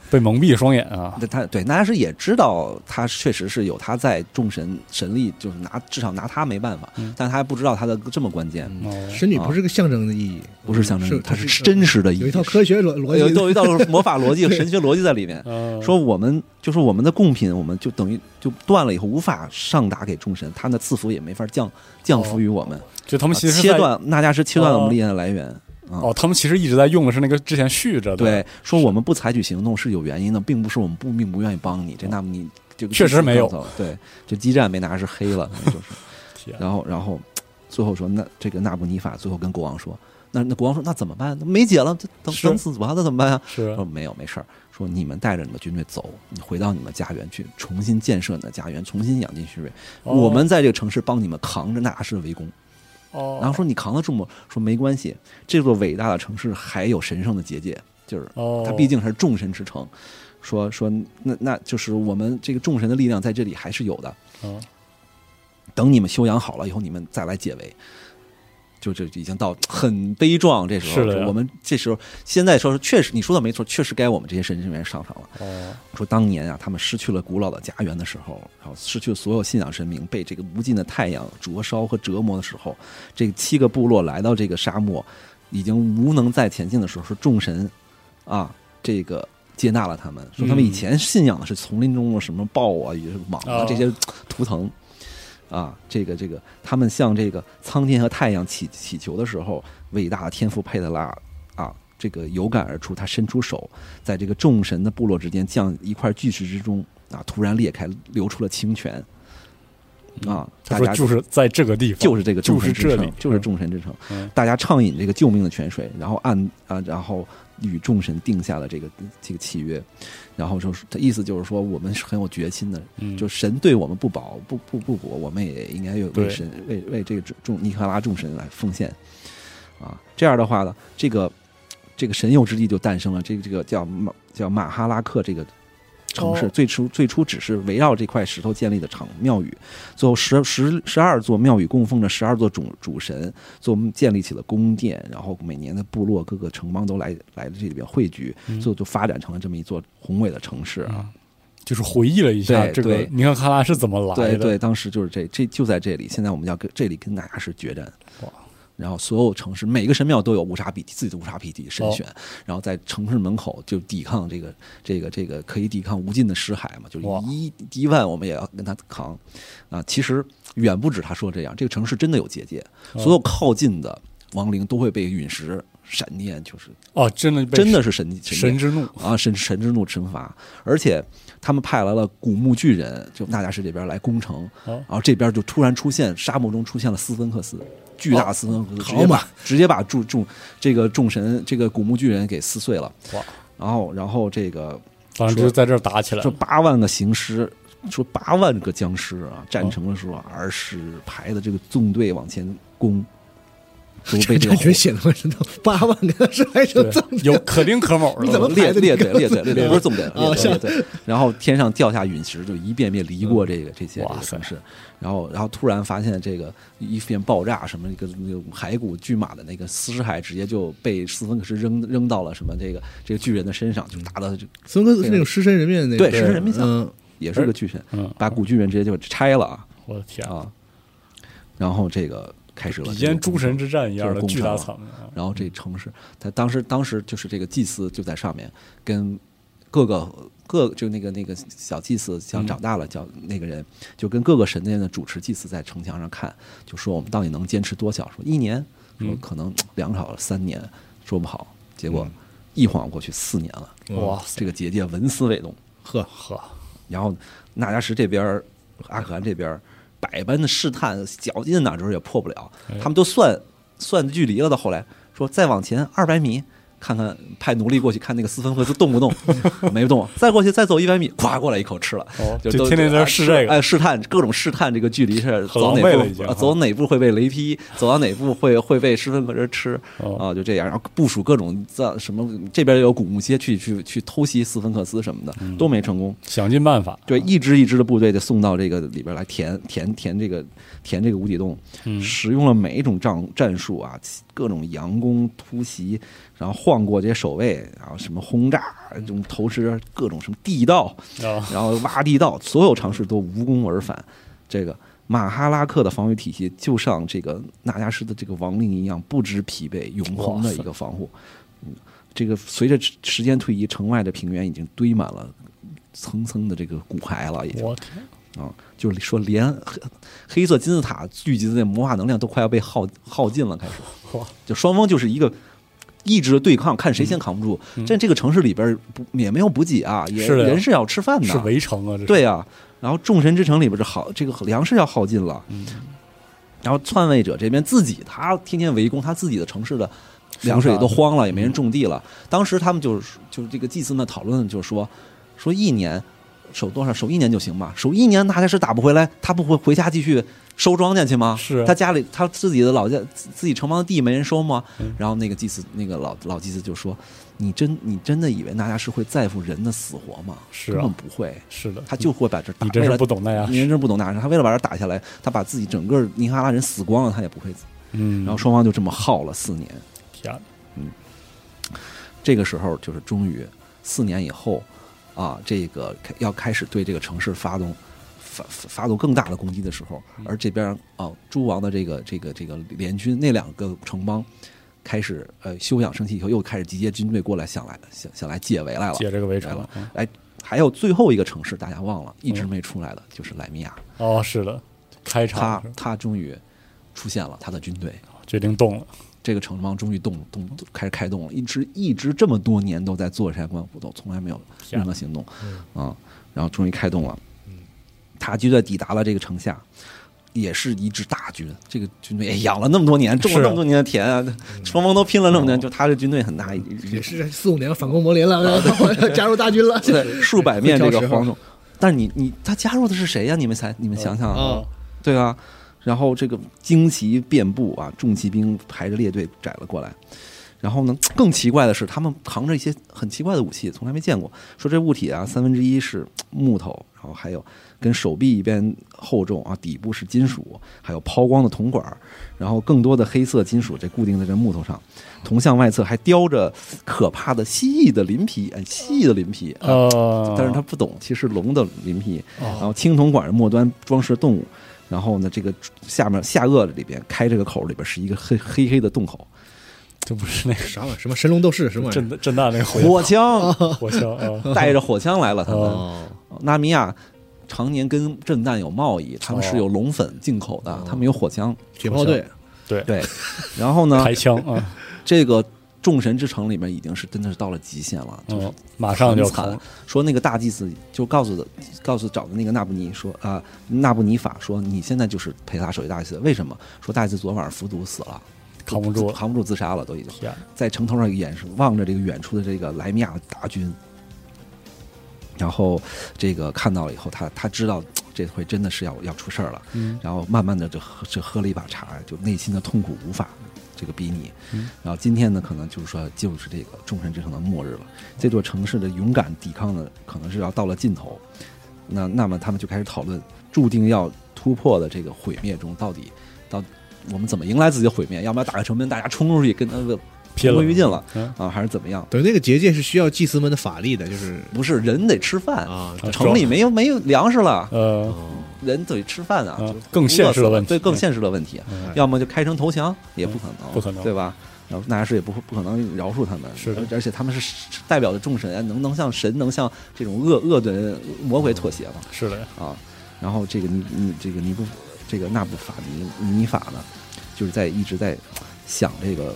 被蒙蔽双眼啊，
那他对纳迦什也知道，他确实是有他在众神神力，就是拿至少拿他没办法，
嗯
但他还不知道他的这么关键，
哦，
神女不是个象征的意义，
不是象征意义，
是
它
是
是真实的意义，哎
有一套科学逻
有
逻
有 一套魔法逻辑、神学逻辑在里面。
嗯
说我们就是我们的贡品，我们就等于就断了以后无法上达给众神，他的赐福也没法降降福于我们，
就他哦
啊
们其实是在
切断纳迦什切断了我们力量的来源。啊。
哦，他们其实一直在用的是那个之前续着的，
对，说我们不采取行动是有原因的，并不是我们不并不愿意帮你。这那么你这个
哦确实没有
走，对，这基站没拿是黑 了，就是。
天
然后，然后最后说，那这个纳布尼法最后跟国王说，那那国王说，那怎么办？没解了，这等
是
等死吧，那怎么办啊？
是
说没有，没事儿。说你们带着你们军队走，你回到你们家园去，重新建设你的家园，重新养精蓄锐。
哦
我们在这个城市帮你们扛着纳什的围攻。
哦，
然后说你扛得住吗？说没关系，这座伟大的城市还有神圣的结界，就是
哦
它毕竟是众神之城。说说那那就是我们这个众神的力量在这里还是有的。
嗯
等你们修养好了以后，你们再来解围。就这已经到很悲壮，这时候
是的呀
我们这时候现在说是确实你说的没错，确实该我们这些神职人员上场了。
哦
说当年啊，他们失去了古老的家园的时候，然后失去了所有信仰神明，被这个无尽的太阳灼烧和折磨的时候，这七个部落来到这个沙漠，已经无能再前进的时候，说众神啊，这个接纳了他们，说他们以前信仰的是丛林中的什么豹啊、也是蟒啊
哦
这些图腾。啊，这个这个，他们向这个苍天和太阳祈祈求的时候，伟大的天父佩德拉啊，这个有感而出，他伸出手，在这个众神的部落之间，像一块巨石之中啊，突然裂开，流出了清泉
嗯
啊！
他
大
说
家
就是在这个地方，
就是这个众
就是
神之
这
城
里，
就是
嗯
众神之城。
嗯
大家畅饮这个救命的泉水，然后按啊，然后与众神定下了这个这个契约，然后就是他意思就是说，我们是很有决心的，
嗯
就神对我们不保不不不薄，我们也应该为
对
为神为为这个众尼克拉众神来奉献啊。这样的话呢，这个这个神佑之地就诞生了，这个这个叫马叫马哈拉克这个城市，
哦
最初最初只是围绕这块石头建立的场庙宇，最后十十十二座庙宇供奉着十二座主主神，最后建立起了宫殿，然后每年的部落各个城邦都来来这里边汇聚，
嗯
最后就发展成了这么一座宏伟的城市啊。
嗯就是回忆了一下
对
这个
对
尼克卡拉是怎么来的，
对对，当时就是这这就在这里，现在我们要跟这里跟大家是决战。
哇！
然后所有城市每个神庙都有乌沙比提自己的乌沙比提
哦
神选，然后在城市门口就抵抗这个这个这个可以抵抗无尽的尸海嘛，就是
哇
一一万我们也要跟他扛啊！其实远不止他说这样，这个城市真的有结界，
哦
所有靠近的亡灵都会被陨石、闪电，就是
哦，真的被
真的是神神
神
殿
之怒，
啊，神神之怒惩罚，而且他们派来了古墓巨人，就纳迦市这边来攻城，
哦
然后这边就突然出现沙漠中出现了斯芬克斯，巨大的斯芬克斯，直
好
接
嘛
把直接把众众这个众神这个古墓巨人给撕碎了，
哇！
然后然后这个
反正就是在这儿打起来
说
了，
八万个行尸，说八万个僵尸啊，战城的时候二十排的这个纵队往前攻，都被这
这
个
绝写的我真的 八万个是还成
对
这么，
有可丁可卯
你怎
的
么
了，
列
排的
列
你
队列队列队不是纵队，
哦
列队列队。然后天上掉下陨石，就一遍遍犁过这个这些
哇
这个
塞
城市，然后然后突然发现这个一片爆炸，什么一个那个骸骨巨马的那个尸骸直接就被斯芬克斯扔扔到了什么这个这个巨人的身上，就打到就
孙哥是那种狮身人面的那
对
种，
狮身人面像
嗯，
也是个巨神，
嗯，
把古巨人直接就拆了啊
我的天，
啊，然后这个开始了
比
这
肩
个
诸神之战一样
就
的
是
巨
攻
大
城
场面啊，
然后这城市，他当时当时就是这个祭司就在上面跟各个各就那个那个小祭司，像
嗯
长大了叫那个人，就跟各个神殿的主持祭司在城墙上看，就说我们到底能坚持多久？说一年，说
嗯
可能两少三年，说不好。结果
嗯
一晃过去四年了，
哇塞，
这个结界纹丝未动。
呵，
呵，
然后纳迦什这边儿，阿可汗这边儿百般的试探，绞尽脑汁也破不了
哎。
他们都算算距离了，到后来说再往前二百米，看看派奴隶过去看那个斯芬克斯 动不动，没动。再过去再走一百米，咵过来一口吃了。
哦，
就
就
都
天天在这试这个，
哎，试探各种试探这个距离是
很
走
狼
哪
狈了已
步，
经
啊走哪步会被雷劈，走到哪步会会被十分克人吃
哦
啊，就这样，然后部署各种在什么这边有古墓街去去去偷袭斯芬克斯什么的，
嗯
都没成功。
想尽办 法，
对，一支一支的部队得送到这个里边来填填填这个填这个无底洞，
嗯
使用了每一种战战术啊，各种佯攻突袭，然后晃过这些守卫，然后什么轰炸，这种投石，各种什么地道，
啊，
然后挖地道，所有尝试都无功而返。这个马哈拉克的防御体系就像这个纳迦斯的这个亡灵一样，不知疲惫，永恒的一个防护。
哦
嗯，这个随着时间推移，城外的平原已经堆满了层层的这个骨骸了，已经
我天，
啊，就是说连黑黑色金字塔聚集的那魔法能量都快要被耗耗尽了，开始
哇，
就双方就是一个。意志的对抗，看谁先扛不住。在这个城市里边儿不也没有补给啊，也
嗯是的呀
人是要吃饭的，
是围城啊，这是
对啊，然后众神之城里边这好这个粮食要耗尽了，然后篡位者这边自己他天天围攻他自己的城市的粮食也都荒了，也没人种地了。
嗯
当时他们就是就是这个祭司们讨论就是说说一年守多少守一年就行吧，守一年大概是打不回来，他不会回家继续。收庄稼去吗？
是啊
他家里他自己的老家自自己城邦的地没人收吗？
嗯
然后那个祭司那个老老祭司就说：“你真你真的以为那家是会在乎人的死活吗？
是啊
根本不会。
是的，
他就会把这打
你真
为
是
了
不懂那啊呀，
你真不懂那啥，他为了把这打下来，他把自己整个尼哈拉人死光了，他也不会死。
嗯，
然后双方就这么耗了四年，
天哪，
这个时候就是终于四年以后啊，这个开要开始对这个城市发动发发发动更大的攻击的时候，
嗯
而这边啊，诸王的这个这个这个联军那两个城邦开始呃休养生息以后，又开始集结军队过来，想来想想来解围来了，
解这个围
来
城
了，
嗯
哎，还有最后一个城市大家忘了，一直没出来的就是莱米亚。
哦，是的，开
他
场
嗯
他终于出现了，他的军队
决定动了，
这个城邦终于动动开始开动了，一直一直这么多年都在坐山观虎斗，从来没有任何行动
嗯
啊，然后终于开动了
嗯。
塔基队抵达了这个城下，也是一支大军，这个军队也哎养了那么多年，种了
是
那么多年的田啊， 双方都拼了那么多年，就他这军队很大，一
嗯也是四五年反攻柏林了， 然后要加入大军了，
对数百面这
会挑
个
时候
黄种。但是你你他加入的是谁呀、你们才你们想想啊，
啊，
对啊，然后这个旌旗遍布啊，重骑兵排着列队窄了过来。然后呢，更奇怪的是，他们扛着一些很奇怪的武器，从来没见过。说这物体啊，三分之一是木头，然后还有跟手臂一边厚重啊，底部是金属，还有抛光的铜管儿，然后更多的黑色金属这固定在这木头上。铜像外侧还雕着可怕的蜥蜴的鳞皮，哎，蜥蜴的鳞皮啊，
呃，
但是他不懂，其实是龙的鳞皮。然
哦
后青铜管是末端装饰动物，然后呢，这个下面下颚里边开这个口里边是一个黑黑黑的洞口，
这不是那个
啥玩意儿？什么神龙斗士？什么玩意
震震大那个火
火枪，
焰火枪啊，
带着火枪来了。他
儿？
们
哦，
纳米亚常年跟震旦有贸易，他们是有龙粉进口的
哦，
他们有火枪。哦
铁炮队，
对，然后呢
开，枪 啊，
这个众神之城里面已经是真的是到了极限了，就
嗯，马上就
很
砍
惨，说那个大祭司就告诉的，告诉找的那个纳布尼说啊、纳布尼法说你现在就是陪他守卫大祭司，为什么？说大祭司昨晚服毒死了，
扛不住，
扛不住自杀了，都已经
天，
在城头上眼神望着这个远处的这个莱米亚大军，然后这个看到了以后，他他知道嘖这回真的是要要出事儿了，
嗯
然后慢慢的这喝这喝了一把茶，就内心的痛苦无法这个逼你。
嗯
然后今天呢，可能就是说就是这个众神之城的末日了，这座城市的勇敢抵抗呢，可能是要到了尽头。那那么他们就开始讨论，注定要突破的这个毁灭中，到底到我们怎么迎来自己的毁灭？要不要打开城门，大家冲出去跟他们
拼
同
了
归于尽了
嗯，
啊，还是怎么样？
等于那个结界是需要祭司们的法力的，就是
不是人得吃饭，
啊，
啊
城里没有没有粮食了，
呃，
哦
人得吃饭啊，
啊
就
更现实的问题
对，更
嗯
现实的问题啊。
嗯
要么就开城投降，也不可能，
不可能
对吧？然后纳亚氏也不不可能饶恕他们，
是的
而且他们是代表着众神，哎能能向神，能向这种恶恶的人魔鬼妥协吗？
是的呀，
啊，然后这个尼尼这个尼布这个纳布法尼尼法呢，就是在一直在想这个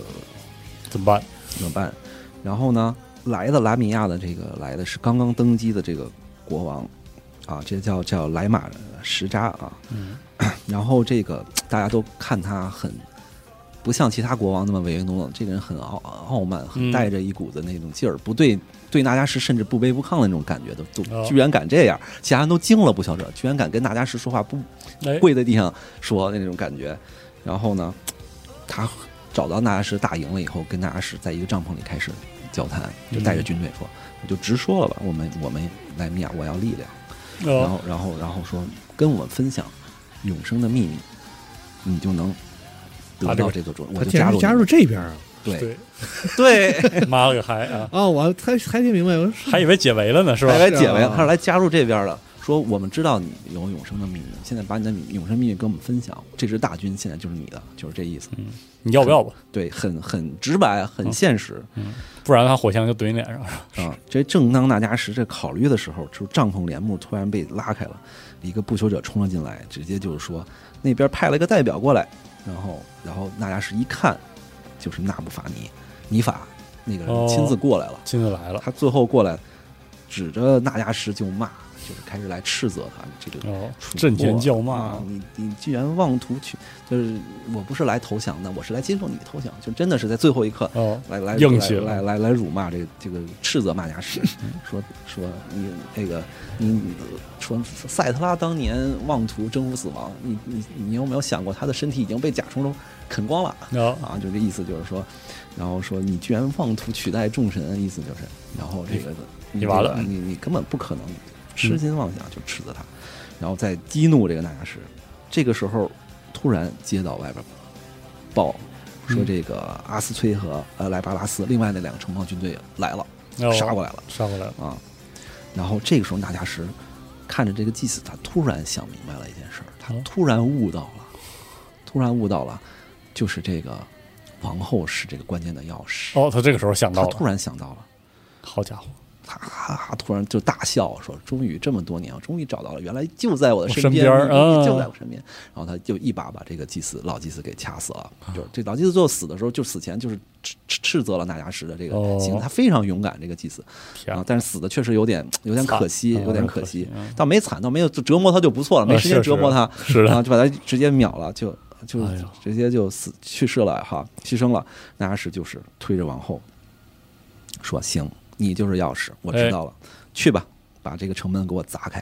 怎么办？
怎么办？然后呢，来的拉米亚的这个来的是刚刚登基的这个国王，啊，这叫叫莱马什扎啊。
嗯
然后这个大家都看他很不像其他国王那么唯唯诺诺，这个人很傲傲慢，很
嗯
带着一股子那种劲儿，不对对纳迦什甚至不卑不亢的那种感觉的，都
哦
居然敢这样，其他人都惊了，不肖者居然敢跟纳迦什说话不
哎，
跪在地上说那种感觉。然后呢，他找到纳迦什打赢了以后，跟纳迦什在一个帐篷里开始交谈，就带着军队说，我就直说了吧，我们我们莱米亚我要力量，
哦
然
呃
后然后然后说跟我分享永生的秘密，你就能得
他这
到
个
这座主，我
他
就
竟然
加入
是
你
加入这边啊！
对
对，
对，
妈了个嗨 啊，
哦，我还才才听明白，我说是
还以为解围了呢，是吧
来？来解围，
是啊
他是来加入这边了。说我们知道你有永生的秘密，现在把你的永生秘密跟我们分享，这支大军现在就是你的，就是这意思。
你要不要吧？
对，很很直白，
嗯
很现实
不然他火枪就怼你脸上。
啊。这正当纳迦什这考虑的时候，就帐篷帘幕突然被拉开了，一个不朽者冲了进来，直接就是说那边派了一个代表过来，然后然后纳迦什一看，就是纳布法尼尼法那个人
哦
亲自过来了，
亲自来了，
他最后过来指着纳迦什就骂，就是开始来斥责他这个。
哦
蠢，货
震天叫骂
啊，！你你居然妄图去，就是我不是来投降的，我是来接受你的投降，就真的是在最后一刻，
哦，
来来
硬气了嗯
来来来来辱骂这个这个斥责马加什， 说说你那个你你说塞特拉当年妄图征服死亡，你你你有没有想过他的身体已经被甲虫虫啃光了
哦，
啊？就这意思就是说，然后说你居然妄图取代众神，意思就是，然后这个
哎你完了嗯
这个你你根本不可能痴心妄想就斥责他，然后再激怒这个纳迦什。这个时候突然接到外边报
嗯
说这个阿斯崔和呃莱巴拉斯另外那两个城邦军队来了，
哦
杀过来了
杀过来了，
啊。然后这个时候纳迦什看着这个祭司，他突然想明白了一件事儿，他
哦
突然悟到了，突然悟到了，就是这个王后是这个关键的钥匙。
哦，他这个时候想
他
到
突
了，
然想到了，
好家伙，
哈哈哈，突然就大笑说：“终于这么多年，我终于找到了，原来就在我的
身
边，
边儿啊
就在我身边。”然后他就一把把这个祭司老祭司给掐死了。
啊
就这老祭司最后死的时候，就死前就是斥斥斥责了纳迦什的这个
哦
行为，他非常勇敢，这个祭司。
天
啊，，但是死的确实有点有点可惜，
惨啊
有点
有点可
惜
惜嗯。
倒没惨，倒没有就折磨他就不错了，没
啊
时间
是
折磨他，
是是的
然后就把他直接秒了，就就
哎呦
直接就死去世了哈，牺牲了。那阿什就是推着往后说：“行，你就是钥匙，我知
哎
道了，去吧，把这个城门给我砸开。”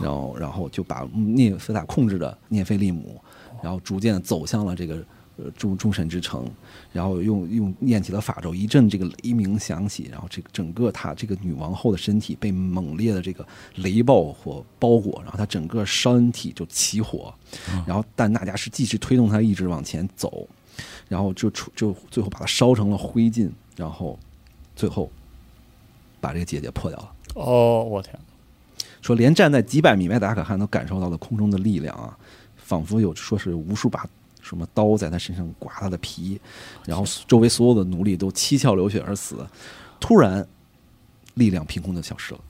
然后，然后就把涅菲塔控制的涅菲利姆，然后逐渐走向了这个呃诸诸神之城，然后用用念起了法咒，一阵这个雷鸣响起，然后这个整个她这个女王后的身体被猛烈的这个雷暴火包裹，然后她整个身体就起火，然后但纳迦是继续推动她一直往前走，然后就出就最后把它烧成了灰烬，然后最后把这个结界破掉了。
哦，我天，
说连站在几百米外的阿可汗都感受到了空中的力量啊，仿佛有说是无数把什么刀在他身上刮他的皮，然后周围所有的奴隶都七窍流血而死。突然，力量凭空就消失了，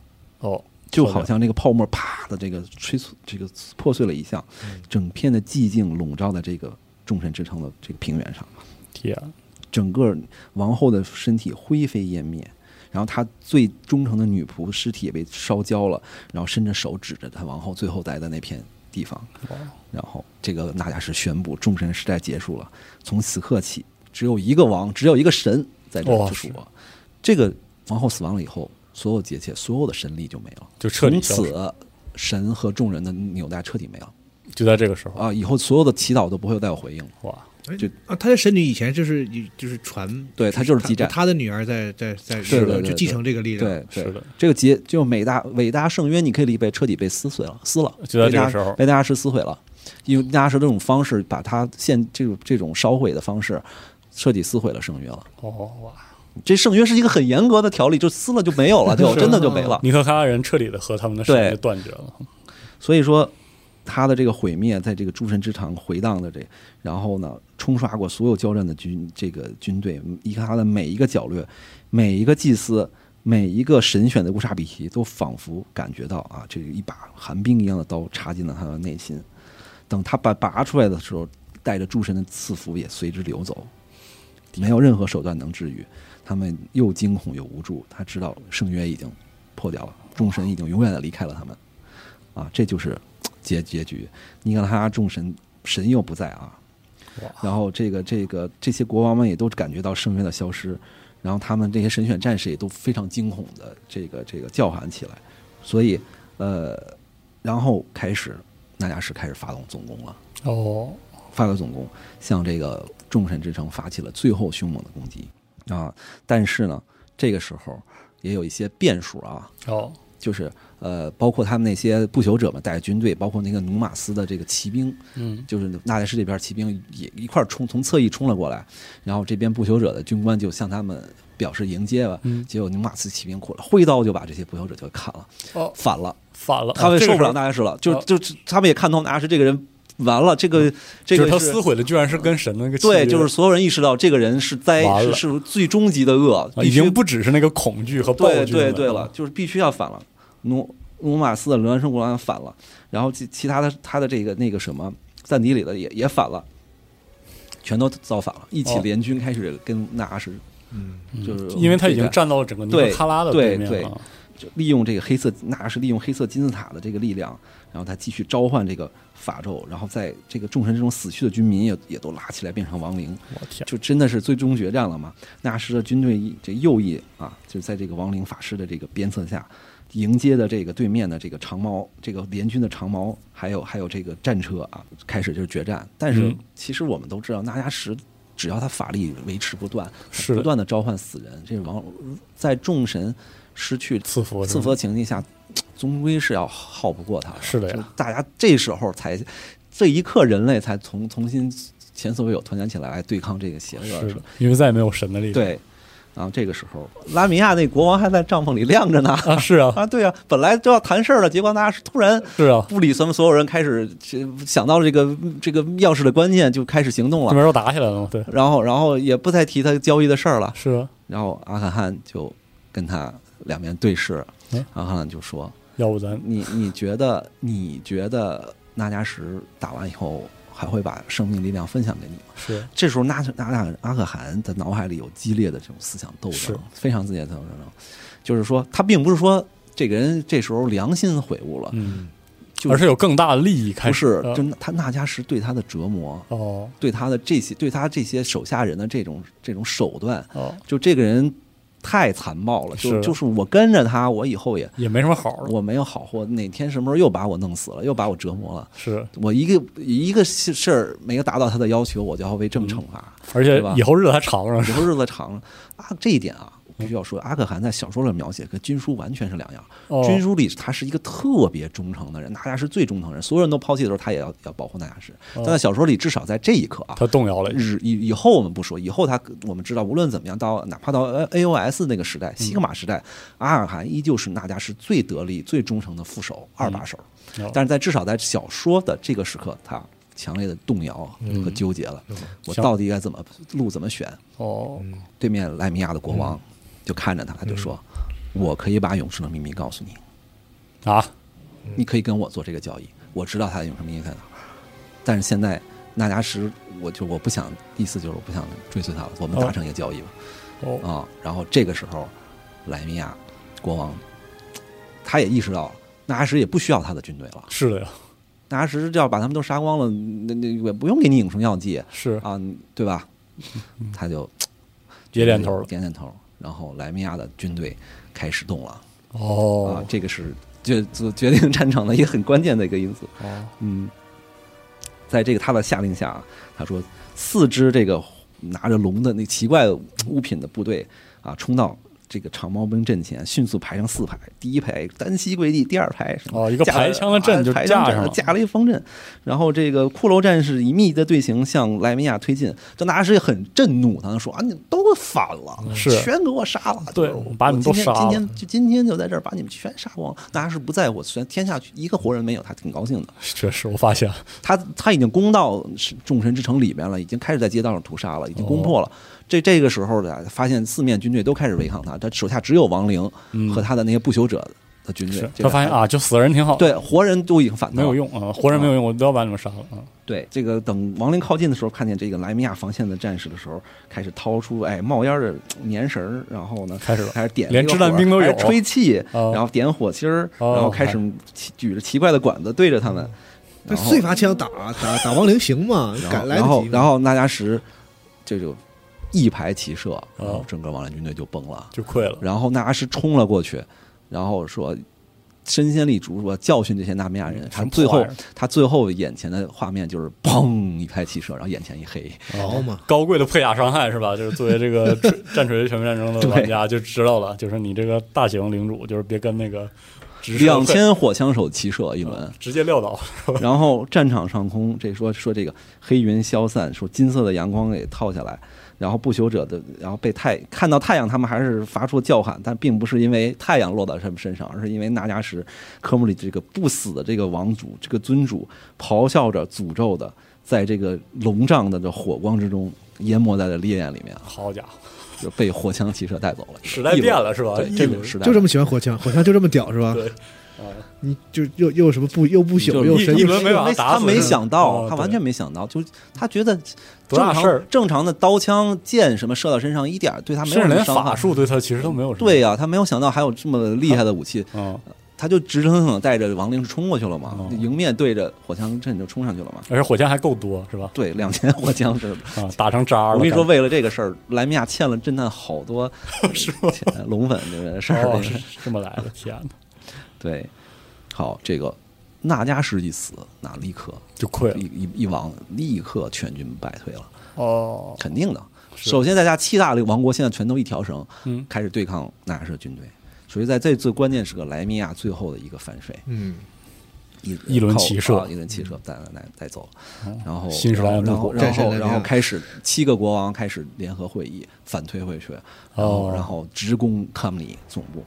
哦，
就
好
好
的
像这个泡沫啪的这个吹碎这个破碎了一下，整片的寂静笼罩在这个众神之城的这个平原上。
天，啊
整个王后的身体灰飞烟灭，然后她最忠诚的女仆尸体也被烧焦了，然后伸着手指着她王后最后待的那片地方，
哇
然后这个纳迦什宣布众神时代结束了，从此刻起只有一个王，只有一个神在这儿，
哇
就是我。这个王后死亡了以后，所有节气，所有的神力就没了，
就彻底消
从
失，
此神和众人的纽带彻底没了
就在这个时候，
啊！以后所有的祈祷都不会再有回应了。
哇，
就
啊，他的神女以前就是就是传，
对她就是基
他
战
他的女儿在在在
是
在
的对对
就继承这个力量。
对，对
是的，
这个结就美大伟大圣约，你可以理解彻底被撕碎了，撕了，
就在这个
被大
时候
被大家是撕毁了，因为大家是这种方式把它现这种这种烧毁的方式。彻底撕毁了圣约了，
哦哇，
这圣约是一个很严格的条例，就撕了就没有了，就是真的就没了。
尼克哈人彻底的和他们的神
啊对
就断绝了，
所以说，他的这个毁灭，在这个诸神之场回荡的这，然后呢，冲刷过所有交战的军这个军队，伊卡哈的每一个角略，每一个祭司，每一个神选的乌沙比提，都仿佛感觉到啊，这一把寒冰一样的刀插进了他的内心。等他把拔出来的时候，带着诸神的赐福也随之流走，没有任何手段能治愈。他们又惊恐又无助，他知道圣约已经破掉了，众神已经永远的离开了他们。啊，这就是结结局。尼格拉哈众神神又不在啊
哇，
然后这个这个这些国王们也都感觉到圣约的消失，然后他们这些神选战士也都非常惊恐的这个这个叫喊起来，所以呃，然后开始纳迦什开始发动总攻了，
哦，
发动总攻向这个众神之城发起了最后凶猛的攻击啊！但是呢，这个时候也有一些变数啊，
哦，
就是呃，包括他们那些不朽者们带着军队，包括那个努马斯的这个骑兵，
嗯，
就是纳莱什这边骑兵也一块儿冲，从侧翼冲了过来，然后这边不朽者的军官就向他们表示迎接吧，
嗯
结果努马斯骑兵过来，挥刀就把这些不朽者就砍了，
哦，
反了，
反了，
他
啊
们受不
这个
了
时候
纳莱什了，就
哦嗯
就就他们也看透纳莱什这个人完了，这个这
就是
个
他撕毁的居然是跟神的那个契约
对，就是所有人意识到这个人是灾，
完
是
了
是最终极的恶，
啊
必
已
须
经不只是那个恐惧和暴
对
君
对对了，，就是必须要反了。努努马斯的轮圣国王反了，然后其其他的他的这个那个什么赞迪里的也也反了，全都造反了，一起
哦
联军开始跟纳什，
嗯，
就是
因为他已
对
经
干
站到了整个尼
对
克哈拉的
对
面
对
了，
就利用这个黑色纳什利用黑色金字塔的这个力量，然后他继续召唤这个法咒，然后在这个众神之中死去的军民也也都拉起来变成亡灵，
我天，
就真的是最终决战了嘛？纳什的军队一这右翼啊，就在这个亡灵法师的这个鞭策下，迎接的这个对面的这个长矛，这个联军的长矛，还有还有这个战车啊，开始就是决战。但是
嗯
其实我们都知道，纳迦什只要他法力维持不断，
是
不
的
断的召唤死人，这是王在众神失去
赐福是
赐
吗
福的情境下，终归是要耗不过他的。
是的呀
就大家这时候才，这一刻人类才从重新前所未有团结起来来对抗这个邪恶。
是
是
的
吧，
因为再也没有神的力量，
对。然后这个时候，拉米亚那国王还在帐篷里晾着呢。
啊，是啊，
啊，对啊，本来就要谈事儿了，结果大家是突然
是啊，
不理咱们所有人，开始这想到了这个这个钥匙的关键，就开始行动
这
了。
边都打起来了嘛，对，
然后，然后也不再提他交易的事儿了。
是啊，
然后阿卡汉就跟他两面对视
嗯，
然后汉就说
要不咱：“
呃你你觉得你觉得纳迦什打完以后还会把生命力量分享给你吗？”
是啊
这时候纳纳纳阿可汗的脑海里有激烈的这种思想斗
是
争，非常激烈的斗争。就是说，他并不是说这个人这时候良心悔悟了，
嗯，
就
而是有更大的利益开
不
始
是
呃
就他纳迦什对他的折磨，
哦
对他的这些对他这些手下人的这种这种手段，
哦，
就这个人太残暴了。就是就是我跟着他，我以后也
也没什么好了，
我没有好货，哪天什么时候又把我弄死了，又把我折磨了。
是，
我一个一个事儿没有达到他的要求，我就要被这么惩罚。
而且
对吧
以后日子还长着呢，
啊以后日子长了啊，这一点啊，必须要说，阿可汗在小说里描写跟军书完全是两样。
哦，
军书里他是一个特别忠诚的人，纳迦是最忠诚的人，所有人都抛弃的时候，他也要要保护纳迦什。但在小说里，至少在这一刻啊。
他动摇了，
日以以后我们不说，以后他我们知道，无论怎么样，到哪怕到 A O S 那个时代，西格玛时代，阿可汗依旧是纳迦是最得力、最忠诚的副手、二把手。
哦
但是在至少在小说的这个时刻，他强烈的动摇和纠结了，我
行
到底该怎么路怎么选？
哦，
对面莱米亚的国王就看着他，他就说：“我可以把永生的秘密告诉你，
啊，
你可以跟我做这个交易。我知道他的永生秘密在哪儿，但是现在纳迦什，我就我不想，意思就是我不想追随他了。我们
哦
达成一个交易吧。
哦
啊、然后这个时候，莱米亚国王他也意识到纳迦什也不需要他的军队了，
是的呀，
纳迦什要把他们都杀光了，那那也不用给你永生药剂
是
啊，对吧？他就
别嗯点头了，
点点头。然后莱米亚的军队开始动了、啊
哦，
这个是决决定战场的一个很关键的一个因素。
哦，
嗯，在这个他的下令下啊，他说四支这个拿着龙的那奇怪物品的部队啊，冲到这个长矛兵阵前，迅速排成四排，第一排单膝跪地，第二排什么
哦一个
架了
排枪的阵就
啊排
架
枪阵
上了
架了一方阵，然后这个骷髅战士以密集的队形向莱米亚推进，这纳什也很震怒，他就说啊，你们都反了，
是
全给我杀了，
对
就是我
把你们都
我今天
杀了
今天就今天就在这儿把你们全杀光了，纳什不在我，虽然天下一个活人没有，他挺高兴的。
确实我发现了，
他他已经攻到是众神之城里面了，已经开始在街道上屠杀了，已经攻破
哦
了。这这个时候的发现，四面军队都开始违抗他，他手下只有亡灵和他的那些不朽者的军队
嗯是。他
这个
发现啊，就死人挺好，
对活人都已经反
没
抗了
有。用啊，活人没有用，我都要把你们杀了啊，
对，这个等亡灵靠近的时候，看见这个莱米亚防线的战士的时候，开始掏出哎冒烟的粘绳儿，然后呢
开始了
开始点
连
这个
掷弹
火
兵都
开始
有
吹气，
哦
啊然后点火星儿，
哦
然后开始起举着奇怪的管子对着他们。
这
然后
碎发枪打打打亡灵行吗？敢来
然
得
后
及
然
吗？
后纳迦什这就一排齐射，然后
哦
整个亡灵军队就崩了。
就溃了，
然后纳迦什冲了过去，然后说身先立足，说教训这些纳米亚人。他
什么
最
嗯破
后
玩意儿
他最后眼前的画面就是砰一排齐射，然后眼前一黑。
好嘛，
啊高贵的佩亚伤害是吧？就是作为这 个战战锤全面战争的
对
玩家就知道了，就是你这个大型领主就是别跟那个直射嗯
两千火枪手齐射一轮，
直接撂倒，
然后战场上空，这说说这个黑云消散，说金色的阳光给套下来，然后不朽者的，然后被太看到太阳，他们还是发出叫喊，但并不是因为太阳落到他们身上，而是因为纳迦什科姆里这个不死的这个王主，这个尊主咆哮着诅咒的，在这个笼罩的这火光之中。淹没在了烈焰里面，
好家伙，
就被火枪骑射带走了。
时代变了是吧
对，
一
这
轮
个时代
就这么喜欢火枪，火枪就这么屌
啊
是吧？
对，
你就又又什么不又不
就
朽又
一
神
一
又
轮没把
没
打死
他没想
哦
到，他
对
完全没想到，就他觉得
多
正
大
常
事儿
正常的刀枪剑什么射到身上一点儿对他没
甚
有
至
什么
连
伤害
法。术对他其实都没有什么，
对，呀、他没有想到还有这么厉害的武器，
嗯，
他就直愣愣地带着亡灵冲过去了嘛
哦，
迎面对着火枪阵就冲上去了嘛。
而且火箭还够多是吧？
对，两千火枪是。
啊，打成渣儿了，
我跟你说，
感觉
为了这个事儿，莱米亚欠了侦探好 多钱，龙粉这个事儿。
哦，
这
是
个
是这么来的，天哪，
对，好，这个纳迦什一死，那立刻
就溃
一
了，
一一王立刻全军败退了。
哦，
肯定的。
是
首先，在家七大的王国现在全都一条绳，
嗯
开始对抗纳什军队。所以，在这最关键时刻，莱米亚最后的一个反水，
嗯，
一
一轮骑射嗯
啊一轮骑射带带带走，然后
新时代的
然后
怒火
然
战神
后
莱米亚
然后开始七个国王开始联合会议反推回去，然后
哦
然后直攻卡姆里总部，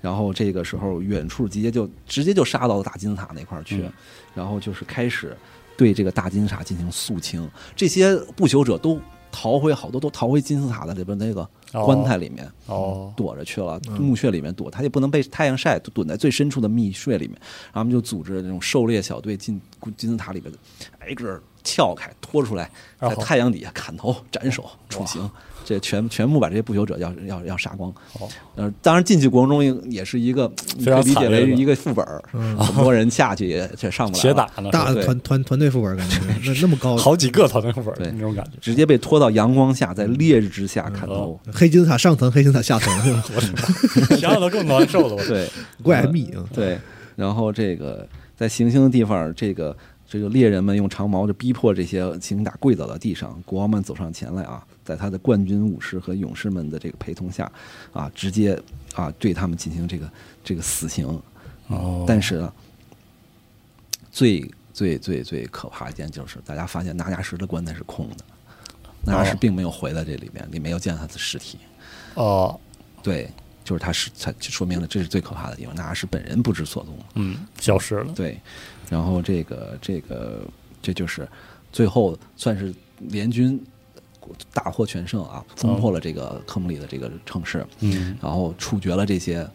然后这个时候远处直接就直接就杀到了大金字塔那块儿去，
嗯
然后就是开始对这个大金字塔进行肃清，这些不朽者都逃回好多都逃回金字塔的里边那个
哦
棺材里面
哦，
躲着去了，
嗯
墓穴里面躲，他也不能被太阳晒，就躲在最深处的密穴里面。然后他们就组织那种狩猎小队进金字塔里边，挨个儿撬开拖出来，
然
在
后
太阳底下砍头、斩首、处刑，这全全部把这些不朽者要要要杀光。
哦
呃，当然进去过程中也也是一个
非
你
常
可以理解
惨烈
为
的
一个副本儿，很多人下去也也上不 来
铁
了，
打呢，
大
对
团团团队副本感 觉那那么高，
好几个头那个本
对
儿那种感觉。
直接被拖到阳光下，在烈日之下砍头。
黑金字塔上层，黑金字塔下层， 是吧
我的妈， 想想都更难受了。我
对
怪密啊，
对，然后这个在行刑的地方，这个这个猎人们用长矛就逼迫这些行刑打跪倒到地上，国王们走上前来啊，在他的冠军武士和勇士们的这个陪同下啊，直接啊对他们进行这个这个死刑。
哦
但是呢，最最最最可怕一件就是，大家发现拿牙石的棺材是空的，拿牙石
哦
并没有回到这里面，里面又见到他的尸体。
哦，
对，就是他是才说明了这是最可怕的地方，那是本人不知所踪。
嗯，消失了。
对，然后这个这个这就是最后算是联军大获全胜啊，攻破了这个科姆里的这个城市，
哦嗯
然后处决了这些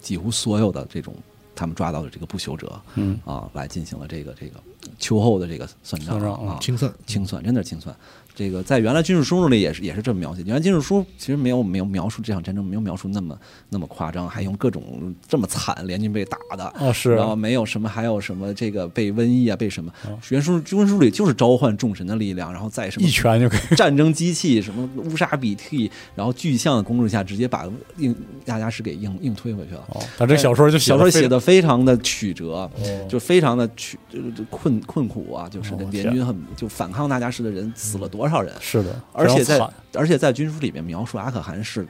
几乎所有的这种他们抓到的这个不朽者
嗯，
啊，来进行了这个这个秋后的这个算账
算账
啊
啊，
清算。
清算，真的是清算。这个在原来军事书里也是也是这么描写，原来军事书其实没有没有描述这场战争没有描述那么那么夸张，还用各种这么惨联军被打的，
哦是
然后没有什么还有什么这个被瘟疫啊被什么，原书军事书里就是召唤众神的力量，然后在什么
一拳就可以。
战争机器什么乌沙比替，然后巨象的攻势下直接把硬亚加什给硬硬推回去了。
哦，但这小说就
小说
写
写
得
的非常的曲折，
哦
就非常的曲就是困困苦啊，就是
哦
联军很就反抗大家士的人死了多少人，
非是的，
而且
非常
在
惨
而且在军书里面描述阿可汗是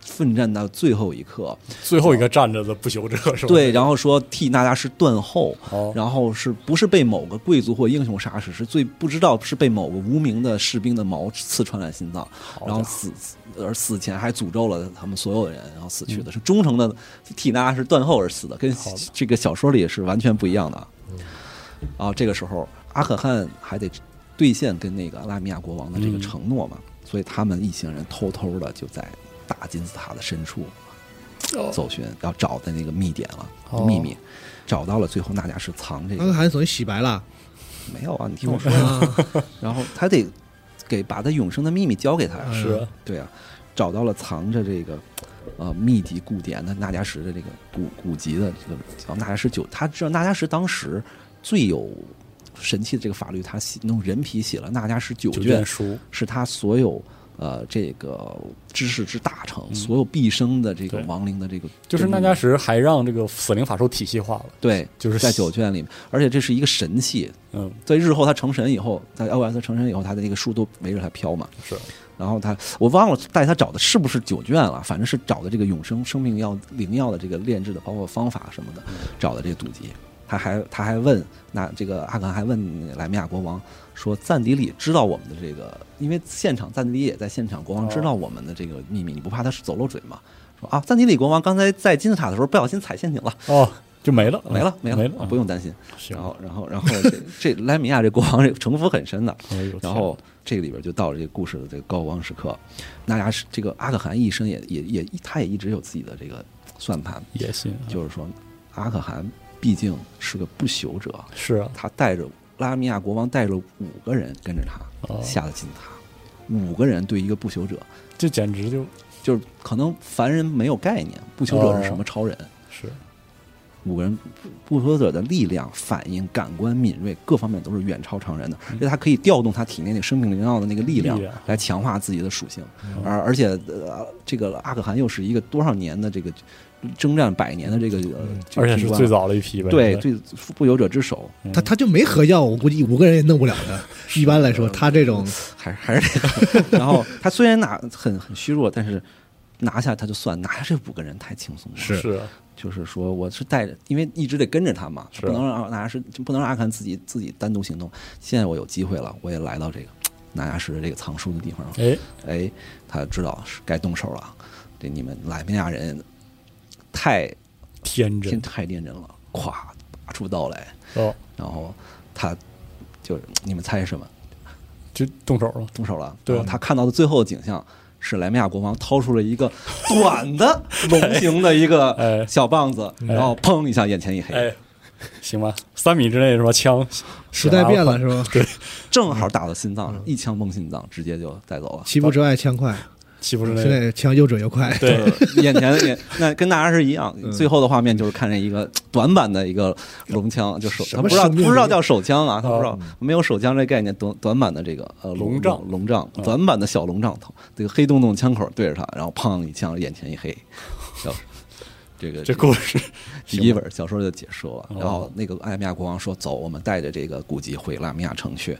奋战到最后一刻，
最后一个站着的不朽者是吧？
对，然后说替那家士断后，
哦
然后是不是被某个贵族或英雄杀死，是最不知道是被某个无名的士兵的矛刺穿了心脏，
家伙
然后死而死前还诅咒了他们所有人，然后死去的、是忠诚的替那家士断后而死的，跟
嗯好的嗯
这个小说里是完全不一样的。然后这个时候阿可汗还得兑现跟那个阿拉米亚国王的这个
嗯
承诺嘛，所以他们一行人偷偷的就在大金字塔的深处
哦
搜寻，要找的那个密点了，
哦嗯
秘密，找到了，最后那家是藏这
阿克
个
汗等于洗白了，
没有啊？你听我说 呀， 然后他得给把他永生的秘密交给他呀，
嗯
是
对啊，找到了藏着这个呃秘籍古典的纳迦石的这个古古籍的这个叫纳迦石九，他知道纳迦石当时最有神奇的这个法律，他写弄人皮写了纳迦石九
九
卷嗯
卷，书
是他所有。呃，这个知识之大成，所有毕生的这个
嗯对
亡灵的这个，
就是那家什还让这个死灵法术体系化了。
对，
就是
在九卷里面，而且这是一个神器，
嗯，
在日后他成神以后，在 OS 成神以后，他的那个书都围着他飘嘛。
是
然后他，我忘了带他找的是不是九卷了，反正是找的这个永生生命药灵药的这个炼制的，包括方法什么的，找的这个古籍。他还他还问那这个阿肯还问莱米亚国王说，赞迪里知道我们的这个，因为现场赞迪里也在现场，国王
哦
知道我们的这个秘密，你不怕他走漏嘴吗？说啊，赞迪里国王刚才在金字塔的时候不小心踩陷阱了，
哦，就没了，
没了没了，
嗯没
啊
了，
不用担心。
行
然。后，然后，然后这 这莱米亚这国王这城府很深的。
哎呦
然后这个里边就到了这个故事的这个高光时刻，那家是这个阿可汗一生也也也，他也一直有自己的这个算盘，
天野心啊
就是说，阿可汗毕竟是个不朽者，
是啊，
他带着拉米亚国王带着五个人跟着
哦
他下了金字塔，五个人对一个不朽者，
这简直就
就是可能凡人没有概念，不朽者是什么超人，
是
五个人不不朽者的力量、反应、感官敏锐各方面都是远超常人的，因为他可以调动他体内那个生命灵药的那个力量
嗯力量嗯
来强化自己的属性，而而且呃，这个阿可汗又是一个多少年的这个征战百年的这个，呃这个
嗯而且是
军官
最早的一批呗。
对
应该
最不朽者之首，
他
嗯
他就没合药，我估计五个人也弄不了的。一般来说，他这种
还是还是这个。 然后他虽然拿很很虚弱，但是拿下他就算拿下这五个人太轻松了，
是
是啊
就是说，我是带着，因为一直得跟着他嘛，
是啊
不能让纳什，就不能让阿坎自己自己单独行动。现在我有机会了，我也来到这个纳亚什这个藏书的地方了。
哎，
哎，他知道是该动手了。这你们莱宾亚人太
天
天
真
太恋人了，咵拔出刀来，
哦，
然后他就是你们猜是什么？
就动手了。
动手了。
对
然后他看到的最后的景象史莱姆亚国王掏出了一个短 的龙形的一个
哎
小棒子，
哎
然后砰一下，眼前一黑，
哎，行吧，三米之内是吧？枪，
时代变了是吧？
正好打到心脏
嗯
上，一枪崩心脏，直接就带走了。
七步之外枪快，
七步之
啊现
内，
在枪又准又快。
对，
就是眼前也那跟大家是一样，
嗯
最后的画面就是看见一个短板的一个龙枪，就手
什
他
么
不知道
生命
不知道叫手枪啊，他
啊
不知道没有手枪这概念，短短板的这个呃
龙杖
龙杖
啊
短板的小龙杖头，这个黑洞洞枪口对着他，然后砰一枪，眼前一黑，然后这个
这故事
第一本小说就解说
哦
了，然后那个艾米亚国王说：“走，我们带着这个古籍回拉米亚城去，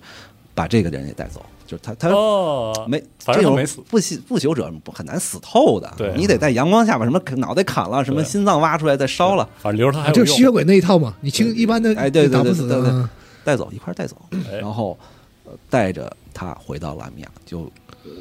把这个人也带走。”就是他，他
哦，
没，
反正他
这种
没死，
不朽不朽者不很难死透的，
对
你得在阳光下把什么脑袋砍了，什么
对
心脏挖出来再烧了，
反正留着他还
啊
有
就是吸血
用。
鬼那一套嘛，你轻
对
一般的
哎对对对
打不死的
对对对
啊
带走一块儿带走，
哎
然后呃带着他回到拉米亚，就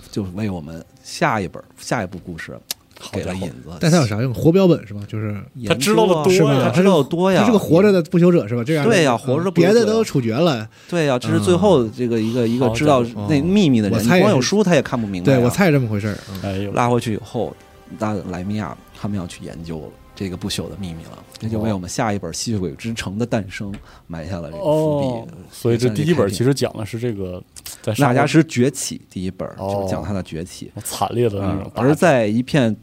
就为我们下一本下一部故事
好
给
家
了
伙
引子。
但他有啥用？活标本是吧？就是
研
他知道的
究啊
多
是吧
呀
他
他
知道的多呀，
他是个活着的不朽者是吧？这样
对呀
嗯
活着的不朽
别
者
的都处决了。
对呀、这是最后这个一个一个
嗯好
知道
家伙
那秘密的
我
人，你
猜也
光有
是
书他也看不明白、
对我，猜这么回事儿。嗯
哎呦，
拉回去以后，那莱米亚他们要去研究这个不朽的秘密了，这就为我们下一本《吸血鬼之城》的诞生埋下了这个伏
哦哦
笔。，
所以这第一本其
实
实讲的是这个在
纳
沙
迦
加
石崛起第一本
哦
就是讲他的崛起，
惨烈的那
嗯
种，
而在一片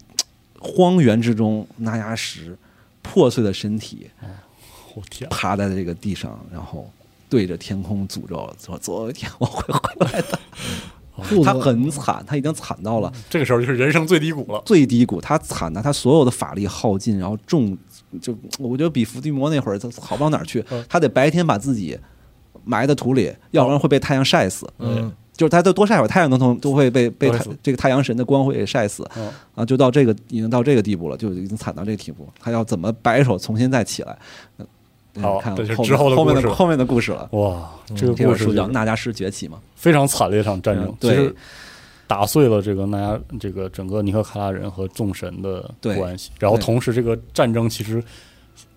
荒原之中，纳迦石破碎的身体
嗯我天，啊
趴在这个地上，然后。对着天空诅咒说：“总有一天我会回 来的。”
哦
兔
他
子
很惨，他已经惨到了
这个时候就是人生最低谷了。
最低谷，他惨的，他所有的法力耗尽，然后重就我觉得比伏地魔那会儿他好不到哪儿去
嗯，
他得白天把自己埋在土里，要不然会被太阳晒死。
嗯，
就是他再多晒会儿太阳，能从都会被被
都会
太
死
这个太阳神的光辉给晒死
嗯
啊！就到这个已经到这个地步了，就已经惨到这个地步，他要怎么摆手重新再起来？嗯
好
看
这就是
后面
之后的
后
故事
面的后面的故事了。
哇，这个
嗯这本
故事
书
就
叫《
是
纳迦石崛起》嘛？
非常惨烈一场战争
嗯，
其
对
实打碎了这个纳迦这个整个尼克卡拉人和众神的
对
关系，然后
对
同时这个战争其实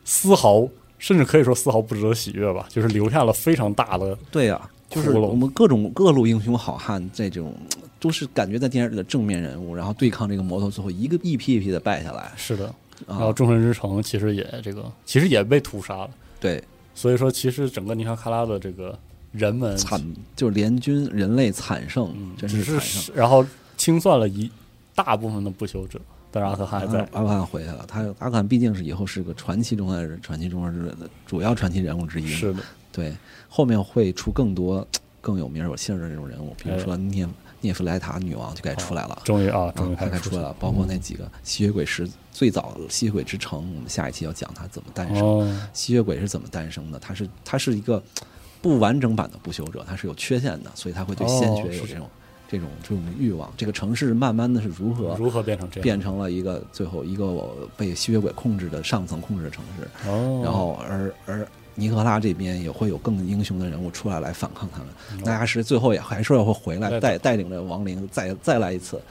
丝毫甚至可以说丝毫不值得喜悦吧，就是留下了非常大的
对呀、就是
骷髅
我们各种各路英雄好汉这种，都是感觉在电视里的正面人物，然后对抗这个魔头，最后一个一批一批的败下来
是的，然后
啊。
众神之城其实也这个其实也被屠杀了，
对，
所以说其实整个尼克卡拉的这个人们
惨就是联军人类惨胜，
嗯
真
只
是
是
惨胜。
然后清算了一大部分的不朽者，但是阿克汉还在，
阿阿富汗回来了，他阿富汗毕竟是以后是个传奇中的人传奇中的人主要传奇人物之一。
是的，
对，后面会出更多更有名有姓儿的这种人物，比如
哎
说涅涅芙莱塔女王就该出来了。
终于啊，终于
嗯，他
开
该
始
出来了，包括那几个吸血鬼是最早的吸血鬼之城，我们下一期要讲它怎么诞生。
哦，
吸血鬼是怎么诞生的？它是它是一个不完整版的不朽者，它是有缺陷的，所以它会对鲜
哦
血有
是
这种、这种这种欲望。这个城市慢慢的是如何
哦如何变成这样？
变成了一个最后一个我被吸血鬼控制的上层控制的城市，
哦，
然后而而。尼克拉这边也会有更英雄的人物出来来反抗他们。纳迦什最后也还说要会回
哦再
来，带带领着亡灵再再来一次。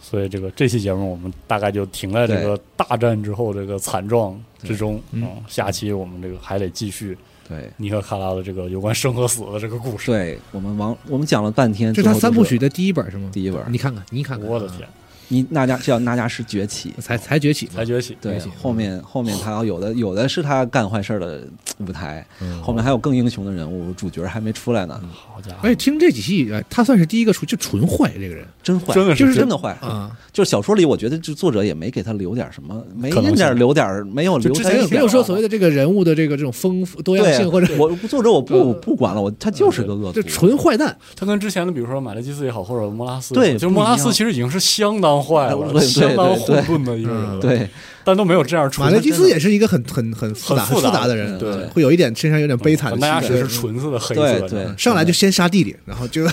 所以这个这期节目我们大概就停在这个大战之后这个惨状之中。
对
嗯，下期我们这个还得继续
对，
尼克卡拉的这个有关生和死的这个故事。
对我们王，我们讲了半天，
这是
最
他
后
三
都
部
是
曲的第一本是吗？
第一本
你看看，你看看，
我的天，
你那家叫那家是崛起
啊，，才才崛起嘛，
才崛起，
对
崛起，
后面后面他有的有的是他干坏事儿的舞台，
嗯
后面还有更英雄的人物，主角还没出来呢，
好家伙
而
哎
且，听这几期，哎，他算是第一个出就纯坏这个人
真坏，
真的是
就是
真
真的坏。
啊，
就是小说里，我觉得这作者也没给他留点什么，没
可能
人
性
点留点儿，没有留
之
他
前也
没有没有说所谓的这个人物的这个这种丰富多样
哎啊对
性或者
我作者我不我不管了，我他就是个恶
嗯就
徒，
纯坏蛋，
他跟之前的比如说马雷基斯也好，或者莫拉斯，
对
就是
不一
莫
样
拉斯其实已经是相当坏
对
了，
对对嗯
相当混沌的一个人了，
对
对
但都没有这样出
马
现。
雷基斯也是一个很很很复杂
很复杂
复杂的人，
对嗯
会有一点身上有点悲惨的
大家
气质嗯
只是纯色的黑色
对
的，
对，
上来就先杀弟弟，
嗯
然后就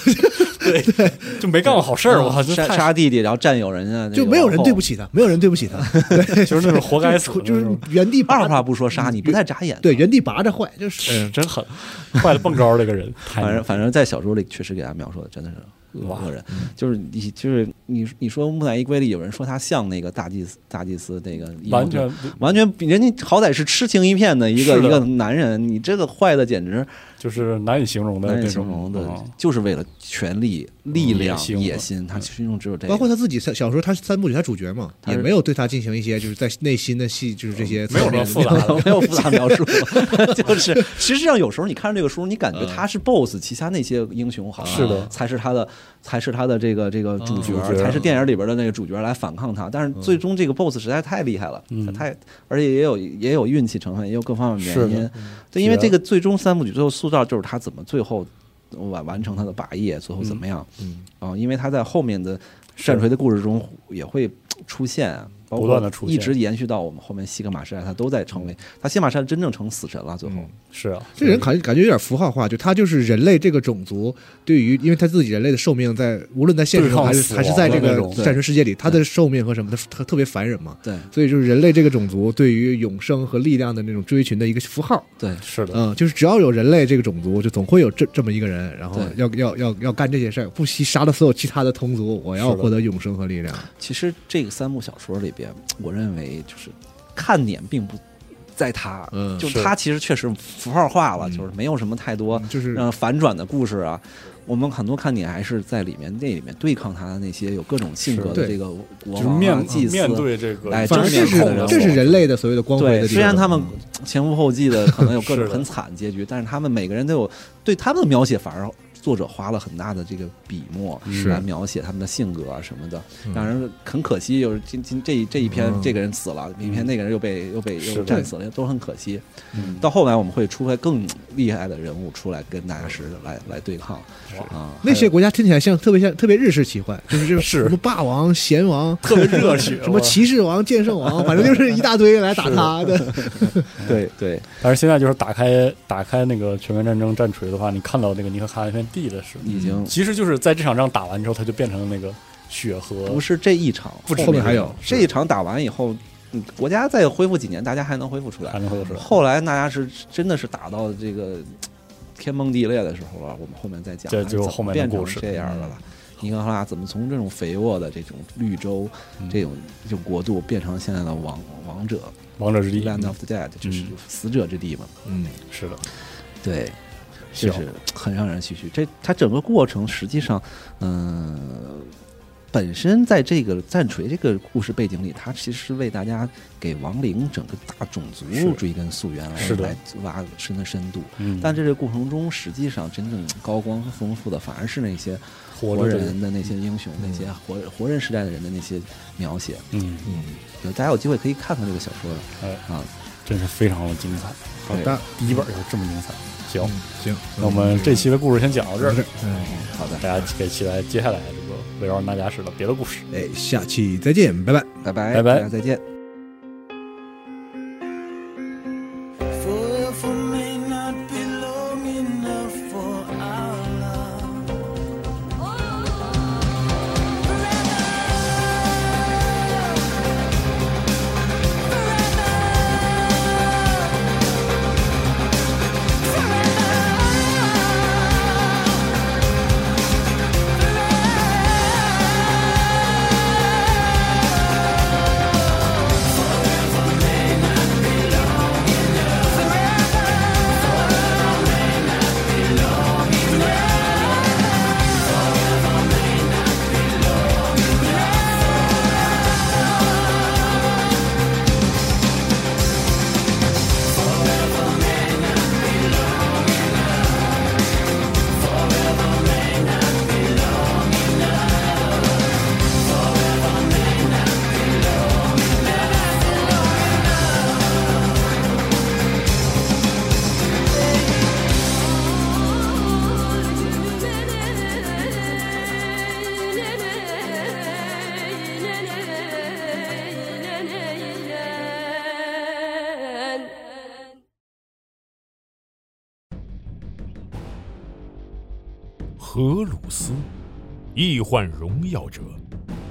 就没干过好事儿，我靠，这
嗯杀
太
杀弟弟，然后占有人家那 个
就没有人
王后
对不起他，没有人对不起他，对，
哦 就是那种活该死的
就是
那种
原地拔
二话不说杀你，不太眨眼。
对原地拔着坏，就是
嗯真狠，坏的蹦高的一个人，太
反正反正在小说里确实给他描述的真的是俄国人，就是你就是你你说木乃伊归里有人说他像那个大祭司大祭司那个伊蒙
完
特
全
完全比人家好歹是痴情一片的一个
是的
一个男人，你这个坏的简直
就是难以形容的
难以
那
形
种
容的
嗯，
就是为了权力、力量
野、心嗯
野心，他心中只有这
包括
个。
他自己三小时候他三部曲他主角嘛，
他
也
是
没有对他进行一些就是在内心的戏，就是这些
没有什么复杂的
没有复杂描 述，就是实际上有时候你看这个书，你感觉他是 BOSS，其他那些英雄好像
嗯
啊
是的
才是他的，才是他的这个这个主角
嗯主，角
才是电影里边的那个主角来反抗他。但是最终这个 BOSS 实在太厉害了，
嗯
太而且也有也有运气成分，也有各方面
是
原
的
因。对，因为这个最终三部曲最后塑造就是他怎么最后完完成他的霸业，最后怎么样
嗯，
啊、因为他在后面的战锤的故事中也会出现，啊包括
不断地出现
一直延续到我们后面西格玛山，他都在成为他西格玛山真正成死神了，最后、
是啊，
这人感感觉有点符号化，就他就是人类这个种族对于，因为他自己人类的寿命在无论在现实
对
中
抗
还是
死
还
亡
是在这
的那
个
种
战神世界里，他的寿命和什么的特特别烦人嘛，
对
所以就是人类这个种族对于永生和力量的那种追寻的一个符号。
对
是的，
嗯，就是只要有人类这个种族，就总会有这这么一个人，然后
对
要要要要干这些事儿，不惜杀了所有其他的同族，我要
是的
获得永生和力量。
其实这个三部小说里边，我认为就是看点并不在他，
嗯
就是
是
他其实确实符号化了，
嗯
就是没有什么太多
嗯
就是
让反转的故事啊。我们很多看点还是在里面那里面对抗他的那些有各种性格
是
的
对
这个国
就是
王啊、
面嗯
祭司，
面对这个
哎
反而
正
这
面
是
控制
这是人类的所谓的光辉
对，
的地方。嗯
虽然他们前赴后 继的，可能有
是
各种
的
很惨的结局，但是他们每个人都有对他们的描写，反而作者花了很大的这个笔墨
是
来描写他们的性格啊什么的，
嗯
让人很可惜。有今今这一这一篇
嗯
这个人死了，明天那个人又被又被
是
又
的
战死了，都很可惜。
嗯
到后来我们会出来更厉害的人物出来跟大家是来来对抗啊，
那些国家听起来像特别像特别日式奇幻，就是这种
是
什么霸王、贤王、
特别热 血，
什么骑士王、剑圣王，反正就是一大堆来打他的。
还有哎对对
但是现在就是打开打开那个《全面战争》战锤的话，你看到那个尼克卡那片地的时候，
已
嗯
经
其实就是在这场仗打完之后，它就变成了那个血和
不是这一场，
不止
后面还有
这一场打完以后，嗯国家再恢复几年，大家还能恢复出来
还。能会有什么
后来大家是真的是打到这个嘖天崩地裂的时候了，我们后面再讲，
这就是
怎么
后面的
变
故
成
事嗯
这样的了。尼克哈拉怎么从这种肥沃的这种绿洲、
嗯
这种这种国度变成现在的王王者
王者之嗯地
（Land of the Dead），、就是死者之地嘛？
嗯，
是的，
对，就
行
是很让人唏嘘。这它整个过程实际上，嗯、本身在这个战锤这个故事背景里，它其实是为大家给亡灵整个大种族
是
追根溯源来
是的
来挖深的深度。
嗯，
但这个过程中，实际上真正高光和丰富的，反而是那些
活
活
着嗯的
人的那些英雄，那些活活人时代的人的那些描写。
嗯，
有大家有机会可以看看这个小说
哎，
啊。
真是非常的精彩，啊
好
的
第一本就这么精彩。行，
嗯
嗯
行，
那我们这期的故事先讲到这儿，
嗯，
好的，
大家可以期待接下来这个围绕娜迦史的别的故事。
哎，下期再见，拜拜。
拜拜，
拜拜
大家再见。
Forever may not be long enough for our love.
Yeah.
荷鲁斯，易患荣耀者，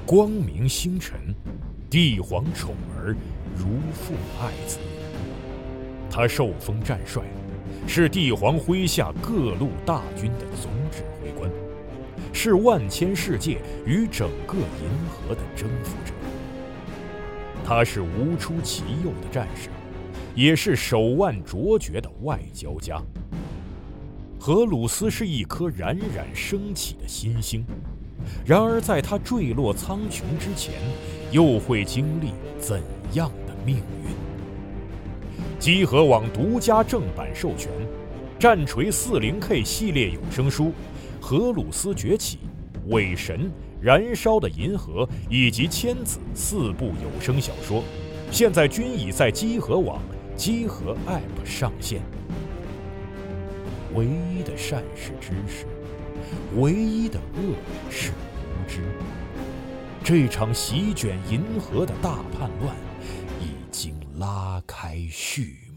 光明星辰，帝皇宠儿，如父爱子。他受封战帅，是帝皇麾下各路大军的总指挥官，是万千世界与整个银河的征服者。他是无出其右的战士，也是手腕卓绝的外交家。荷鲁斯是一颗冉冉升起的新星，然而在他坠落苍穹之前，又会经历怎样的命运？集合网独家正版授权，《战锤 40K 系列有声书》《荷鲁斯崛起》《伪神》《燃烧的银河》以及《千子》四部有声小说，现在均已在集合网、集合 App 上线。唯一的善是知识，唯一的恶是无知。这场席卷银河的大叛乱已经拉开序幕。